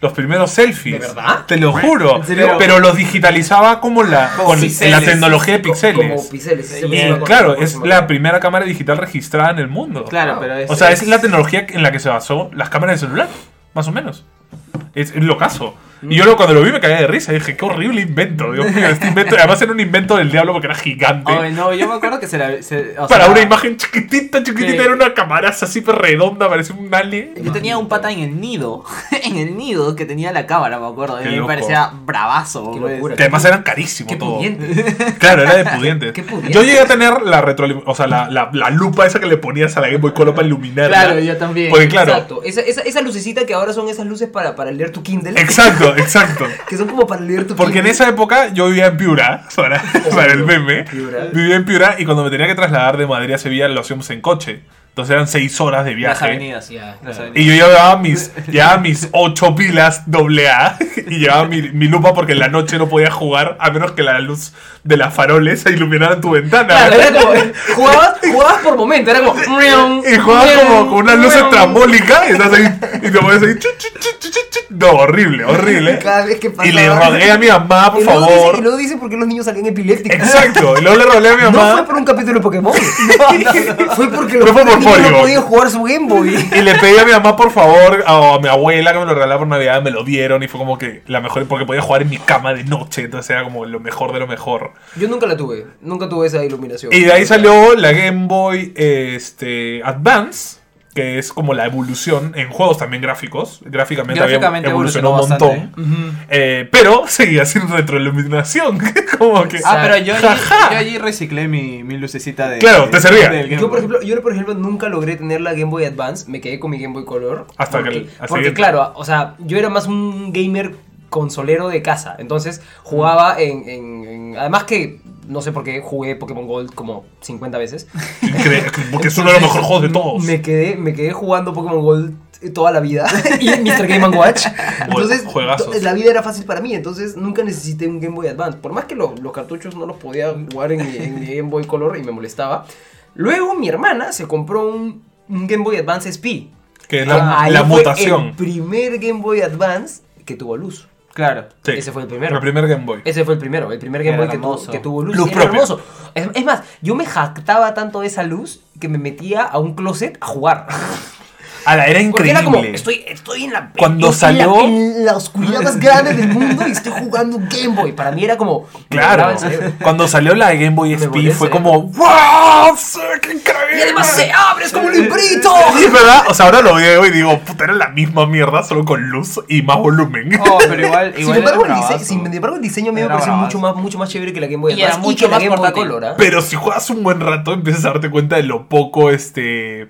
A: Los primeros selfies.
B: ¿De verdad?
A: Te lo juro.
C: ¿En serio?
A: Pero los digitalizaba como la,
C: Como
A: con
C: píxeles.
A: la tecnología de píxeles.
B: Como píxeles. sí,
C: Y,
B: me
A: Eh,
B: acuerdo,
A: claro,
B: me acuerdo,
A: es
B: me
A: la
B: acuerdo.
A: primera cámara digital registrada en el mundo.
C: Claro, pero Pues es.
A: O sea, es la tecnología en la que se basó las cámaras de celular, más o menos. Es, es lo caso. Y yo lo- cuando lo vi me caí de risa. Dije, qué horrible invento. Dios mío, este invento. Además era un invento del diablo porque era gigante.
C: Oye, no, yo me acuerdo que se la. se- Oh, o
A: Para
C: sea,
A: una imagen chiquitita, chiquitita,
C: Sí.
A: era una camaraza así pero redonda, parecía un alien.
C: Yo tenía un pata en el nido. En el nido que tenía la cámara, me acuerdo. Y
A: Qué
C: me
A: loco.
C: parecía bravazo.
B: Qué
C: pues.
B: locura.
A: Que además eran carísimos
B: Qué
A: todo.
B: pudiente.
A: Claro, era de pudientes.
B: Qué pudiente.
A: Yo llegué a tener la retro, o sea, la, la- la lupa esa que le ponías a la Game Boy Color para iluminarla.
C: Claro, yo también.
A: Porque claro,
B: Exacto. Esa, esa, esa lucecita que ahora son esas luces para, para leer tu Kindle.
A: exacto, exacto.
B: que son como para leer tu
A: Porque en
B: Kindle.
A: esa época yo vivía en Piura, para, para el meme.
B: Piura.
A: Vivía en Piura y cuando me tenía que trasladar de Madrid a Sevilla lo hacíamos en coche. Entonces eran seis horas de
C: Las
A: viaje.
C: avenidas.
B: Ya,
C: Las
B: claro.
A: Y
C: avenidas.
A: yo llevaba mis, llevaba mis ocho pilas doble A y llevaba mi, mi lupa porque en la noche no podía jugar a menos que la luz de las faroles se iluminara tu ventana.
B: Claro, era como. Jugabas, jugabas por momento, era como.
A: Y jugabas como con una luz estrambólica y estás ahí y te pones ahí. chu, chu, chu, chu, chu, chu. No, horrible, horrible.
B: Cada vez que pasaba.
A: Y le rogué a mi mamá, por
B: Y luego dice-
A: favor.
B: y luego dice por qué los niños salían epilépticos.
A: Exacto, y luego le rogué a mi
B: No fue
A: mamá
B: por un capítulo de Pokémon. Fue porque
A: No
B: los
A: fue por
B: niños no
A: polio.
B: podían jugar su Game Boy.
A: y le pedí a mi mamá, por favor, o a mi abuela que me lo regalara por Navidad, me lo dieron y fue como que la mejor, porque podía jugar en mi cama de noche, entonces era como lo mejor de lo mejor.
B: Yo nunca la tuve. Nunca tuve esa iluminación.
A: Y de ahí salió la Game Boy este, Advance, que es como la evolución en juegos también gráficos. Gráficamente, había
C: Gráficamente
A: evolucionó un
C: evolucionó
A: montón. Eh, pero seguía sin retroiluminación. como que.
C: Ah, pero yo allí,
A: Jaja.
C: yo allí reciclé mi, mi lucecita de.
A: Claro, te servía.
C: del Game
B: Yo
C: Boy.
B: por, ejemplo, yo, por ejemplo, nunca logré tener la Game Boy Advance. Me quedé con mi Game Boy Color.
A: Hasta que
B: porque,
A: el- al
B: porque,
A: siguiente.
B: claro, o sea, yo era más un gamer consolero de casa. Entonces jugaba en, en- en- Además que no sé por qué jugué Pokémon Gold como 50 veces.
A: Increíble, Porque es uno de los mejores juegos de todos.
B: Me quedé, me quedé jugando Pokémon Gold toda la vida y Mr. Game and Watch. Entonces,
A: juegazos.
B: to- la vida era fácil para mí, entonces nunca necesité un Game Boy Advance. Por más que lo- los cartuchos no los podía jugar en mi, en mi Game Boy Color y me molestaba. Luego mi hermana se compró un, un Game Boy Advance SP.
A: Que es la,
B: Ah, Ahí
A: la
B: fue
A: mutación.
B: El primer Game Boy Advance que tuvo luz.
C: Claro.
A: Sí.
B: ese fue el primero.
A: El primer Game Boy.
B: Ese fue el primero, el primer Game
C: Era
B: Boy que,
C: hermoso.
B: tuvo- que tuvo luz.
A: Luz
B: Era
A: propia.
B: hermoso. Es, es más, yo me jactaba tanto de esa luz que me metía a un closet a jugar.
A: A la era
B: Porque
A: increíble.
B: era como, estoy, estoy en la
A: Cuando
B: en la-
A: salió-
B: en la oscuridad más grande del mundo y estoy jugando un Game Boy. Para mí era como. me volaba
A: Claro,
B: el cerebro.
A: cuando salió la Game Boy
B: Me volé
A: SP
B: el
A: fue
B: cerebro.
A: como ¡Wow! sí, ¡Qué
B: Y
A: increíble!
B: además se abre, es como un librito.
A: Sí, es verdad. O sea, ahora lo veo y digo, puta, era la misma mierda, solo con luz y más volumen.
C: Oh, pero igual,
B: Sin
C: igual
B: embargo, el
C: era
B: dise-
C: bravazo.
B: sin embargo, el diseño me
C: Era
B: pareció
C: bravazo.
B: mucho más, mucho más chévere que la Game Boy
C: Y era
B: Advance
C: mucho
B: que la
C: más
B: Game Boy
C: portátil.
B: Color, ¿ah?
A: Pero si juegas un buen rato, empiezas a darte cuenta de lo poco este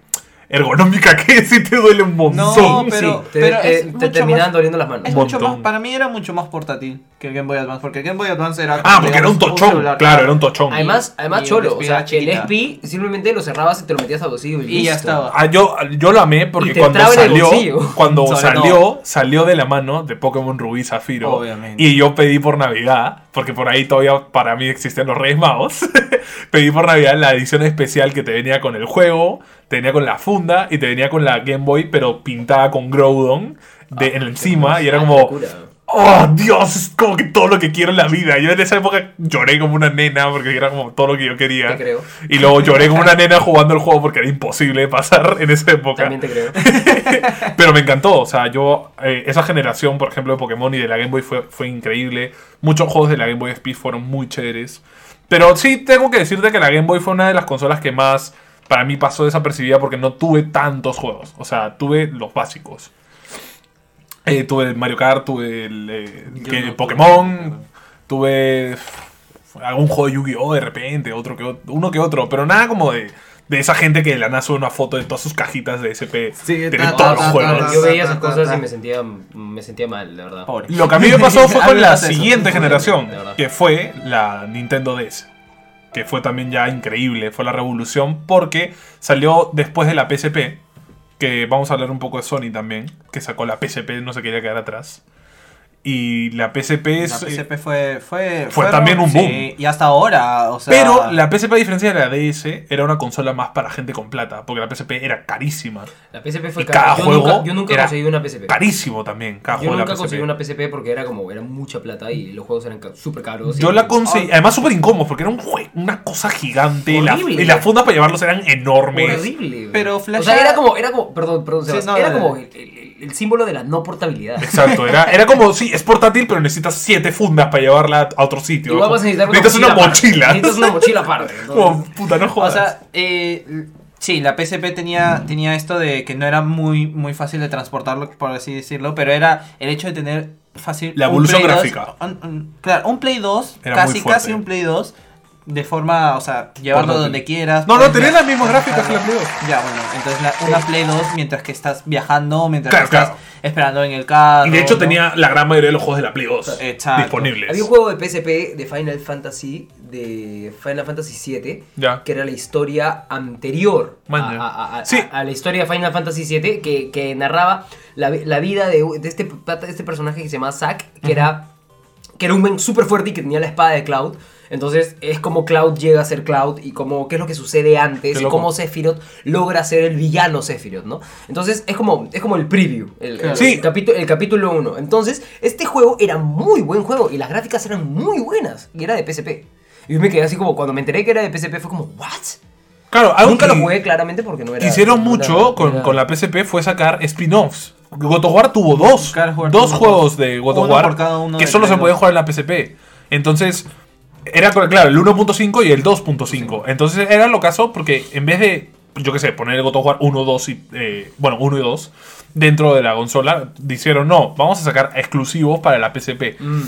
A: ergonómica que es y te duele un
C: No,
A: montón.
B: Sí,
C: pero-
B: te,
C: pero
B: te-
C: es
B: te
C: mucho
B: terminaban
C: más-
B: doliendo las manos.
C: Es mucho
A: Montón.
C: más, para mí era mucho más portátil que el Game Boy Advance, porque el Game Boy Advance era...
A: Ah, porque era un
C: digamos,
A: tochón.
C: celular.
A: claro, era un tochón.
B: Además,
C: Y-
B: además
C: y
B: cholo,
C: el
B: o sea,
C: SP
B: el
C: era
B: SP simplemente lo cerrabas y te lo metías al bolsillo y,
C: Y ya
B: listo.
C: estaba.
A: Ah, yo, yo lo amé porque
B: Y te
A: cuando
B: entraba en el
A: salió,
B: bolsillo.
A: cuando
C: Sobre
A: salió,
C: todo.
A: salió de la mano de Pokémon Rubí y Zafiro.
C: Obviamente.
A: Y yo pedí por Navidad, porque por ahí todavía para mí existen los Reyes Magos. pedí por Navidad la edición especial que te venía con el juego, te venía con la funda y te venía con la Game Boy, pero pintada con Groudon de,
B: Ah,
A: en encima. Y era
B: Ay,
A: como,
B: locura.
A: Oh, Dios, es como que todo lo que quiero en la vida. Yo en esa época lloré como una nena porque era como todo lo que yo quería.
B: Te creo.
A: Y luego lloré como una nena jugando el juego porque era imposible de pasar en esa época.
B: También te creo.
A: Pero me encantó. O sea, yo, eh, esa generación, por ejemplo, de Pokémon y de la Game Boy fue, fue increíble. Muchos juegos de la Game Boy SP fueron muy chéveres. Pero sí tengo que decirte que la Game Boy fue una de las consolas que más para mí pasó desapercibida porque no tuve tantos juegos. O sea, tuve los básicos. Eh, tuve el Mario Kart, tuve el, eh,
C: Yo
A: que-
C: no tuve Mario
A: Pokémon,
C: Kart.
A: tuve f- algún juego de Yu-Gi-Oh! de repente, otro que ot- uno que otro, pero nada como de, de esa gente que de la nada sube una foto de todas sus cajitas de SP.
C: Sí,
A: Tiene
C: ta, ta,
A: todos los
C: ta, ta,
A: juegos.
C: ta,
B: Yo veía esas
C: ta, ta,
B: cosas
C: ta.
B: y me sentía, me sentía mal, de verdad.
C: Pobre.
A: Lo que a mí me pasó fue con la
C: Hablemos de eso.
A: siguiente generación,
B: de verdad.
A: que fue la Nintendo DS. Que fue también ya increíble, fue la revolución porque salió después de la PSP, que vamos a hablar un poco de Sony también, que sacó la PSP, no se quería quedar atrás. Y la PSP es...
C: La PSP fue, fue,
A: eh, Fue también un
C: sí,
A: boom.
C: y hasta ahora, o sea...
A: Pero la PSP, a diferencia de la DS, era una consola más para gente con plata, porque la PSP era carísima.
B: La PSP fue
A: Y cada
B: cara. Yo
A: juego
B: nunca, yo nunca
A: era
B: conseguí una PSP.
A: Carísimo también, cada
B: Yo
A: juego de
B: nunca
A: la PSP.
B: conseguí una PSP porque era como, era mucha plata y los juegos eran ca- súper caros.
A: Yo
B: y-
A: la conseguí, además súper incómodo, porque era un jue- una cosa gigante. y la-
B: Horrible.
A: y las fundas para llevarlos eran enormes.
B: Horrible. güey.
C: Pero
B: O
C: flashea-
B: sea, era como, era como, perdón, perdón,
C: Sí,
B: Sebas,
C: no,
B: era
C: dale,
B: como
C: dale.
B: el, el- el símbolo de la no portabilidad.
A: Exacto, era, era como, sí, es portátil, pero necesitas siete fundas para llevarla a otro sitio.
B: Igual vas a necesitar una
A: necesitas una
B: mochila
A: mochila.
B: aparte. Necesitas una mochila aparte.
A: Como,
B: entonces-
A: puta, no
C: O
A: jodas.
C: sea, eh, l- sí, la PSP tenía, tenía esto de que no era muy, muy fácil de transportarlo, por así decirlo, pero era el hecho de tener fácil...
A: La
C: un
A: evolución
C: Play 2,
A: gráfica.
C: un- un- claro, un Play 2,
A: Era muy
C: casi,
A: fuerte.
C: casi un Play 2, de forma, o sea, llevarlo
A: Portátil.
C: donde quieras.
A: no, no,
C: puedes
A: tenés
C: viajar.
A: las mismas gráficas que la Play 2.
C: Ya, bueno, entonces la- una Play 2 mientras que estás viajando, mientras
A: Claro,
C: que estás
A: claro.
C: esperando en el carro.
A: Y de hecho
C: ¿no?
A: tenía la gran mayoría de los juegos de la Play 2
C: Exacto.
A: disponibles.
B: Había un juego de PSP de Final Fantasy, de Final Fantasy VII,
A: Ya.
B: que era la historia anterior a,
A: Maña.
B: a- a-
A: Sí.
B: a- a la historia de Final Fantasy VII, que, que narraba la, vi- la vida de, de este, pata- de este personaje que se llama Zack, que era que era un men súper fuerte y que tenía la espada de Cloud. Entonces es como Cloud llega a ser Cloud y como qué es lo que sucede antes
A: Qué
B: y
A: loco.
B: cómo Sephiroth logra ser el villano Sephiroth, ¿no? Entonces es como, es como el preview, el, el-
A: Sí.
B: el capítulo, el capítulo 1. Entonces este juego era muy buen juego y las gráficas eran muy buenas y era de PSP. Y yo me quedé así como, cuando me enteré que era de PSP fue como, ¿what?
A: Claro, algo
B: Nunca
A: que-
B: lo jugué claramente porque no era...
A: que hicieron
B: no era-
A: mucho con,
B: era-
A: con la PSP fue sacar spin-offs. God of War tuvo dos,
C: God of War
A: dos
C: tuvo
A: juegos
C: dos.
A: de God of
C: Uno
A: War
C: por cada uno
A: que
C: de
A: solo se
C: Play
A: podían
C: dos.
A: jugar en la PSP. Entonces, era co- claro, el 1.5 y el 2.5. Entonces era lo caso porque en vez de, yo qué sé, poner el God of War 1, 2 y, eh, bueno, 1 y 2 dentro de la consola, dijeron no, vamos a sacar exclusivos para la PSP.
B: Mm.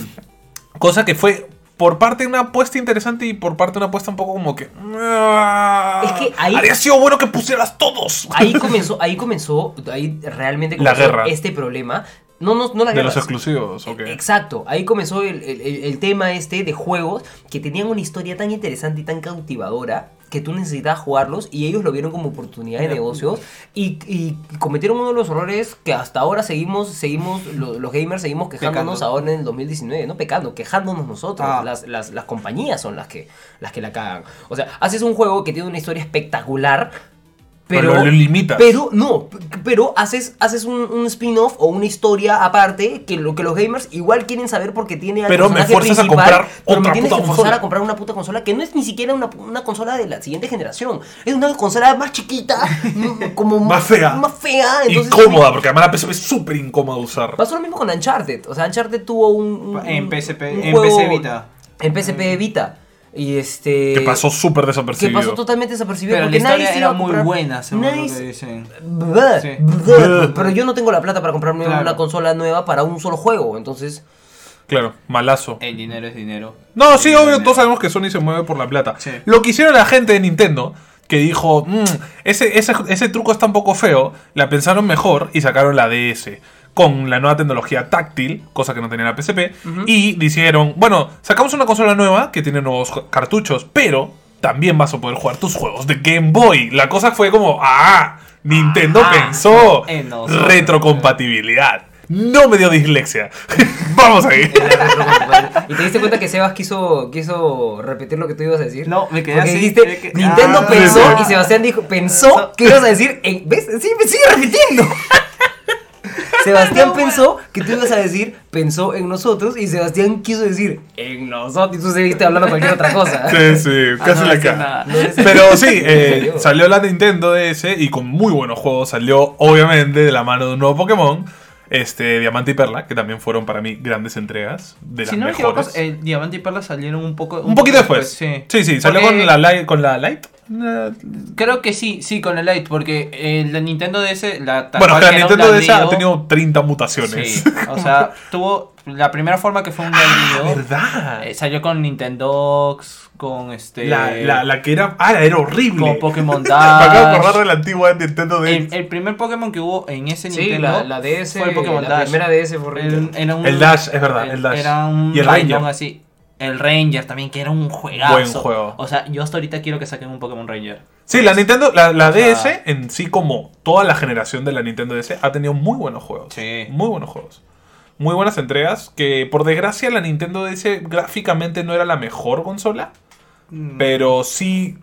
A: Cosa que fue por parte una apuesta interesante y por parte una apuesta un poco como que... Es
B: que ahí- Ah,
A: Habría sido bueno que pusieras todos.
B: Ahí comenzó, ahí comenzó, ahí realmente
A: La
B: comenzó
A: guerra.
B: este problema No, no, no las
A: De los
B: guerras.
A: exclusivos, ok.
B: Exacto, ahí comenzó el, el- el- el tema este de juegos que tenían una historia tan interesante y tan cautivadora que tú necesitabas jugarlos y ellos lo vieron como oportunidad de negocios
C: pues.
B: y, y cometieron uno de los errores que hasta ahora seguimos, seguimos lo- los, gamers seguimos quejándonos
C: Pecando.
B: ahora en el 2019, no pecando, quejándonos nosotros,
C: Ah.
B: las, las, las compañías son las que, las que la cagan. O sea, haces un juego que tiene una historia espectacular, pero,
A: Pero lo limitas.
B: Pero no, p- pero haces, haces un, un spin-off o una historia aparte que lo que los gamers igual quieren saber porque tiene al
A: Pero me
B: personaje
A: fuerzas a
B: principal,
A: comprar
B: pero me
A: otra
B: tienes
A: puta
B: que forzar
A: consola.
B: a comprar una puta consola que no es ni siquiera una, una consola de la siguiente generación, es una consola más chiquita, m- como
A: Más fea.
B: más fea, entonces
A: Incómoda, porque además la PSP es súper incómoda de usar.
B: Pasó lo mismo con Uncharted. O sea, Uncharted tuvo eh, un. un-
C: En
B: un-
C: PSP
B: un
C: en
B: juego-
C: PC Vita.
B: En PSP Vita. Y este.
A: Que pasó súper
B: Que
A: desapercibido.
B: pasó totalmente desapercibido.
C: Pero la
B: porque nadie
C: historia
B: se iba
C: era
B: a
C: muy
B: comprar-
C: buena, según
B: nadie
C: lo que
B: se-
C: dicen.
B: Bleh,
C: Sí.
B: bleh,
A: Bleh.
B: Pero yo no tengo la plata para comprarme
C: Claro.
B: una consola nueva para un solo juego. Entonces.
A: Claro, malazo.
C: El dinero es dinero.
A: No, sí,
C: El dinero
A: obvio,
C: es
A: todos
C: dinero.
A: sabemos que Sony se mueve por la plata.
C: Sí.
A: Lo que hicieron la gente de Nintendo, que dijo, "Mm, ese, ese, ese truco está un poco feo, la pensaron mejor y sacaron la DS. Con la nueva tecnología táctil, cosa que no tenía la PSP, y dijeron, bueno, sacamos una consola nueva que tiene nuevos ju- cartuchos, pero también vas a poder jugar tus juegos de Game Boy. La cosa fue como, ah, Nintendo
C: Ah,
A: pensó
C: en nosotros.
A: retrocompatibilidad. No me dio dislexia. Vamos ahí.
B: y te diste cuenta que Sebas quiso, quiso repetir lo que tú ibas a decir.
C: No, Ah, me quedé
B: Porque
C: así,
B: dijiste,
C: me quedé-
B: Nintendo
C: Ah.
B: pensó
A: Sí,
B: y Sebastián dijo, pensó que ibas a decir. en- ¿Ves? Sí, me sigue repitiendo. Sebastián pensó que tú ibas a decir, pensó en nosotros, y Sebastián quiso decir, en nosotros, y tú seguiste hablando cualquier otra cosa.
A: Sí, sí,
C: Ah,
A: casi
C: no
A: la
C: decía
A: caga.
C: nada.
B: No decía-
A: Pero sí, eh,
B: Dios.
A: salió la Nintendo DS y con muy buenos juegos salió, obviamente, de la mano de un nuevo Pokémon, este Diamante y Perla, que también fueron para mí grandes entregas de las
C: Si no me equivoco,
A: mejores.
C: el Diamante y Perla salieron un poco.
A: un poquito después.
C: Sí,
A: sí, sí, salió
C: Porque
A: con la Light, con la Light. eh,
C: Creo que sí, sí, con el Lite, porque eh, la Nintendo DS. La, tal
A: Bueno,
C: cual
A: que la
C: que era un
A: Nintendo DS ha
C: ladrillo,
A: tenido 30 mutaciones.
C: Sí, o sea, tuvo la primera forma que fue un ladrillo.
A: Ah, ¿Verdad?
C: eh, salió con Nintendox, con este.
A: La, la- la que era. Ah, era horrible.
C: con Pokémon
A: Me acabo de acordar
C: Dash.
A: de la antigua Nintendo DS.
C: El, el primer Pokémon que hubo en ese
B: Sí,
C: Nintendo
B: la- la DS,
C: fue el Pokémon
B: la
C: Dash. eh.
B: primera DS fue
C: Era
B: horrible.
C: un- era un-
A: El Dash, es verdad, el Dash.
C: Era un
A: Y el
C: random
A: Ranger.
C: así. El Ranger también, que era un juegazo.
A: Buen juego.
C: O sea, yo hasta ahorita quiero que saquen un Pokémon Ranger.
A: Sí, la Nintendo, la, la
C: sea-
A: DS en sí, como toda la generación de la Nintendo DS, ha tenido muy buenos juegos.
C: Sí.
A: Muy buenos juegos. Muy buenas entregas. Que por desgracia la Nintendo DS gráficamente no era la mejor consola.
C: Mm.
A: Pero sí.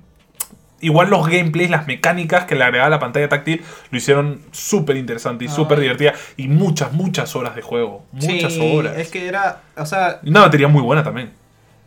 A: Igual los gameplays, las mecánicas que le agregaba la pantalla táctil lo hicieron súper interesante y súper divertida. Y muchas, muchas horas de juego. Muchas
C: Sí,
A: horas.
C: Es que era. O sea.
A: Y Una batería muy buena también.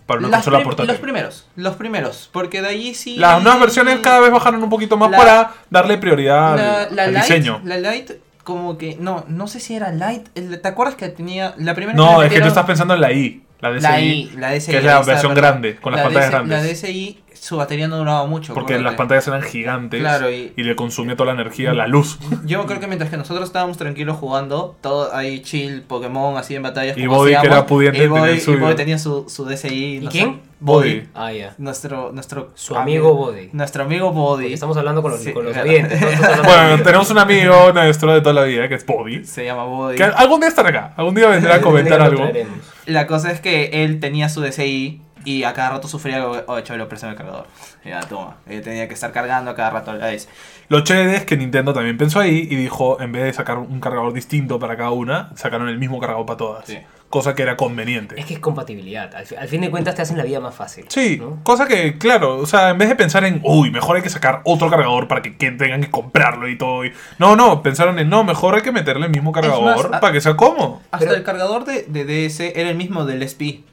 A: Para una
C: las
A: consola
C: prim-
A: portátil.
C: los primeros. Los primeros. Porque de allí sí.
A: Las nuevas versiones cada vez bajaron un poquito más
C: Mm. La-
A: para darle prioridad
C: La,
A: al-
C: la
A: al
C: Lite,
A: diseño.
C: La Lite, como que. No, no sé si era Lite. el- ¿Te acuerdas que tenía. La primera
A: No,
C: la
A: es que tú
C: era-
A: estás pensando en la I, la DSi,
C: La I, la DSi.
A: que es
C: ahí
A: la
C: está,
A: versión
C: perdón.
A: grande, con las
C: La
A: pantallas
C: DS
A: grandes.
C: La DSi, su batería no duraba mucho.
A: porque
C: acuérdate.
A: las pantallas eran gigantes
C: Claro, y-
A: y... le consumía toda la energía, la luz.
C: Yo creo que mientras que nosotros estábamos tranquilos jugando, todo ahí chill, Pokémon, así en batallas.
A: Y
C: como
A: Bobby, que
C: hacíamos,
A: era pudiente,
C: y Bobby,
A: tenía el
C: y
A: suyo.
C: Bobby tenía su, su DSi.
B: ¿Y
C: no
B: quién?
C: sé, Bobby.
B: Ah, ya.
C: Nuestro, nuestro
B: Su amigo Body.
C: Nuestro amigo Body.
B: Porque estamos hablando con los,
C: Sí,
B: con los
C: claro.
B: oyentes. ¿no? Estamos hablando con los
A: bueno,
B: oyentes.
A: tenemos un amigo nuestro de toda la vida que es Bobby.
C: Se llama Body.
A: Que algún día estará acá, algún día vendrá a comentar
B: Algún día
A: algo.
B: lo traeremos.
C: La cosa es que él tenía su DSi y a cada rato sufría, oh, chaval, lo preso en el cargador. Ya, toma. Él tenía que estar cargando a cada rato la DS.
A: Lo chévere es que Nintendo también pensó ahí y dijo, en vez de sacar un cargador distinto para cada una, sacaron el mismo cargador para todas.
C: Sí.
A: Cosa que era conveniente.
B: Es que es compatibilidad. Al, fi- al fin de cuentas te hacen la vida más fácil.
A: Sí,
B: ¿no?
A: cosa que, claro, o sea, en vez de pensar en, uy, mejor hay que sacar otro cargador para que, que tengan que comprarlo y todo. y- No, no, pensaron en, no, mejor hay que meterle el mismo cargador
C: más, a-
A: para que sea cómodo.
C: Hasta
B: Pero-
C: el cargador de, de DS era el mismo del SP.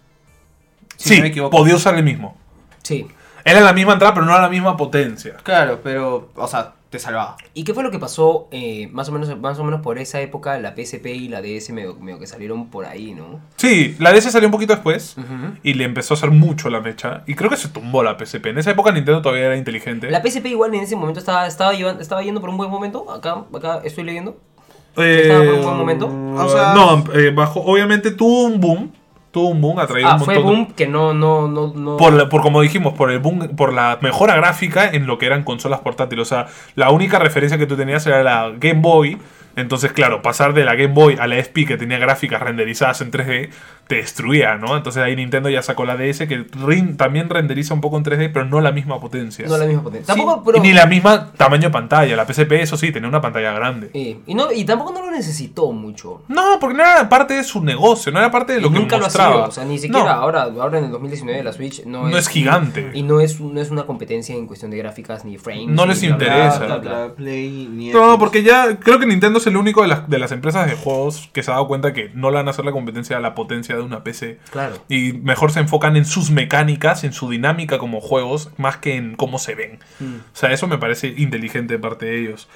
C: Si
A: sí,
C: no me equivoco.
A: podía usar el mismo.
B: Sí.
A: Era la misma entrada, pero no era la misma potencia.
C: Claro, pero, o sea, te salvaba.
B: ¿Y qué fue lo que pasó eh, más, o menos, más o menos por esa época? La PSP y la DS medio, medio que salieron por ahí, ¿no?
A: Sí, la DS salió un poquito después
B: Ujú.
A: y le empezó a hacer mucho la mecha. Y creo que se tumbó la PSP. En esa época Nintendo todavía era inteligente.
B: La PSP igual en ese momento estaba, estaba, llevando- estaba yendo por un buen momento. Acá, acá estoy leyendo.
A: Eh,
B: estaba por un buen momento.
A: O
C: sea-
A: no, eh, bajó, obviamente tuvo un boom. Tuvo un boom, ha traído
B: Ah,
A: un
B: fue
A: montón de-
B: boom que no, no, no, no.
A: Por, la- por como dijimos, por el boom, por la mejora gráfica en lo que eran consolas portátiles. O sea, la única referencia que tú tenías era la Game Boy, Entonces, claro, pasar de la Game Boy a la SP que tenía gráficas renderizadas en 3D te destruía, ¿no? Entonces ahí Nintendo ya sacó la DS que rin- también renderiza un poco en 3D, pero no la misma potencia.
D: No la misma potencia.
A: Sí,
D: Tampoco, pero-
A: Ni la misma tamaño de pantalla. La PSP, eso sí, tenía una pantalla grande.
D: Eh, y, no, y tampoco no lo necesitó mucho.
A: No, porque no era parte de su negocio, no era parte de lo
D: Y
A: que
D: nunca
A: mostraba.
D: lo ha sido. O sea, ni siquiera
A: No,
D: ahora, ahora en el 2019 la Switch no,
A: No es gigante.
D: Y no es, no es una competencia en cuestión de gráficas ni frames.
A: No
D: ni
A: les
D: bla, bla,
A: interesa.
D: bla, bla, bla.
C: Play, ni
A: No,
C: Xbox.
A: porque ya creo que Nintendo es el único de las, de las empresas de juegos que se ha dado cuenta que no le van a hacer la competencia a la potencia de una PC.
D: Claro.
A: Y mejor se enfocan en sus mecánicas, en su dinámica como juegos, más que en cómo se ven.
C: Mm.
A: O sea, eso me parece inteligente de parte de ellos.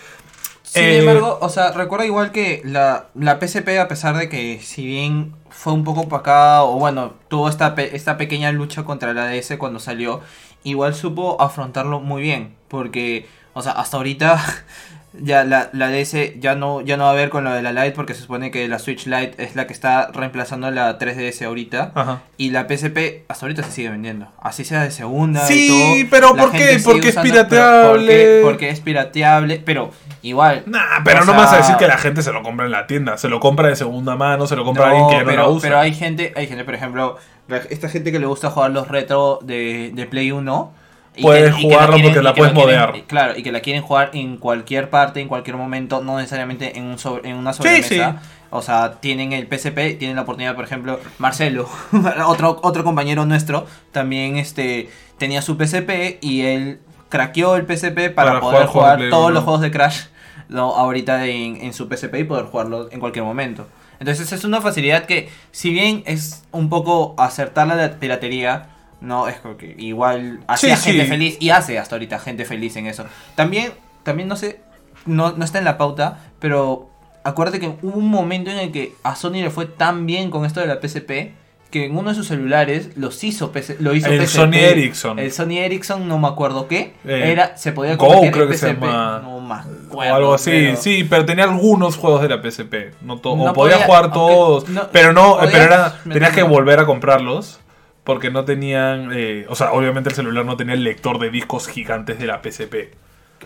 C: Sin
A: Eh,
C: embargo, o sea, recuerda igual que la, la PSP, a pesar de que si bien fue un poco opacada, o bueno, tuvo esta, pe- esta pequeña lucha contra la DS cuando salió, igual supo afrontarlo muy bien. Porque, o sea, hasta ahorita ya la, la DS ya no, ya no va a ver con lo de la Lite, porque se supone que la Switch Lite es la que está reemplazando la 3DS ahorita.
A: Ajá.
C: Y la PSP hasta ahorita se sigue vendiendo. Así sea de segunda.
A: Sí,
C: y todo,
A: pero
C: la
A: ¿por qué?
C: gente sigue
A: Porque es
C: usando- pero
A: pirateable.
C: Porque, porque es pirateable. Pero igual.
A: Nah, pero
C: o
A: no vas a
C: sea,
A: decir que la gente se lo compra en la tienda. Se lo compra de segunda mano, se lo compra
C: no,
A: alguien que ya no
C: pero,
A: la usa.
C: pero hay gente, hay gente, por ejemplo, la- esta gente que le gusta jugar los retro de, de Play 1. y
A: Puedes
C: y
A: jugarlo
C: quieren-
A: porque
C: y
A: la
C: que
A: puedes
C: quieren-
A: modear.
C: Claro, y que la quieren jugar en cualquier parte, en cualquier momento, no necesariamente en, un sobre- en una
A: Sí,
C: sobremesa.
A: sí.
C: O sea, tienen el PSP, tienen la oportunidad, por ejemplo, Marcelo, otro, otro compañero nuestro, también este, tenía su PSP y él craqueó el PSP para,
A: Para
C: poder
A: jugar juegos de
C: jugar
A: Play
C: todos
A: uno.
C: los juegos de Crash ¿no? ahorita en, en su PSP y poder jugarlo en cualquier momento. Entonces es una facilidad que, si bien es un poco acertar la piratería, no es como que igual hacía
A: Sí,
C: gente
A: sí.
C: feliz y hace hasta ahorita gente feliz en eso. También, también no sé, no, no está en la pauta, pero acuérdate que hubo un momento en el que a Sony le fue tan bien con esto de la PSP que en uno de sus celulares los hizo PC, lo hizo
A: El
C: PSP.
A: Sony Ericsson.
C: El Sony Ericsson, no me acuerdo qué,
A: Eh,
C: era se podía
A: Go,
C: convertir
A: creo
C: en
A: que se
C: PSP.
A: llama.
C: No me acuerdo,
A: O algo así,
C: pero-
A: sí, pero tenía algunos juegos de la PSP. No to-
C: No
A: o podía,
C: podía-
A: jugar
C: ok,
A: todos,
C: no-
A: pero no,
C: podías
A: pero era,
C: meter
A: tenías que
C: una-
A: volver a comprarlos. Porque no tenían, eh, o sea, obviamente el celular no tenía el lector de discos gigantes de la PSP.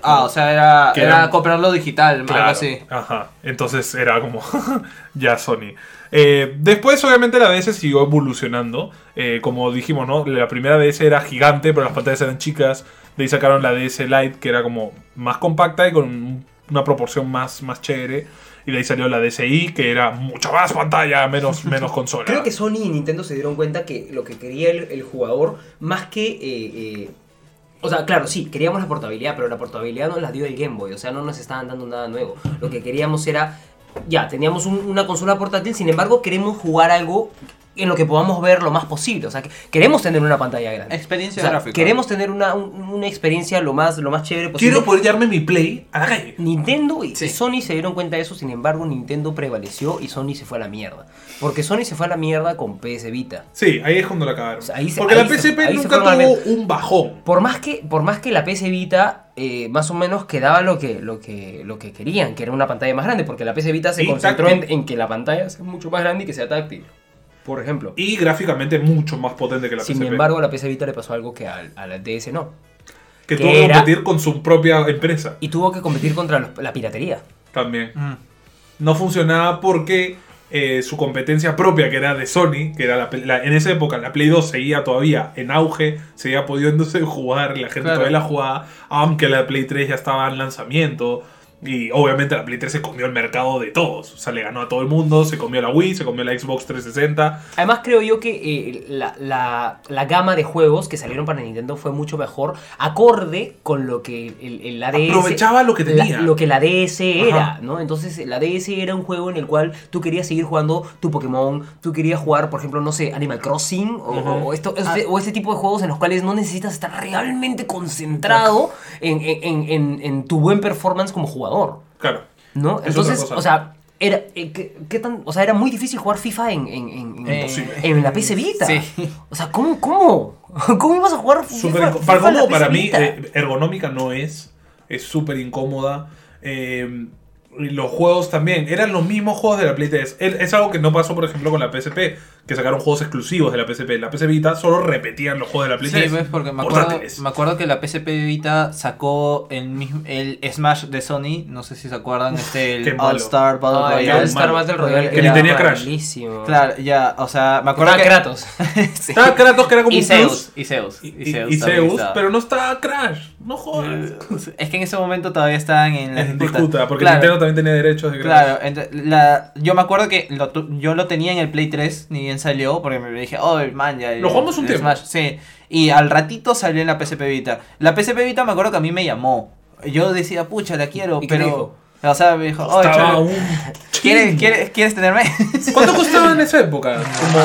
C: Ah, o sea, era,
A: Que
C: era
A: eran-
C: comprarlo digital, algo así.
A: Ajá. Entonces era como. ya, Sony. Eh, después, obviamente, la DS siguió evolucionando. Eh, como dijimos, ¿no? La primera DS era gigante, pero las pantallas eran chicas. De ahí sacaron la DS Lite, que era como más compacta y con una proporción más, más chévere. Y de ahí salió la DSi, que era mucha más pantalla, menos, menos consola.
D: Creo que Sony y Nintendo se dieron cuenta que lo que quería el, el jugador, más que. eh, eh, o sea, claro, sí, queríamos la portabilidad, pero la portabilidad nos la dio el Game Boy, o sea, no nos estaban dando nada nuevo. Lo que queríamos era. Ya, teníamos un- una consola portátil, sin embargo, queremos jugar algo en lo que podamos ver lo más posible. O sea, que queremos tener una pantalla grande.
C: Experiencia
D: O sea,
C: gráfica.
D: Queremos tener una, un- una experiencia lo más, lo más chévere posible.
E: Quiero poder llevarme mi Play a la calle.
D: Nintendo y
C: Sí.
D: Sony se dieron cuenta de eso, sin embargo Nintendo prevaleció y Sony se fue a la mierda. Porque Sony se fue a la mierda con PS Vita.
A: Sí, ahí es cuando la cagaron.
D: sea, Pues ahí se-
A: Porque
D: ahí
A: la
D: se-
A: PSP
D: ahí se
A: nunca
D: fueron al
A: tuvo
D: menos.
A: un bajón.
D: Por más que, por más que la PS Vita eh, más o menos quedaba lo que, lo, que, lo que querían, que era una pantalla más grande, porque la PS Vita se
A: Y
D: concentró
A: táctil.
D: en, en que la pantalla sea mucho más grande y que sea táctil. Por ejemplo.
A: Y gráficamente mucho más potente que la
D: sin
A: PSP.
D: embargo, a la PS Vita le pasó algo que al- a la DS no.
A: que
D: que
A: tuvo que
D: era-
A: competir con su propia empresa
D: Y tuvo que competir contra los- la piratería.
A: también.
C: Mm.
A: no funcionaba porque eh, su competencia propia, que era de Sony, que era la, la- en esa época la Play 2 seguía todavía en auge, seguía pudiéndose jugar, la gente
C: Claro.
A: todavía la jugaba, aunque la Play 3 ya estaba en lanzamiento. Y obviamente la Play 3 se comió el mercado de todos. O sea, le ganó a todo el mundo, se comió la Wii, se comió la Xbox 360.
D: Además creo yo que eh, la, la- la gama de juegos que salieron para Nintendo fue mucho mejor, acorde con lo que el, el ADS...
A: Aprovechaba lo que
D: la-
A: tenía.
D: lo que la DS
A: Ajá.
D: era, ¿no? Entonces la DS era un juego en el cual tú querías seguir jugando tu Pokémon, tú querías jugar, por ejemplo, no sé, Animal Crossing o,
A: Ujú.
D: o esto,
C: Ah.
D: o este tipo de juegos en los cuales no necesitas estar realmente concentrado en, en- en- en tu buen performance como jugador.
A: Claro.
D: ¿No?
A: Es
D: Entonces,
A: otra cosa.
D: o sea, era, eh, ¿qué, qué tan, o sea, era muy difícil jugar FIFA en, en, en, en-
A: Imposible.
D: Eh, en la PC Vita.
C: Eh, Sí.
D: O sea, ¿cómo, cómo? ¿Cómo ibas a jugar FIFA,
A: Súper inco-
D: FIFA
A: para,
D: en la
A: como
D: PC
A: para mí,
D: Vita?
A: eh, ergonómica no es. Es súper incómoda. Eh, y los juegos también. Eran los mismos juegos de la Play 3. Es es algo que no pasó, por ejemplo, con la PSP. que sacaron juegos exclusivos de la PSP. La PSP Vita solo repetían los juegos de la Play
C: Sí,
A: 3
C: pues, porque me acuerdo,
A: portátiles.
C: me acuerdo que la PSP Vita sacó el, mismo- el Smash de Sony, no sé si se acuerdan, este,
A: qué
C: el
A: malo.
C: All Star Battle
B: Ah,
A: Royale,
B: el
C: Royale.
B: All Star
A: man.
B: Battle Royale.
C: Que ni
B: era
A: tenía eh, Crash.
B: malísimo.
C: Claro, ya, o sea, me acuerdo
B: Estaba
C: que...
B: Kratos.
C: Sí.
A: Estaba Kratos, que era como
C: Y
A: un
C: Zeus,
A: plus.
C: y Zeus,
A: Y,
C: y
A: y-
C: Zeus
A: y
C: también Eh,
A: Zeus,
C: estaba.
A: pero no estaba Crash. No jodas.
C: Es que en ese momento todavía estaban en la
A: En disputa, porque
C: Claro.
A: Nintendo también tenía derechos de Crash.
C: Claro, ent- la, yo me acuerdo que lo tu- yo lo tenía en el Play 3, ni bien salió, porque me dije, oh, man, ya.
A: Lo jugamos un
C: el
A: tiempo.
C: sí. Y al ratito salió en la PSP Vita. La PSP Vita me acuerdo que a mí me llamó. Yo decía, pucha, la quiero,
B: ¿Y qué te
C: pero.
B: dijo?
C: O sea, me dijo, oh,
A: Estaba
C: chale,
A: un...
C: ¿quieres, quieres, quieres tenerme?
A: ¿Cuánto costaba en esa época? ¿Como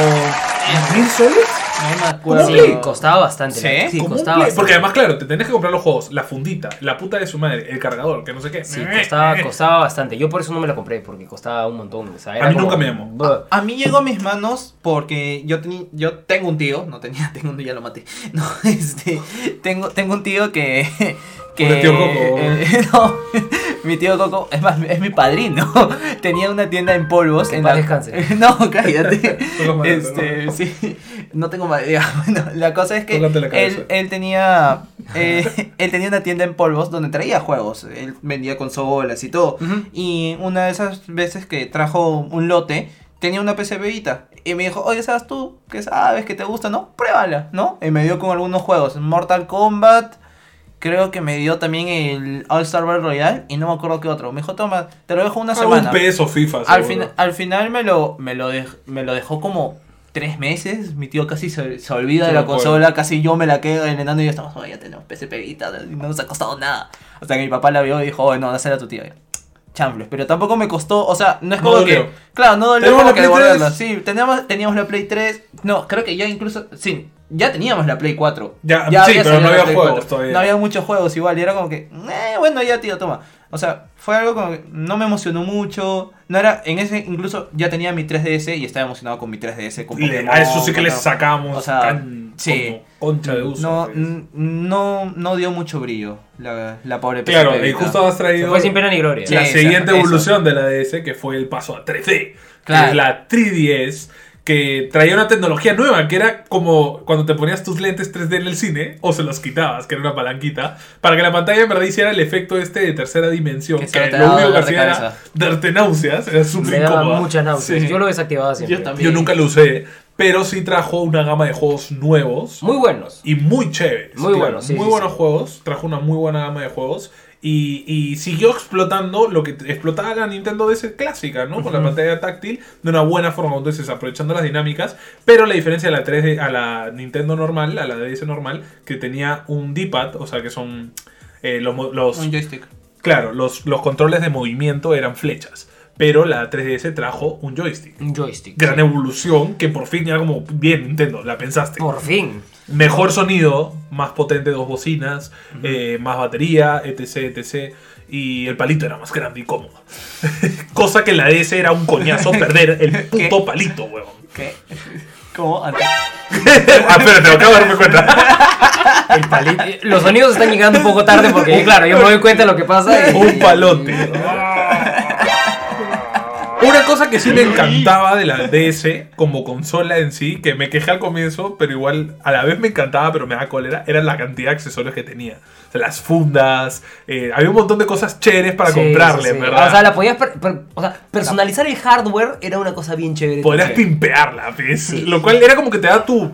A: mil soles?
C: no me acuerdo.
A: Bueno,
B: Sí,
A: Play.
B: costaba bastante.
C: ¿Sí?
B: Sí,
A: Como un
B: costaba
A: Play.
B: bastante.
A: Porque además, claro, te tenés que comprar los juegos, la fundita, la puta de su madre, el cargador, que no sé qué. Eh,
B: Sí, costaba, costaba bastante. Yo por eso no me la compré, porque costaba un montón. o sea, era
A: A mí
B: como-
A: nunca me llamó.
B: Buh.
C: A mí llegó a mis manos porque yo, teni- yo tengo un tío, no tenía, tengo un tío, ya lo maté. No, este, tengo, tengo un tío que... que
A: ¿Un tío Coco?
C: eh, no, mi tío Coco, es más, es mi padrino. Tenía una tienda en polvos.
B: Que
C: en
B: en paz descanse.
C: No, cállate.
A: Toca madera,
C: este, sí, no tengo madera. Bueno, la cosa es que
A: Tócate la cabeza.
C: él, él tenía eh, él tenía una tienda en polvos donde traía juegos. Él vendía consolas y todo. Y una de esas veces que trajo un lote, tenía una PSP Vita. Y me dijo, oye, ¿sabes tú? que sabes? que te gusta? ¿No? Pruébala, ¿no? Y me dio con algunos juegos. Mortal Kombat. Creo que me dio también el All Star Battle Royale y no me acuerdo qué otro. Me dijo, toma, te lo dejo una
A: Algún
C: semana.
A: peso FIFA.
C: Al,
A: seguro.
C: fina- al final me lo, me, lo dej- me lo dejó como tres meses. Mi tío casi se, se olvida
A: Sí,
C: de la
A: me acuerdo.
C: consola, casi yo me la quedo envenenando y yo estamos, oye, ya tenemos PSP Vita, no nos ha costado nada. Hasta que mi papá la vio y dijo, oye, no, dásela a tu tío. Chanfles, pero tampoco me costó, o sea, no es
A: No
C: como
A: dolió.
C: que. Claro, no dolió
A: Tenemos
C: como
A: la
C: que
A: Play
C: devolverla.
A: 3.
C: Sí, teníamos, teníamos la Play 3. No, creo que ya incluso. Sí, ya teníamos la Play 4.
A: Ya, sí, pero
C: salido
A: no
C: la
A: había
C: Play
A: juegos todavía.
C: No había muchos juegos igual, y era como que. "Eh, bueno, ya, tío, toma. O sea, fue algo como que no me emocionó mucho. No era. En ese, incluso ya tenía mi 3DS y estaba emocionado con mi 3DS. Con
A: Y le-
C: Pokémon,
A: a eso sí que
C: con
A: les
C: todo.
A: sacamos
C: o sea,
A: can-
C: sí.
A: como concha de uso.
C: No, mm,
A: pues.
C: n- no, no dio mucho brillo la, la pobre
A: claro,
C: PSP
A: y
C: Vita.
A: justo has
B: Se
A: traído
B: fue sin pena ni gloria.
C: Sí.
A: la
C: esa-
A: siguiente
C: eso.
A: evolución de la DS, que fue el paso a 3D.
C: Claro.
A: Que es la 3DS, que traía una tecnología nueva, que era como cuando te ponías tus lentes 3D en el cine, o se los quitabas, que era una palanquita, para que la pantalla en verdad hiciera el efecto este de tercera dimensión.
C: Que
A: Que,
C: solo te
A: lo
C: daba
A: único que
C: dolor de
A: hacía era
C: cabeza.
A: darte náuseas, era súper
B: Me daba
A: incómoda.
B: muchas náuseas.
A: Sí.
B: Yo lo desactivaba siempre.
C: Yo también.
A: Yo nunca lo usé, pero sí trajo una gama de juegos nuevos
B: Muy buenos.
A: y muy chéveres.
B: Muy buenos, sí,
A: Muy
B: sí,
A: buenos
B: sí.
A: juegos, trajo una muy buena gama de juegos. Y, y siguió explotando lo que explotaba la Nintendo DS clásica, ¿no? Con la pantalla táctil de una buena forma, entonces aprovechando las dinámicas. Pero la diferencia de la 3D a la Nintendo normal, a la DS normal, que tenía un D-pad, o sea que son eh, los, mo- los
C: Un joystick.
A: claro, los, los controles de movimiento eran flechas. Pero la 3DS trajo un joystick.
B: Un joystick.
A: Gran evolución que por fin era como bien Nintendo, la pensaste.
B: Por fin.
A: Mejor sonido, más potente dos bocinas, eh, más batería, etc, etc. Y el palito era más grande y cómodo. Cosa que en la DS era un coñazo perder el puto palito, huevón.
C: ¿Qué? ¿Cómo? Antes.
A: ah, espérate, acabo de darme cuenta.
B: El palito. Eh, Los sonidos están llegando un poco tarde porque, claro, yo me doy cuenta de lo que pasa. y-
A: un palote. Una cosa que sí me encantaba de la DS como consola en sí, que me quejé al comienzo, pero igual a la vez me encantaba, pero me da cólera, era la cantidad de accesorios que tenía. O sea, las fundas, eh, había un montón de cosas chéveres para
B: Sí,
A: comprarle,
B: sí, sí.
A: ¿verdad?
B: O sea, la podías. per- per- o sea, personalizar el hardware era una cosa bien chévere.
A: Podrías
B: también.
A: pimpearla, ¿ves? Lo cual era como que te da tu,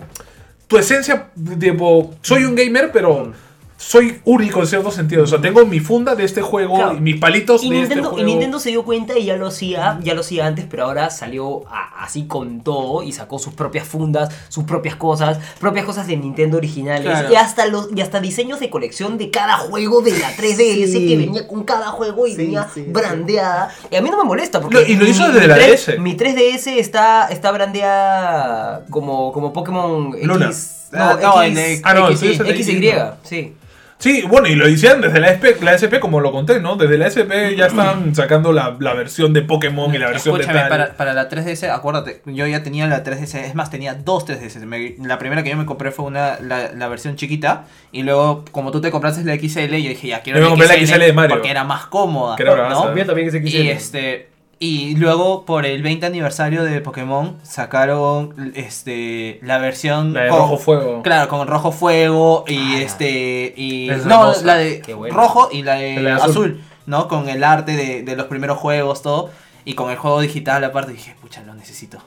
A: tu esencia, tipo, soy un gamer, pero soy único en cierto sentido. O sea, tengo mi funda de este juego,
B: Claro.
A: y mis palitos
B: Y
A: de
B: Nintendo,
A: este
B: y
A: juego.
B: Nintendo se dio cuenta y ya lo hacía, ya lo hacía antes, pero ahora salió a- así con todo y sacó sus propias fundas, sus propias cosas, propias cosas de Nintendo originales
C: Claro.
B: y hasta los y hasta diseños de colección de cada juego de la 3DS
C: Sí.
B: que venía con cada juego y venía brandeada. Y a mí no me molesta porque
A: Lo- y lo hizo
B: mi-
A: desde
B: mi
A: la
B: 3
D: E.
A: DS.
B: Mi 3DS está está brandeada como como Pokémon
A: Luna.
B: X,
C: Ah, no, el
B: X,
C: de-
A: ah, no,
B: X,
A: sí, ese de
B: XY,
A: X, no.
B: sí.
A: Sí, bueno, y lo decían desde la SP, la SP, como lo conté, ¿no? Desde la SP
D: Mm.
A: ya estaban sacando la, la versión de Pokémon y la versión
C: Escúchame,
A: de tal.
C: para, para la 3DS, acuérdate, yo ya tenía la 3DS, es más, tenía dos 3DS. Me- la primera que yo me compré fue una, la, la versión chiquita, y luego, como tú te compraste la XL, yo dije, ya quiero
A: Yo me compré la XL de Mario.
C: porque era más cómoda.
A: Que era
C: ¿no?
A: bravaza.
B: también es
C: Y este, Y luego, por el 20 aniversario de Pokémon, sacaron este, la versión.
F: La de
C: con-
D: Oh.
F: Rojo Fuego.
C: Claro, con Rojo Fuego y este. Y,
F: Es
C: no,
F: hermosa.
C: la de
D: Qué bueno.
C: Rojo y la de,
F: La de
C: azul.
F: azul.
C: ¿no? Con el arte de, de los primeros juegos, todo. Y con el juego digital, aparte, dije, pucha, lo necesito.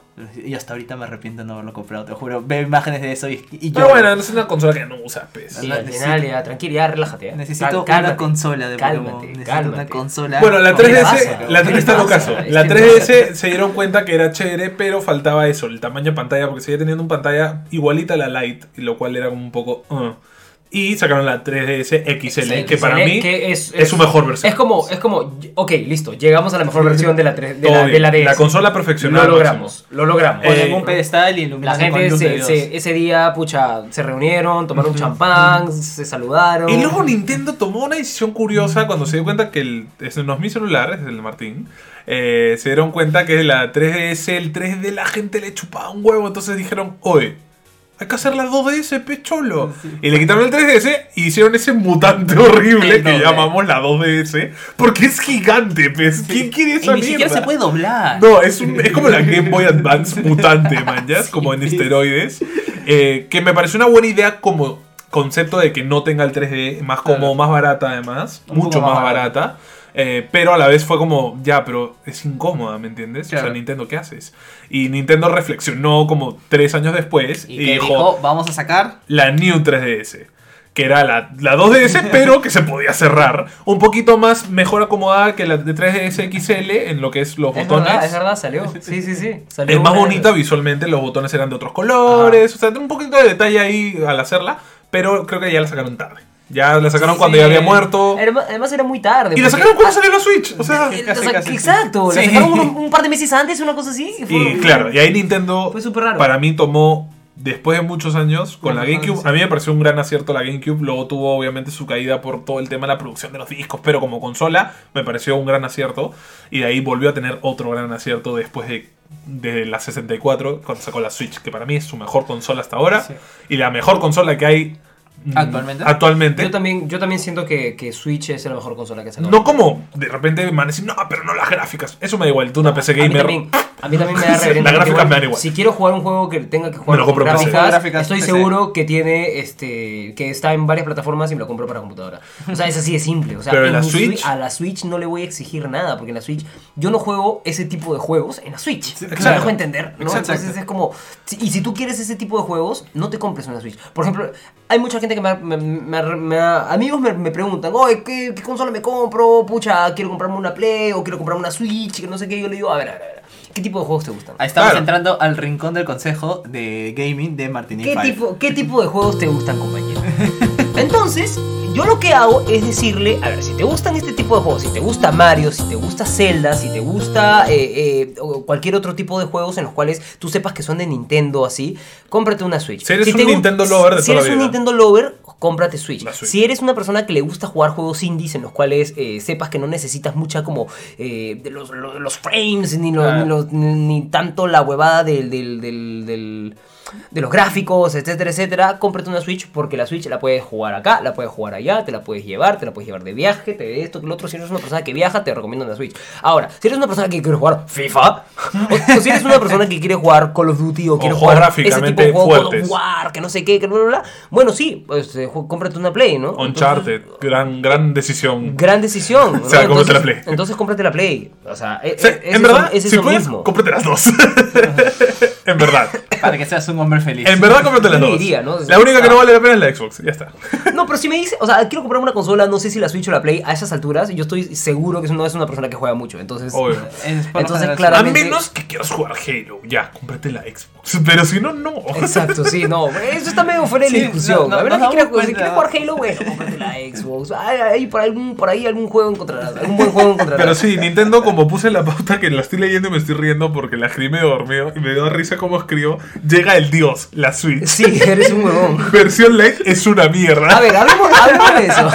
C: Y hasta ahorita me arrepiento de no haberlo comprado, te juro. Veo imágenes de eso y, y
F: Pero
C: lloro.
F: bueno, es una consola que no usa, pues.
D: Sí,
C: Anda,
D: al
C: necesito-
D: final, ya, tranquilo, ya, relájate. ya.
C: Necesito
D: Cal- cálmate.
C: una consola de
D: cálmate,
C: Pokémon. Necesito una
D: cálmate.
C: consola.
A: Bueno, la
C: con
A: 3DS,
C: pedazo.
A: la 3DS está
D: ¿Qué
A: lo
D: pasa?
A: caso.
D: Es
A: La
D: que
A: 3DS se dieron cuenta que era chévere, pero faltaba eso, el tamaño de pantalla, porque seguía teniendo una pantalla igualita a la Lite, y lo cual era como un poco... uh. Y sacaron la 3DS XL, que para
D: XL,
A: mí
D: que
A: es, su mejor versión.
D: Es como, es como, ok, listo, llegamos a la mejor versión de la, tre- de la,
A: Todo
D: de
A: bien.
D: la DS.
A: consola perfeccionada.
D: Lo
A: al
D: logramos, lo logramos.
A: Eh,
C: Ponen un pedestal y
D: la
C: iluminan con
D: gente
C: luz de
D: se-
C: Dios.
D: se- ese día, pucha, se reunieron, tomaron champán, se saludaron.
A: máximo. Y luego Nintendo tomó una decisión curiosa cuando se dio cuenta que el, es no es mi celular, es el de Martín. eh, se dieron cuenta que la 3DS, el 3D, la gente le chupaba un huevo. Entonces dijeron, oye, hay que hacer la 2DS, pecholo. Y le quitaron el 3DS y hicieron ese mutante horrible
C: El
A: que
C: doble.
A: llamamos la 2DS. Porque es gigante, pues. ¿Quién quiere
C: Y
A: esa
C: ni siquiera
A: mierda?
C: se puede doblar.
A: No, es, un- es como la Game Boy Advance mutante, man, ya, es como en esteroides. Eh, que me pareció una buena idea como concepto de que no tenga el 3D, más como
C: Claro.
A: más barata además,
C: Un
A: mucho
C: poco
A: más
C: más
A: barata. eh, pero a la vez fue como, ya, pero es incómoda, ¿me entiendes? O
C: Claro.
A: sea, Nintendo, ¿qué haces? Y Nintendo reflexionó como tres años después
C: Y
A: y,
C: que dijo,
A: dijo,
C: vamos a sacar.
A: la New 3DS. Que era la, la 2DS, pero que se podía cerrar. Un poquito más mejor acomodada que la de 3DS XL en lo que es los
D: es
A: botones.
D: verdad, es verdad, salió. Sí, sí, sí. salió
A: Es más
D: una de
A: bonita
D: esas.
A: visualmente, los botones eran de otros colores, o sea, tiene un poquito de detalle ahí al hacerla, pero creo que ya la sacaron tarde. Ya la sacaron cuando ya había muerto.
D: Además, además era muy tarde.
A: Y la
D: porque-
A: sacaron cuando salió la Switch, o sea...
D: Eh,
C: casi,
D: o sea,
C: casi, sí.
D: exacto, la
C: Sí.
D: sacaron un, un par de meses antes, una cosa así. fue
A: Y
D: horrible.
A: claro, y ahí Nintendo
D: Fue súper raro.
A: para mí tomó, después de muchos años, con la
C: Ajá,
A: GameCube,
C: sí.
A: a mí me pareció un gran acierto la GameCube, luego tuvo obviamente su caída por todo el tema de la producción de los discos, pero como consola me pareció un gran acierto, y de ahí volvió a tener otro gran acierto después de, de la 64, cuando sacó la Switch, que para mí es su mejor consola hasta ahora,
C: Sí.
A: y la mejor consola que hay mm,
C: Actualmente.
A: actualmente.
D: Yo también, yo también siento que, que Switch es la mejor consola que se
A: No como de repente me van a decir, no, pero no las gráficas. Eso me da igual, tú una PC
D: A mí,
A: gamer.
D: también, a mí también me da
A: Sí,
D: reverenda
A: la
D: porque
A: gráfica me da igual.
D: Si quiero jugar un juego que tenga que
A: Me
D: jugar
A: lo
D: con
A: compro en PC.
D: gráficas,
C: Gráficas,
D: estoy
C: PC.
D: seguro que tiene este que está en varias plataformas y me lo compro para computadora. O sea, es así de simple. O sea,
A: Pero en la
D: mi
A: Switch-
D: a la Switch no le voy a exigir nada, porque en la Switch yo no juego ese tipo de juegos en la Switch. No
A: exacto.
D: me dejo entender, ¿no?
A: Exacto.
D: Entonces es como. si- Y si tú quieres ese tipo de juegos, no te compres una Switch. Por ejemplo, hay mucha gente que me. ha- me- me- me ha- amigos me, me preguntan, oye, ¿qué, qué consola me compro? Pucha, quiero comprarme una Play o quiero comprarme una Switch, que no sé qué. Yo le digo, a ver, a ver, a ver. ¿Qué tipo de juegos te gustan?
C: Ahí estamos
A: Claro.
C: entrando al rincón del consejo de gaming de Martini
D: ¿Qué
C: Five.
D: tipo, ¿Qué tipo de juegos te gustan, compañero? Entonces, yo lo que hago es decirle, a ver, si te gustan este tipo de juegos, si te gusta Mario, si te gusta Zelda, si te gusta eh, eh, o cualquier otro tipo de juegos en los cuales tú sepas que son de Nintendo así, cómprate una Switch.
A: Si eres un
D: te gu-
A: Nintendo lover de
D: Si
A: toda la
D: eres un
A: vida.
D: Nintendo lover, cómprate Switch.
A: La Switch.
D: Si eres una persona que le gusta jugar juegos indies en los cuales eh, sepas que no necesitas mucha como eh, de los, los- los frames ni, los-
C: Claro.
D: ni los- ni- ni tanto la huevada del- del- del- del de los gráficos, etcétera, etcétera, cómprate una Switch porque la Switch la puedes jugar acá, la puedes jugar allá, te la puedes llevar, te la puedes llevar de viaje, te esto, que lo otro. Si eres una persona que viaja, te recomiendo una Switch. Ahora, si eres una persona que quiere jugar FIFA, o, o si eres una persona que quiere jugar Call of Duty o quiere
A: juegos
D: jugar
A: gráficamente
D: ese tipo de juego, God of
A: fuertes.
D: War, que no sé qué, que bla, bla, bla, bueno, sí, pues eh, ju- cómprate una Play, ¿no? Entonces, eh,
A: Uncharted, gran, gran decisión.
D: Gran decisión. ¿no?
A: O sea, cómprate
D: entonces,
A: la Play.
D: Entonces cómprate la Play. O sea, e-
A: O sea,
D: e- es
A: en verdad,
D: eso, es
A: si
D: eso
A: puedes,
D: mismo.
A: cómprate las dos. en verdad.
C: Para que seas un hombre feliz.
A: En verdad, cómprate las
D: Yo
A: dos.
D: diría, ¿no?
A: La única que no vale la pena es la Xbox. Ya está.
D: No, pero si me dice, o sea, quiero comprar una consola, no sé si la Switch o la Play, a esas alturas, yo estoy seguro que no es una persona que juega mucho, entonces...
A: Obvio.
C: Es por lo
D: Entonces,
C: general,
D: claro.
A: A
D: Claramente-
A: menos que quieras jugar Halo. Ya, cómprate la Xbox. Pero si no, no.
D: Exacto, sí, no, eso está medio fuera de la
C: Sí,
D: discusión.
C: no, no,
D: a ver,
C: nos
D: si quieres
C: damos
D: si
C: cuenta.
D: quieres jugar Halo, bueno, cómprate la Xbox. Ay, ay, por, algún, por ahí algún juego encontrarás, algún buen juego encontrarás.
A: Pero sí, Nintendo, como puse la pauta que la estoy leyendo y me estoy riendo porque la escribí medio dormido y me dio risa como escribo. Llega el dios, la Switch.
D: Sí, eres un huevón.
A: Versión Lite es una mierda.
D: A ver, hablemos, hablemos de eso.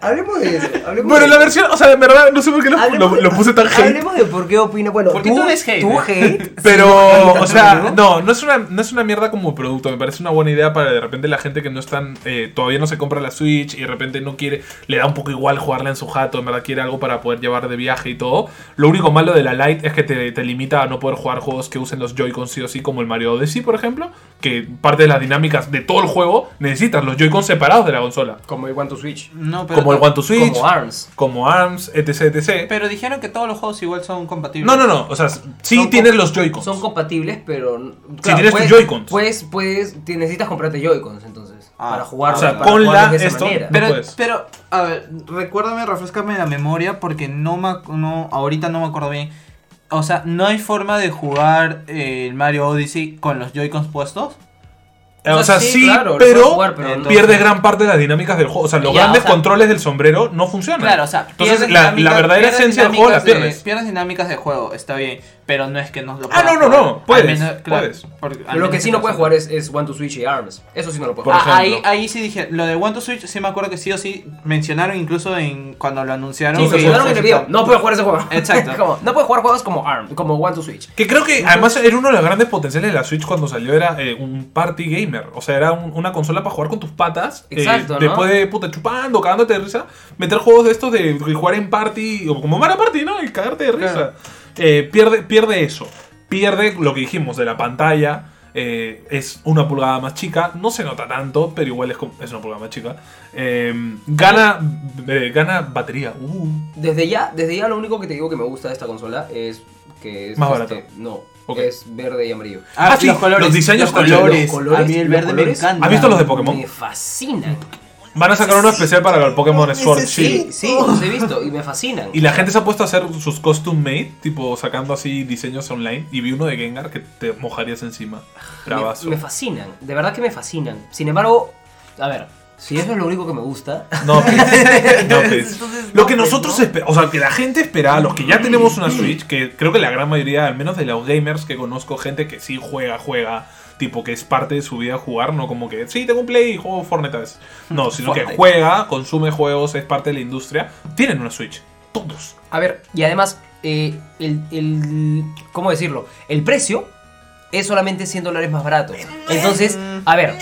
D: Hablemos de eso. Hablemos
A: Bueno,
D: de
A: la versión, o sea, en verdad, no sé por qué lo,
D: hablemos
A: lo-
D: de-
A: lo puse tan hate.
D: Hablemos de por qué opina. Bueno,
C: ¿Por qué tú eres hate?
D: Tú hate.
A: Pero, o sea,
D: no.
A: no, no es, una, no es una mierda como producto. Me parece una buena idea para de repente la gente que no están, eh, todavía no se compra la Switch y de repente no quiere, le da un poco igual jugarla en su jato, en verdad quiere algo para poder llevar de viaje y todo. Lo único malo de la Lite es que te, te limita a no poder jugar juegos que usen los Joy-Cons sí o sí, como el Mario Odyssey, por ejemplo, que parte de las dinámicas de todo el juego necesitas los Joy-Cons separados de la consola.
D: Como el One to Switch.
C: No,
A: Como el One to Switch.
C: Como ARMS.
A: Como ARMS, etc, etc.
C: Pero dijeron que todos los juegos igual son compatibles.
A: No, no, no, o sea, sí
D: Son
A: tienes
D: co-
A: los Joy-Cons.
D: Son compatibles, pero. Si
A: tienes tus Joy-Cons.
D: Pues, pues, te necesitas comprarte Joy-Cons entonces.
C: Ah,
D: para jugar.
C: o sea,
D: para
A: con
D: jugar
A: la-
D: de esa
A: esto-
D: manera.
A: No
C: Pero,
A: puedes.
C: pero, a ver, recuérdame, refrescame la memoria porque no me, ac- no, ahorita no me acuerdo bien. O sea, ¿no hay forma de jugar eh, el Mario Odyssey con los Joy-Cons puestos?
A: Eh, O sea, sí,
D: claro, lo
A: pero
D: puedes jugar, pero
C: entonces-
A: pierdes gran parte de las dinámicas del juego. O sea, los
C: Ya,
A: grandes
C: o sea-
A: controles del sombrero no funcionan.
C: Claro, o sea,
A: entonces
C: pierdes
A: la,
C: dinámicas-
A: la verdadera
C: pierdes
A: esencia del juego la
C: dinámicas de-
A: pierdes.
C: pierdes dinámicas de juego, está bien, pero no es que nos lo
A: Ah,
C: puedas
A: no, no,
C: jugar.
A: no, puedes,
C: Al claro,
A: puedes.
C: porque- al
D: Pero lo que
C: menos
D: sí no
C: sea-
D: puedes jugar es, es One to Switch y ARMS. Eso sí no lo puedes
A: Por
D: jugar.
C: Ah, ahí,
A: ejemplo.
C: ahí sí dije, lo de One to Switch sí me acuerdo que sí o sí mencionaron incluso en cuando lo anunciaron.
D: Sí,
C: que-
D: mencionaron en el video. No puedes jugar ese juego.
C: Exacto.
D: Como, no puedes jugar juegos como ARM, como One to Switch.
A: Que creo que además era uno de los grandes potenciales de la Switch cuando salió, era eh, un party gamer. O sea, era un- una consola para jugar con tus patas. eh,
D: Exacto, ¿no?
A: Después de puta chupando, cagándote de risa. Meter juegos de estos de, de jugar en party, o como Mara Party, ¿no? Y cagarte de risa.
C: Claro.
A: Eh, pierde, pierde eso. Pierde lo que dijimos de la pantalla. eh, es una pulgada más chica. No se nota tanto, pero igual es, como- es una pulgada más chica. Eh, gana, eh, gana batería. Uh,
D: Desde ya, desde ya lo único que te digo que me gusta de esta consola es que es
A: Más
D: este,
A: barato.
D: no,
A: Ok.
D: es verde y amarillo.
C: Ah,
A: Ah, sí,
C: los colores.
A: los diseños
C: los
A: también.
C: colores.
D: Los colores,
C: A mí el
D: los
C: verde me
D: colores.
C: encanta.
A: ¿Has visto los de Pokémon?
D: Me fascinan.
A: Van a sacar uno especial para el Pokémon Sword Shield.
D: Sí, sí, los he visto y me fascinan.
A: Y la gente se ha puesto a hacer sus costume made, tipo sacando así diseños online. Y vi uno de Gengar que te mojarías encima. Bravazo.
D: me, me fascinan, de verdad que me fascinan. Sin embargo, a ver, si eso es lo único que me gusta,
A: No, pues, no, pues.
D: Entonces,
A: Lo
D: no,
A: que
D: pues,
A: nosotros
D: ¿no?
A: esperamos, o sea, que la gente espera, los que ya tenemos una Switch, que creo que la gran mayoría, al menos de los gamers que conozco, gente que sí juega, juega, tipo que es parte de su vida jugar, no como que, sí, tengo un Play y juego Fortnite a veces. No, sino que
C: Fortnite.
A: juega, consume juegos, es parte de la industria, tienen una Switch. Todos.
D: a ver, y además, eh, el, el- ¿Cómo decirlo? El precio es solamente 100 dólares más barato. Entonces, a ver,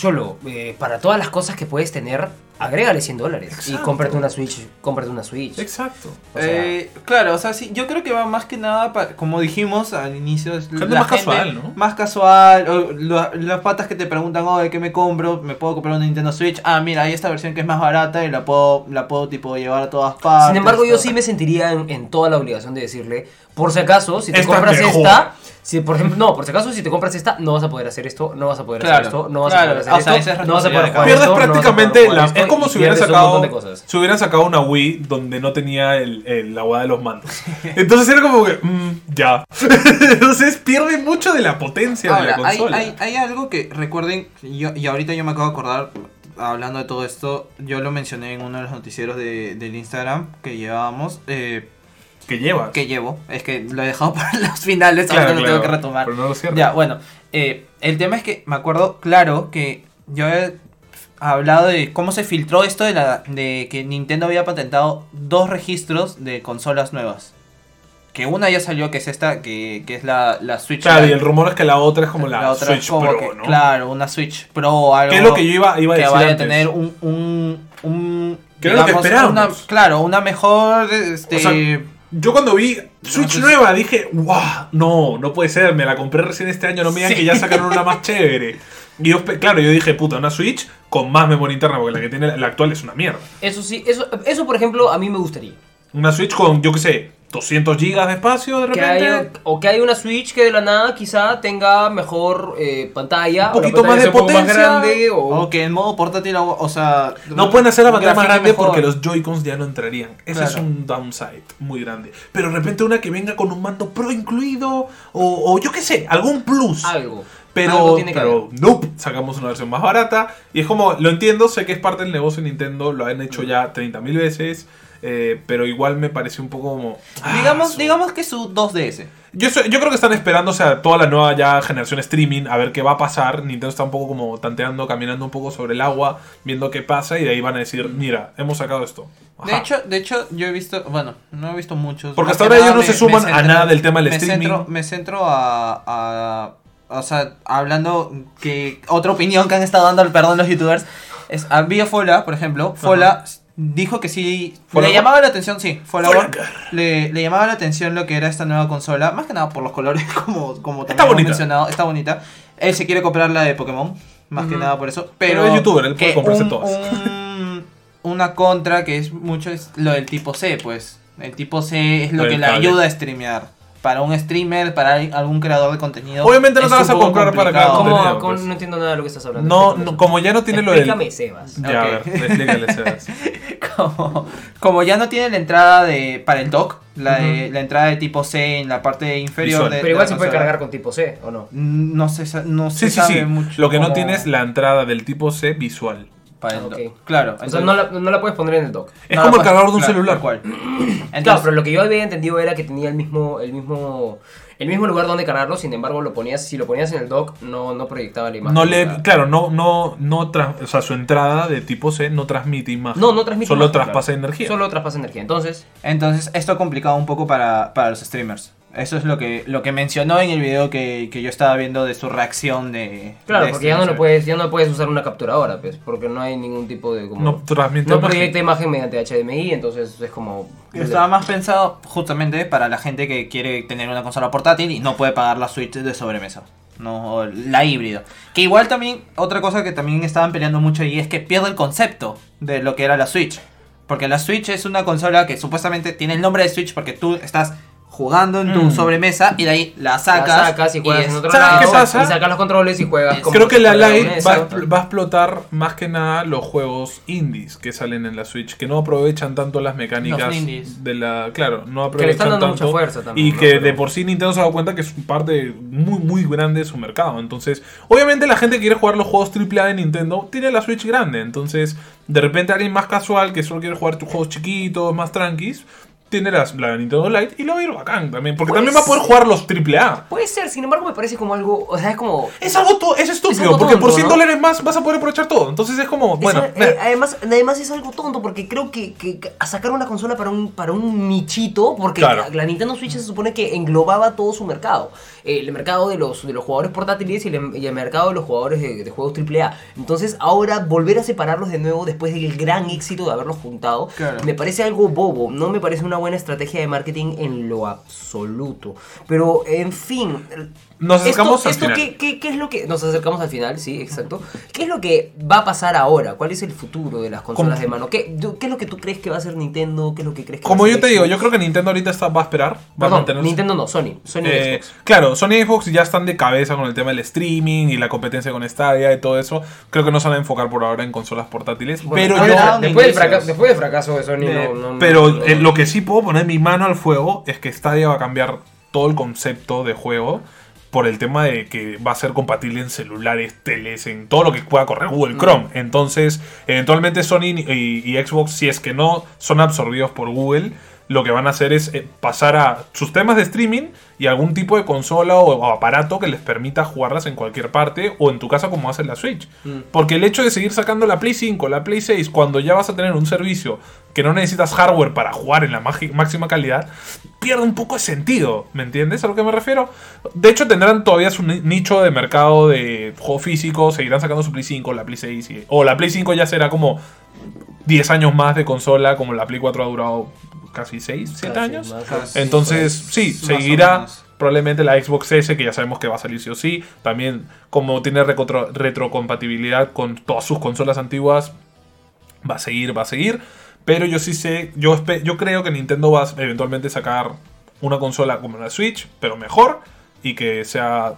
D: Cholo, eh, para todas las cosas que puedes tener, agrégale 100 dólares y
A: Exacto.
D: cómprate una Switch. Cómprate una Switch.
A: Exacto.
D: O sea,
C: Eh, claro, o sea, sí, yo creo que va más que nada, pa- como dijimos al inicio, es
A: Gente más casual, ¿no?
C: Más casual, o la- las patas que te preguntan, oh, ¿de qué me compro? ¿Me puedo comprar una Nintendo Switch? Ah, mira, hay esta versión que es más barata y la puedo, la puedo tipo, llevar a todas
A: Ah,
C: partes.
D: Sin embargo, yo
C: todo.
D: sí me sentiría en, en toda la obligación de decirle, por si acaso, si te
A: Esta es
D: compras
A: mejor.
D: esta, si por ejemplo, no, por si acaso, si te compras esta, no vas a poder hacer esto, no vas a poder
C: Claro,
D: hacer esto, no vas
C: claro.
D: a poder hacer
C: O sea,
D: esto,
C: esa es
D: no vas a poder
C: responsabilidad de
D: jugar
A: pierdes
D: esto, no vas a poder
A: prácticamente
D: jugar
A: la,
D: esto,
A: es como
D: y
A: si hubieran
D: pierdes un
A: sacado
D: montón de cosas.
A: si hubieran sacado una Wii donde no tenía el, el agua de los mandos entonces era como que mm, ya entonces pierde mucho de la potencia de la
C: Ahora, hay,
A: consola
C: hay- hay algo que recuerden, yo- y ahorita yo me acabo de acordar, hablando de todo esto, yo lo mencioné en uno de los noticieros de- del Instagram que llevábamos, eh,
A: que lleva
C: que llevo, es que lo he dejado para los finales,
A: Claro,
C: ahora lo tengo
A: claro,
C: que retomar.
A: pero no lo cierra
C: Ya, bueno, eh, el tema es que me acuerdo, claro, que yo he hablado de cómo se filtró esto de, la, de que Nintendo había patentado dos registros de consolas nuevas. Que una ya salió, que es esta, que, que es la, la Switch
A: claro y
C: Lite.
A: el rumor es que la otra es como la,
C: otra
A: Switch
C: es como
A: Pro
C: que,
A: ¿no?
C: Claro, una Switch Pro o algo.
A: que es lo que yo iba, iba a
C: que
A: decir
C: vaya a
A: antes.
C: tener un. un, un
A: Que era lo que
C: una,
A: esperábamos.
C: Claro, una mejor. Este,
A: O sea, yo cuando vi Switch
C: Entonces-
A: nueva dije, wow, no, no puede ser, me la compré recién este año, no me digan que ya sacaron una más chévere. Y yo, pe- claro, yo dije, puta, una Switch con más memoria interna, porque la que tiene la- la actual es una mierda.
D: Eso sí, eso, eso por ejemplo, a mí me gustaría.
A: Una Switch con, yo qué sé, 200 gigas de espacio de
D: Que
A: repente.
D: haya, o que haya una Switch que de la nada quizá tenga mejor eh, pantalla,
A: Un
D: o la
A: poquito más
D: pantalla
A: de
D: sea un poco
A: potencia.
D: grande, o...
C: O que en modo portátil, o o sea.
A: No pueden hacer la pantalla más
C: gráfico
A: grande
C: mejor.
A: porque los Joy-Cons ya no entrarían. Ese
C: Claro.
A: es un downside muy grande. Pero de repente una que venga con un mando pro incluido o, o yo qué sé, algún plus.
D: algo. Algo
A: Pero,
D: tiene que
A: pero nope, sacamos una versión más barata. Y es como, lo entiendo, sé que es parte del negocio de Nintendo, lo han hecho ya 30.000 veces. eh, pero igual me pareció un poco como... ah,
C: digamos,
A: su-
C: digamos que su 2DS.
A: Yo, so- yo creo que están esperándose a toda la nueva ya generación streaming a ver qué va a pasar. Nintendo está un poco como tanteando, caminando un poco sobre el agua, viendo qué pasa y de ahí van a decir, mira, hemos sacado esto.
C: De
A: Ajá.
C: hecho, de hecho, yo he visto, bueno, no he visto muchos.
A: Porque
C: Más
A: hasta
C: que
A: ahora ellos
C: nada
A: no se
C: me-
A: suman
C: me
A: a nada del tema del
C: me
A: streaming.
C: Centro, me centro a, a- o sea, hablando que otra opinión que han estado dando, perdón, los youtubers, es había Fola, por ejemplo, Fola dijo que sí,
A: Fola-
C: le llamaba la atención, sí, Fola, le, le llamaba la atención lo que era esta nueva consola, más que nada por los colores, como, como también hemos
A: bonita.
C: mencionado, está bonita. Él se quiere comprar la de Pokémon, más que nada por eso, pero,
A: Pero es youtuber, él puede
C: que
A: comprarse
C: un-
A: todas.
C: un- una contra que es mucho es lo del tipo C, pues. El tipo C es lo
A: Lo
C: que
A: del
C: le
A: cable.
C: ayuda a streamear. Para un streamer, para al- algún creador de contenido.
A: Obviamente no
C: es
A: te vas
C: un
A: a
C: poco
A: comprar para
C: complicado.
A: cada
B: ¿Cómo-
A: contenido,
B: cómo-
A: pues.
B: No entiendo nada de lo que estás hablando.
A: No,
B: Explícame
A: no,
B: eso.
A: como ya no tiene lo del...
B: Explícame, Sebas.
A: Ya, a
C: Ok.
A: ver, explícale, Sebas.
C: como, como ya no tiene la entrada de para el dock, la, de- la entrada de tipo C en la parte inferior
A: Visual.
C: de
B: Pero igual
C: de
B: se
C: la
B: puede
C: consola,
B: cargar con tipo C, ¿o no?
C: No se, sa- no
A: Sí,
C: se
A: sí,
C: sabe
A: sí.
C: mucho.
A: Lo que no
C: cómo-
A: tiene es la entrada del tipo C visual.
C: Para el
B: Ah, ok.
C: dock. Claro.
B: O sea, no la, no la puedes poner en el dock.
A: Es como el cargador de un celular.
C: ¿Cuál?
B: claro, pero lo que yo había entendido era que tenía el mismo, el mismo, el mismo lugar donde cargarlo, sin embargo, lo ponías, si lo ponías en el dock, no, no proyectaba la imagen.
A: No le,
B: Claro.
A: claro, no, no, no, tras- o sea, su entrada de tipo C no transmite imagen.
B: No, no transmite
A: Solo
B: imagen,
A: traspasa
B: claro.
A: energía.
B: Solo traspasa energía. Entonces,
C: Entonces, esto ha complicado un poco para, para los streamers. Eso es lo que, lo que mencionó en el video que, que yo estaba viendo de su reacción de.
B: claro,
C: de
B: porque ya no lo
C: streamers.
B: puedes, ya no puedes usar una capturadora, pues, porque no hay ningún tipo de como
A: No transmite
B: no
A: imagen.
B: proyecta imagen mediante HDMI, entonces es como
C: Yo Estaba más pensado justamente para la gente que quiere tener una consola portátil y no puede pagar la Switch de sobremesa. No, o la híbrida. Que igual también, otra cosa que también estaban peleando mucho y es que pierde el concepto de lo que era la Switch. Porque la Switch es una consola que supuestamente tiene el nombre de Switch porque tú estás jugando en tu sobremesa y de ahí la sacas.
B: Mm. la sacas y juegas
C: es-
B: en otro
A: ¿sabes
B: lado
A: qué pasa?
B: y sacas los controles y juegas como
A: Creo que
B: si
A: la
B: fuera
A: Lite
B: una
A: va, a
B: esa.
A: expl- va a explotar más que nada los juegos indies que salen en la Switch, que no aprovechan tanto las mecánicas
C: Los indies.
A: de la. Claro, no aprovechan
B: Que le están dando
A: tanto,
B: mucha fuerza también,
A: Y
B: ¿no?
A: que
B: Pero-
A: de por sí Nintendo se ha dado cuenta que es parte muy, muy grande de su mercado. Entonces, obviamente la gente que quiere jugar los juegos AAA de Nintendo tiene la Switch grande. Entonces, de repente alguien más casual que solo quiere jugar tus juegos chiquitos, más tranquis. Tiene la, la Nintendo Lite y lo va a ir bacán también. Porque también va a poder
B: Pues
A: jugar los AAA.
B: Puede ser, sin embargo, me parece como algo, o sea, es como
A: Es algo, to- es estúpido,
B: algo
A: porque por
B: tonto,
A: 100
B: ¿no?
A: dólares más vas a poder aprovechar todo. Entonces es como, bueno,
B: Es-
A: meh.
B: eh, además, además es algo tonto porque creo que, que- que a sacar una consola para un, para un nichito, porque
A: Claro.
B: la, la Nintendo Switch se supone que englobaba todo su mercado. Eh, el mercado de los, de los jugadores portátiles y el, y el mercado de los jugadores de, de juegos AAA. Entonces ahora volver a separarlos de nuevo después del gran éxito de haberlos juntado,
C: Claro.
B: me parece algo bobo, no me parece una buena estrategia de marketing en lo absoluto. Pero, eh, en fin...
A: Nos
B: eh, esto-
A: acercamos al
B: esto
A: final.
B: que- ¿Qué, qué es lo que.? Nos acercamos al final, sí, exacto. ¿Qué es lo que va a pasar ahora? ¿Cuál es el futuro de las consolas
A: Como-
B: de mano? ¿Qué, tú- qué es lo que tú crees que va a hacer Nintendo? ¿Qué es lo que crees que va
A: como
B: a
A: yo
B: hacer
A: te digo,
B: Xbox?
A: yo creo que Nintendo ahorita está, va a esperar, va a
B: Perdón,
A: mantener
B: Nintendo no, Sony. Sony y
A: Eh,
B: Xbox.
A: claro, Sony y Xbox ya están de cabeza con el tema del streaming y la competencia con Stadia y todo eso. Creo que no se van a enfocar por ahora en consolas portátiles.
B: Bueno,
A: pero yo,
B: ahora,
C: yo-
B: después, del
C: Inicios.
B: fraca- después del fracaso de Sony, no. no- no-
A: pero
B: no-
A: eh, lo que sí puedo poner mi mano al fuego es que Stadia va a cambiar todo el concepto de juego por el tema de que va a ser compatible en celulares, teles, en todo lo que pueda correr
B: Mm.
A: Google Chrome. Entonces, eventualmente Sony y, y Xbox, si es que no son absorbidos por Google, lo que van a hacer es eh, pasar a sus temas de streaming y algún tipo de consola o, o aparato que les permita jugarlas en cualquier parte o en tu casa como hace la Switch. Porque el hecho de seguir sacando la Play 5, la Play 6, cuando ya vas a tener un servicio que no necesitas hardware para jugar en la magi- máxima calidad, pierde un poco de sentido, ¿me entiendes a lo que me refiero? De hecho tendrán todavía su ni- nicho de mercado de juego físico, seguirán sacando su Play 5, la Play 6, y- o la Play 5 ya será como 10 años más de consola, como la Play 4 ha durado casi 6, 7
B: Casi,
A: años.
B: más-
C: Casi.
A: Entonces, sí,
C: pues, Más o
A: seguirá
C: menos.
A: probablemente la Xbox S, que ya sabemos que va a salir sí o sí. También, como tiene recotro- retrocompatibilidad con todas sus consolas antiguas, va a seguir, va a seguir. Pero yo sí sé, yo, espe- yo creo que Nintendo va a eventualmente sacar una consola como la Switch, pero mejor y que sea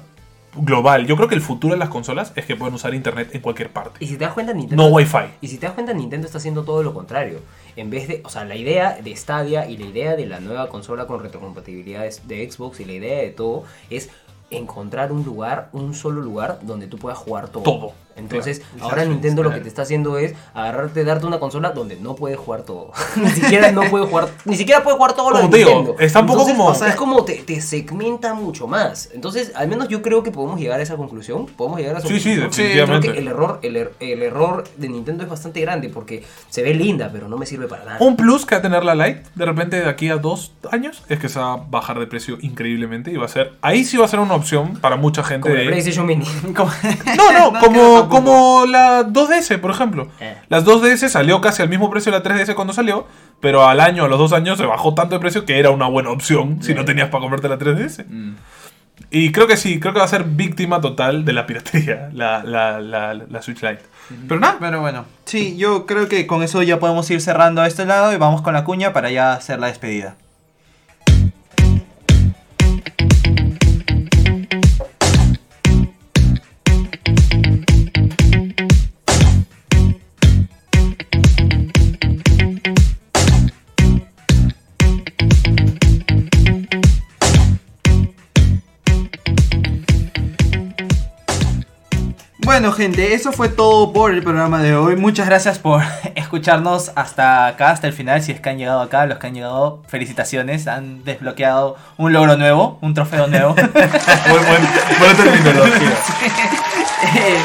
A: global. Yo creo que el futuro de las consolas es que pueden usar internet en cualquier
B: Y
A: parte.
B: si te das cuenta, Nintendo.
A: No Wi-Fi.
B: Y si te das cuenta, Nintendo está haciendo todo lo contrario. En vez de, o sea, la idea de Stadia y la idea de la nueva consola con retrocompatibilidades de Xbox y la idea de todo es encontrar un lugar, un solo lugar donde tú puedas jugar todo.
A: Todo.
D: Entonces,
A: Claro,
D: ahora Nintendo lo que te está haciendo es agarrarte, darte una consola donde no puedes jugar todo. ni siquiera no puede jugar, ni siquiera puede jugar todo lo
A: Como
D: de
A: te digo,
D: Nintendo.
A: está un poco
D: Entonces,
A: como-
D: o sea, es como te, te segmenta mucho más. Entonces, al menos yo creo que podemos llegar a esa conclusión. Podemos llegar a esa
A: Sí, sí,
D: conclusión.
A: definitivamente.
D: Creo que el error, el, er- el error de Nintendo es bastante grande porque se ve linda, pero no me sirve para nada.
A: Un plus que va a tener la Lite de repente de aquí a dos años es que se va a bajar de precio increíblemente y va a ser. Ahí sí va a ser una opción para mucha gente.
D: Como el
A: de-
D: PlayStation Mini.
C: Como-
A: No, no, como,
C: tampoco.
A: como la 2DS, por ejemplo.
C: Eh.
A: Las 2DS salió casi al mismo precio de la 3DS cuando salió, pero al año, a los dos años, se bajó tanto de precio que era una buena opción si no tenías para comprarte la 3DS.
C: Eh. Mm.
A: Y creo que sí, creo que va a ser víctima total de la piratería, la, la, la, la Switch Lite. Pero nada,
C: Pero bueno, sí, yo creo que con eso ya podemos ir cerrando a este lado y vamos con la cuña para ya hacer la despedida. Bueno, gente, eso fue todo por el programa de hoy. Muchas gracias por escucharnos hasta acá, hasta el final. Si es que han llegado acá, los que han llegado, felicitaciones. Han desbloqueado un logro nuevo, un trofeo nuevo.
A: buen, buen- buena terminología.
C: Eh,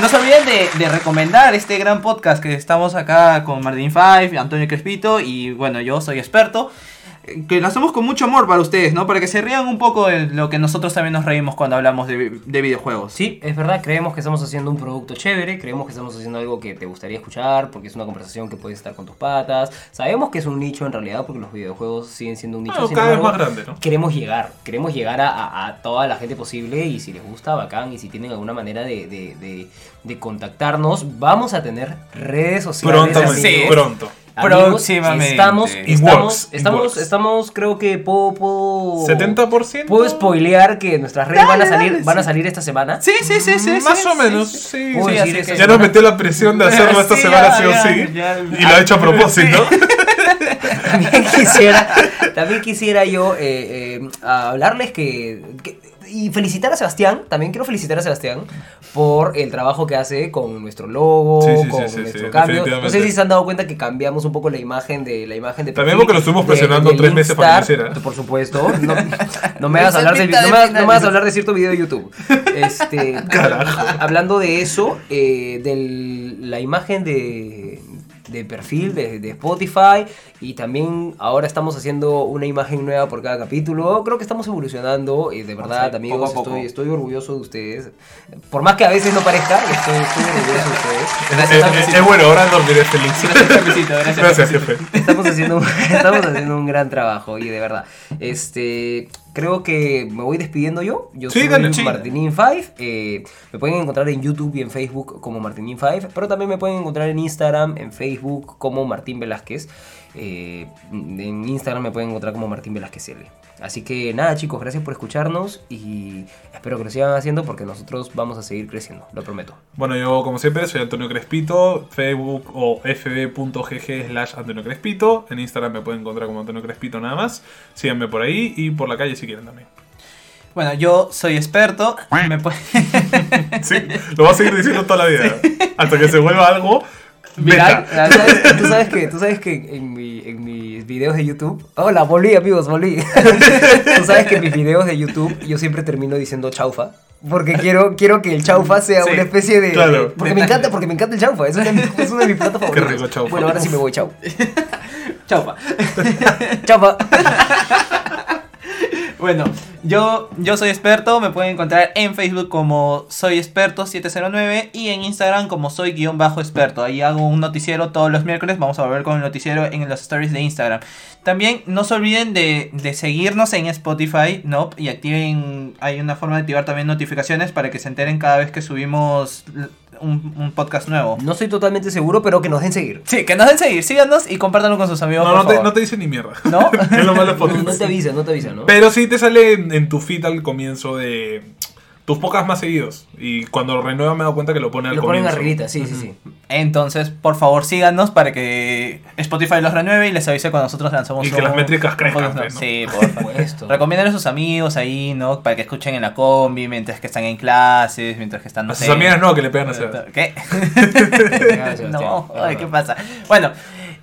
C: No se olviden de, de recomendar este gran podcast que estamos acá con Martín Five, Antonio Crespito y bueno, yo soy experto. eh, Que lo hacemos con mucho amor para ustedes, ¿no? Para que se rían un poco de lo que nosotros también nos reímos cuando hablamos de, vi- de videojuegos.
D: Sí, es verdad, creemos que estamos haciendo un producto chévere, creemos que estamos haciendo algo que te gustaría escuchar, porque es una conversación que puedes estar con tus patas. Sabemos que es un nicho en realidad, porque los videojuegos siguen siendo un nicho.
A: Bueno,
D: sin
A: cada vez
D: embargo,
A: más grande, ¿no?
D: Queremos llegar, queremos llegar a, a- a toda la gente posible y si les gusta, bacán, y si tienen alguna manera de, de- de- de contactarnos, vamos a tener redes sociales.
A: Pronto,
D: amigos.
A: pronto.
D: Amigos,
C: Próximamente.
D: Estamos,
C: In
D: estamos,
A: works, in
D: estamos,
A: works.
D: estamos, creo que puedo,
B: Uh.
D: puedo...
A: 70%.
D: Puedo spoilear que nuestras redes van a
C: Dale,
D: salir,
C: dale,
D: van a
C: sí.
D: salir esta semana.
C: Sí, sí, sí, sí.
A: Más
C: sí,
A: o
C: sí,
A: menos,
C: sí.
A: sí.
D: Puedo
A: sí.
D: decir
C: así
D: esta
C: que-
A: Ya nos metió la presión de hacerlo esta
C: Sí,
A: semana,
C: ya,
A: sí o
C: ya,
A: sí.
C: ya.
A: Y lo ha hecho a propósito.
D: también quisiera, también quisiera yo eh, eh, hablarles que, que- y felicitar a Sebastián, también quiero felicitar a Sebastián por el trabajo que hace con nuestro logo,
A: Sí, sí, sí,
D: con
A: sí,
D: nuestro
A: sí,
D: cambio. No sé
A: definitivamente.
D: si se han dado cuenta que cambiamos un poco la imagen de la imagen de
A: También
D: perfil
A: porque lo estuvimos
D: de-
A: presionando
D: del
A: tres meses para que
D: Instar,
A: lo hiciera.
D: Por supuesto, no, no me hagas
C: Esa
D: hablar del-
C: pinta
D: no
C: de
D: me hagas- no me hagas
C: finales.
D: hablar de cierto video de YouTube. Este, Hablando de eso, eh, de la imagen de, de perfil de, de Spotify y también ahora estamos haciendo una imagen nueva por cada capítulo. Creo que estamos evolucionando y de verdad,
C: Sí, poco
D: amigos,
C: a poco.
D: Estoy, estoy orgulloso de ustedes. Por más que a veces no parezca, estoy, estoy orgulloso de
A: Eh,
D: ustedes.
A: eh, Es bueno, ahora dormiré feliz.
C: Gracias, Camisito, gracias,
A: Gracias,
C: Camisito.
A: jefe.
D: Estamos haciendo, estamos haciendo un gran trabajo y de verdad. Este, creo que me voy despidiendo yo. Yo
A: Sí,
D: soy
A: dale, sí.
D: Martinin5. eh, me pueden encontrar en YouTube y en Facebook como Martinin5, pero también me pueden encontrar en Instagram, en Facebook como Martín Velázquez. eh, en Instagram me pueden encontrar como Martín Velázquez L. Así que nada chicos, gracias por escucharnos y espero que lo sigan haciendo porque nosotros vamos a seguir creciendo, lo prometo.
A: Bueno, yo como siempre soy Antonio Crespito, Facebook o fb.gg slash Antonio Crespito. En Instagram me pueden encontrar como Antonio Crespito nada más. Síganme por ahí y por la calle si quieren también.
C: Bueno, yo soy experto. Me pueden.
A: Sí, lo voy a seguir diciendo toda la vida. Hasta que se vuelva algo
D: Viral.
A: viral.
D: Ah, ¿sabes? Tú sabes que, tú sabes que en, mi- en mis videos de YouTube. Hola, volví, amigos, volví. tú sabes que en mis videos de YouTube yo siempre termino diciendo chaufa. Porque quiero, quiero que el chaufa sea
C: Sí,
D: una especie de.
A: claro.
D: de- porque me encanta, porque me encanta el chaufa. Es una de mis, es una de mis platos favoritos.
A: rico chaufa.
D: Bueno, ahora sí me voy, chau.
C: Chaupa.
D: Chaufa.
C: Bueno, yo, yo soy experto, me pueden encontrar en Facebook como soy experto 709 y en Instagram como soy guión bajo experto. Ahí hago un noticiero todos los miércoles, vamos a volver con el noticiero en los stories de Instagram. También no se olviden de, de seguirnos en Spotify, ¿no? Y activen, hay una forma de activar también notificaciones para que se enteren cada vez que subimos l- un, un podcast nuevo.
D: No estoy totalmente seguro, pero que nos den seguir.
C: Sí, que nos den seguir, síganos y compártanlo con sus amigos.
A: No, no
C: por
A: te, no
C: favor.
A: te dicen ni mierda.
C: ¿No?
A: Es lo malo de
D: No,
A: Spotify.
D: no te avisa, no te avisa, ¿no?
A: Pero sí te sale en, en tu feed al comienzo de. Tus pocas más seguidos. Y cuando renueva me he dado cuenta que lo ponen al
B: Lo ponen
A: comienzo.
B: arribita, sí, sí, sí.
C: Entonces, por favor, síganos para que Spotify los renueve y les avise cuando nosotros lanzamos
A: Y que las métricas crezcan, pues, ¿no?
C: Sí, por favor.
B: Esto.
C: Recomienden a sus amigos ahí, ¿no? Para que escuchen en la combi, mientras que están en clases, mientras que están... No
A: A sus
C: sé,
A: amigas Pues no, que le pegan a Sebas.
C: ¿Qué?
B: Gracias,
C: no,
B: Sebastián.
C: ay, ¿qué pasa? Bueno,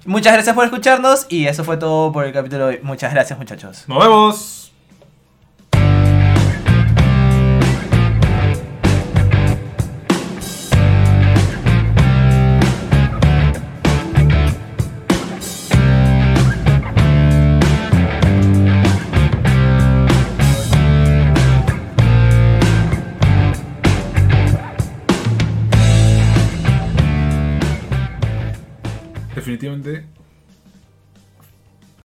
C: muchas gracias por escucharnos y eso fue todo por el capítulo de hoy. Muchas gracias, muchachos.
A: Nos vemos. Definitivamente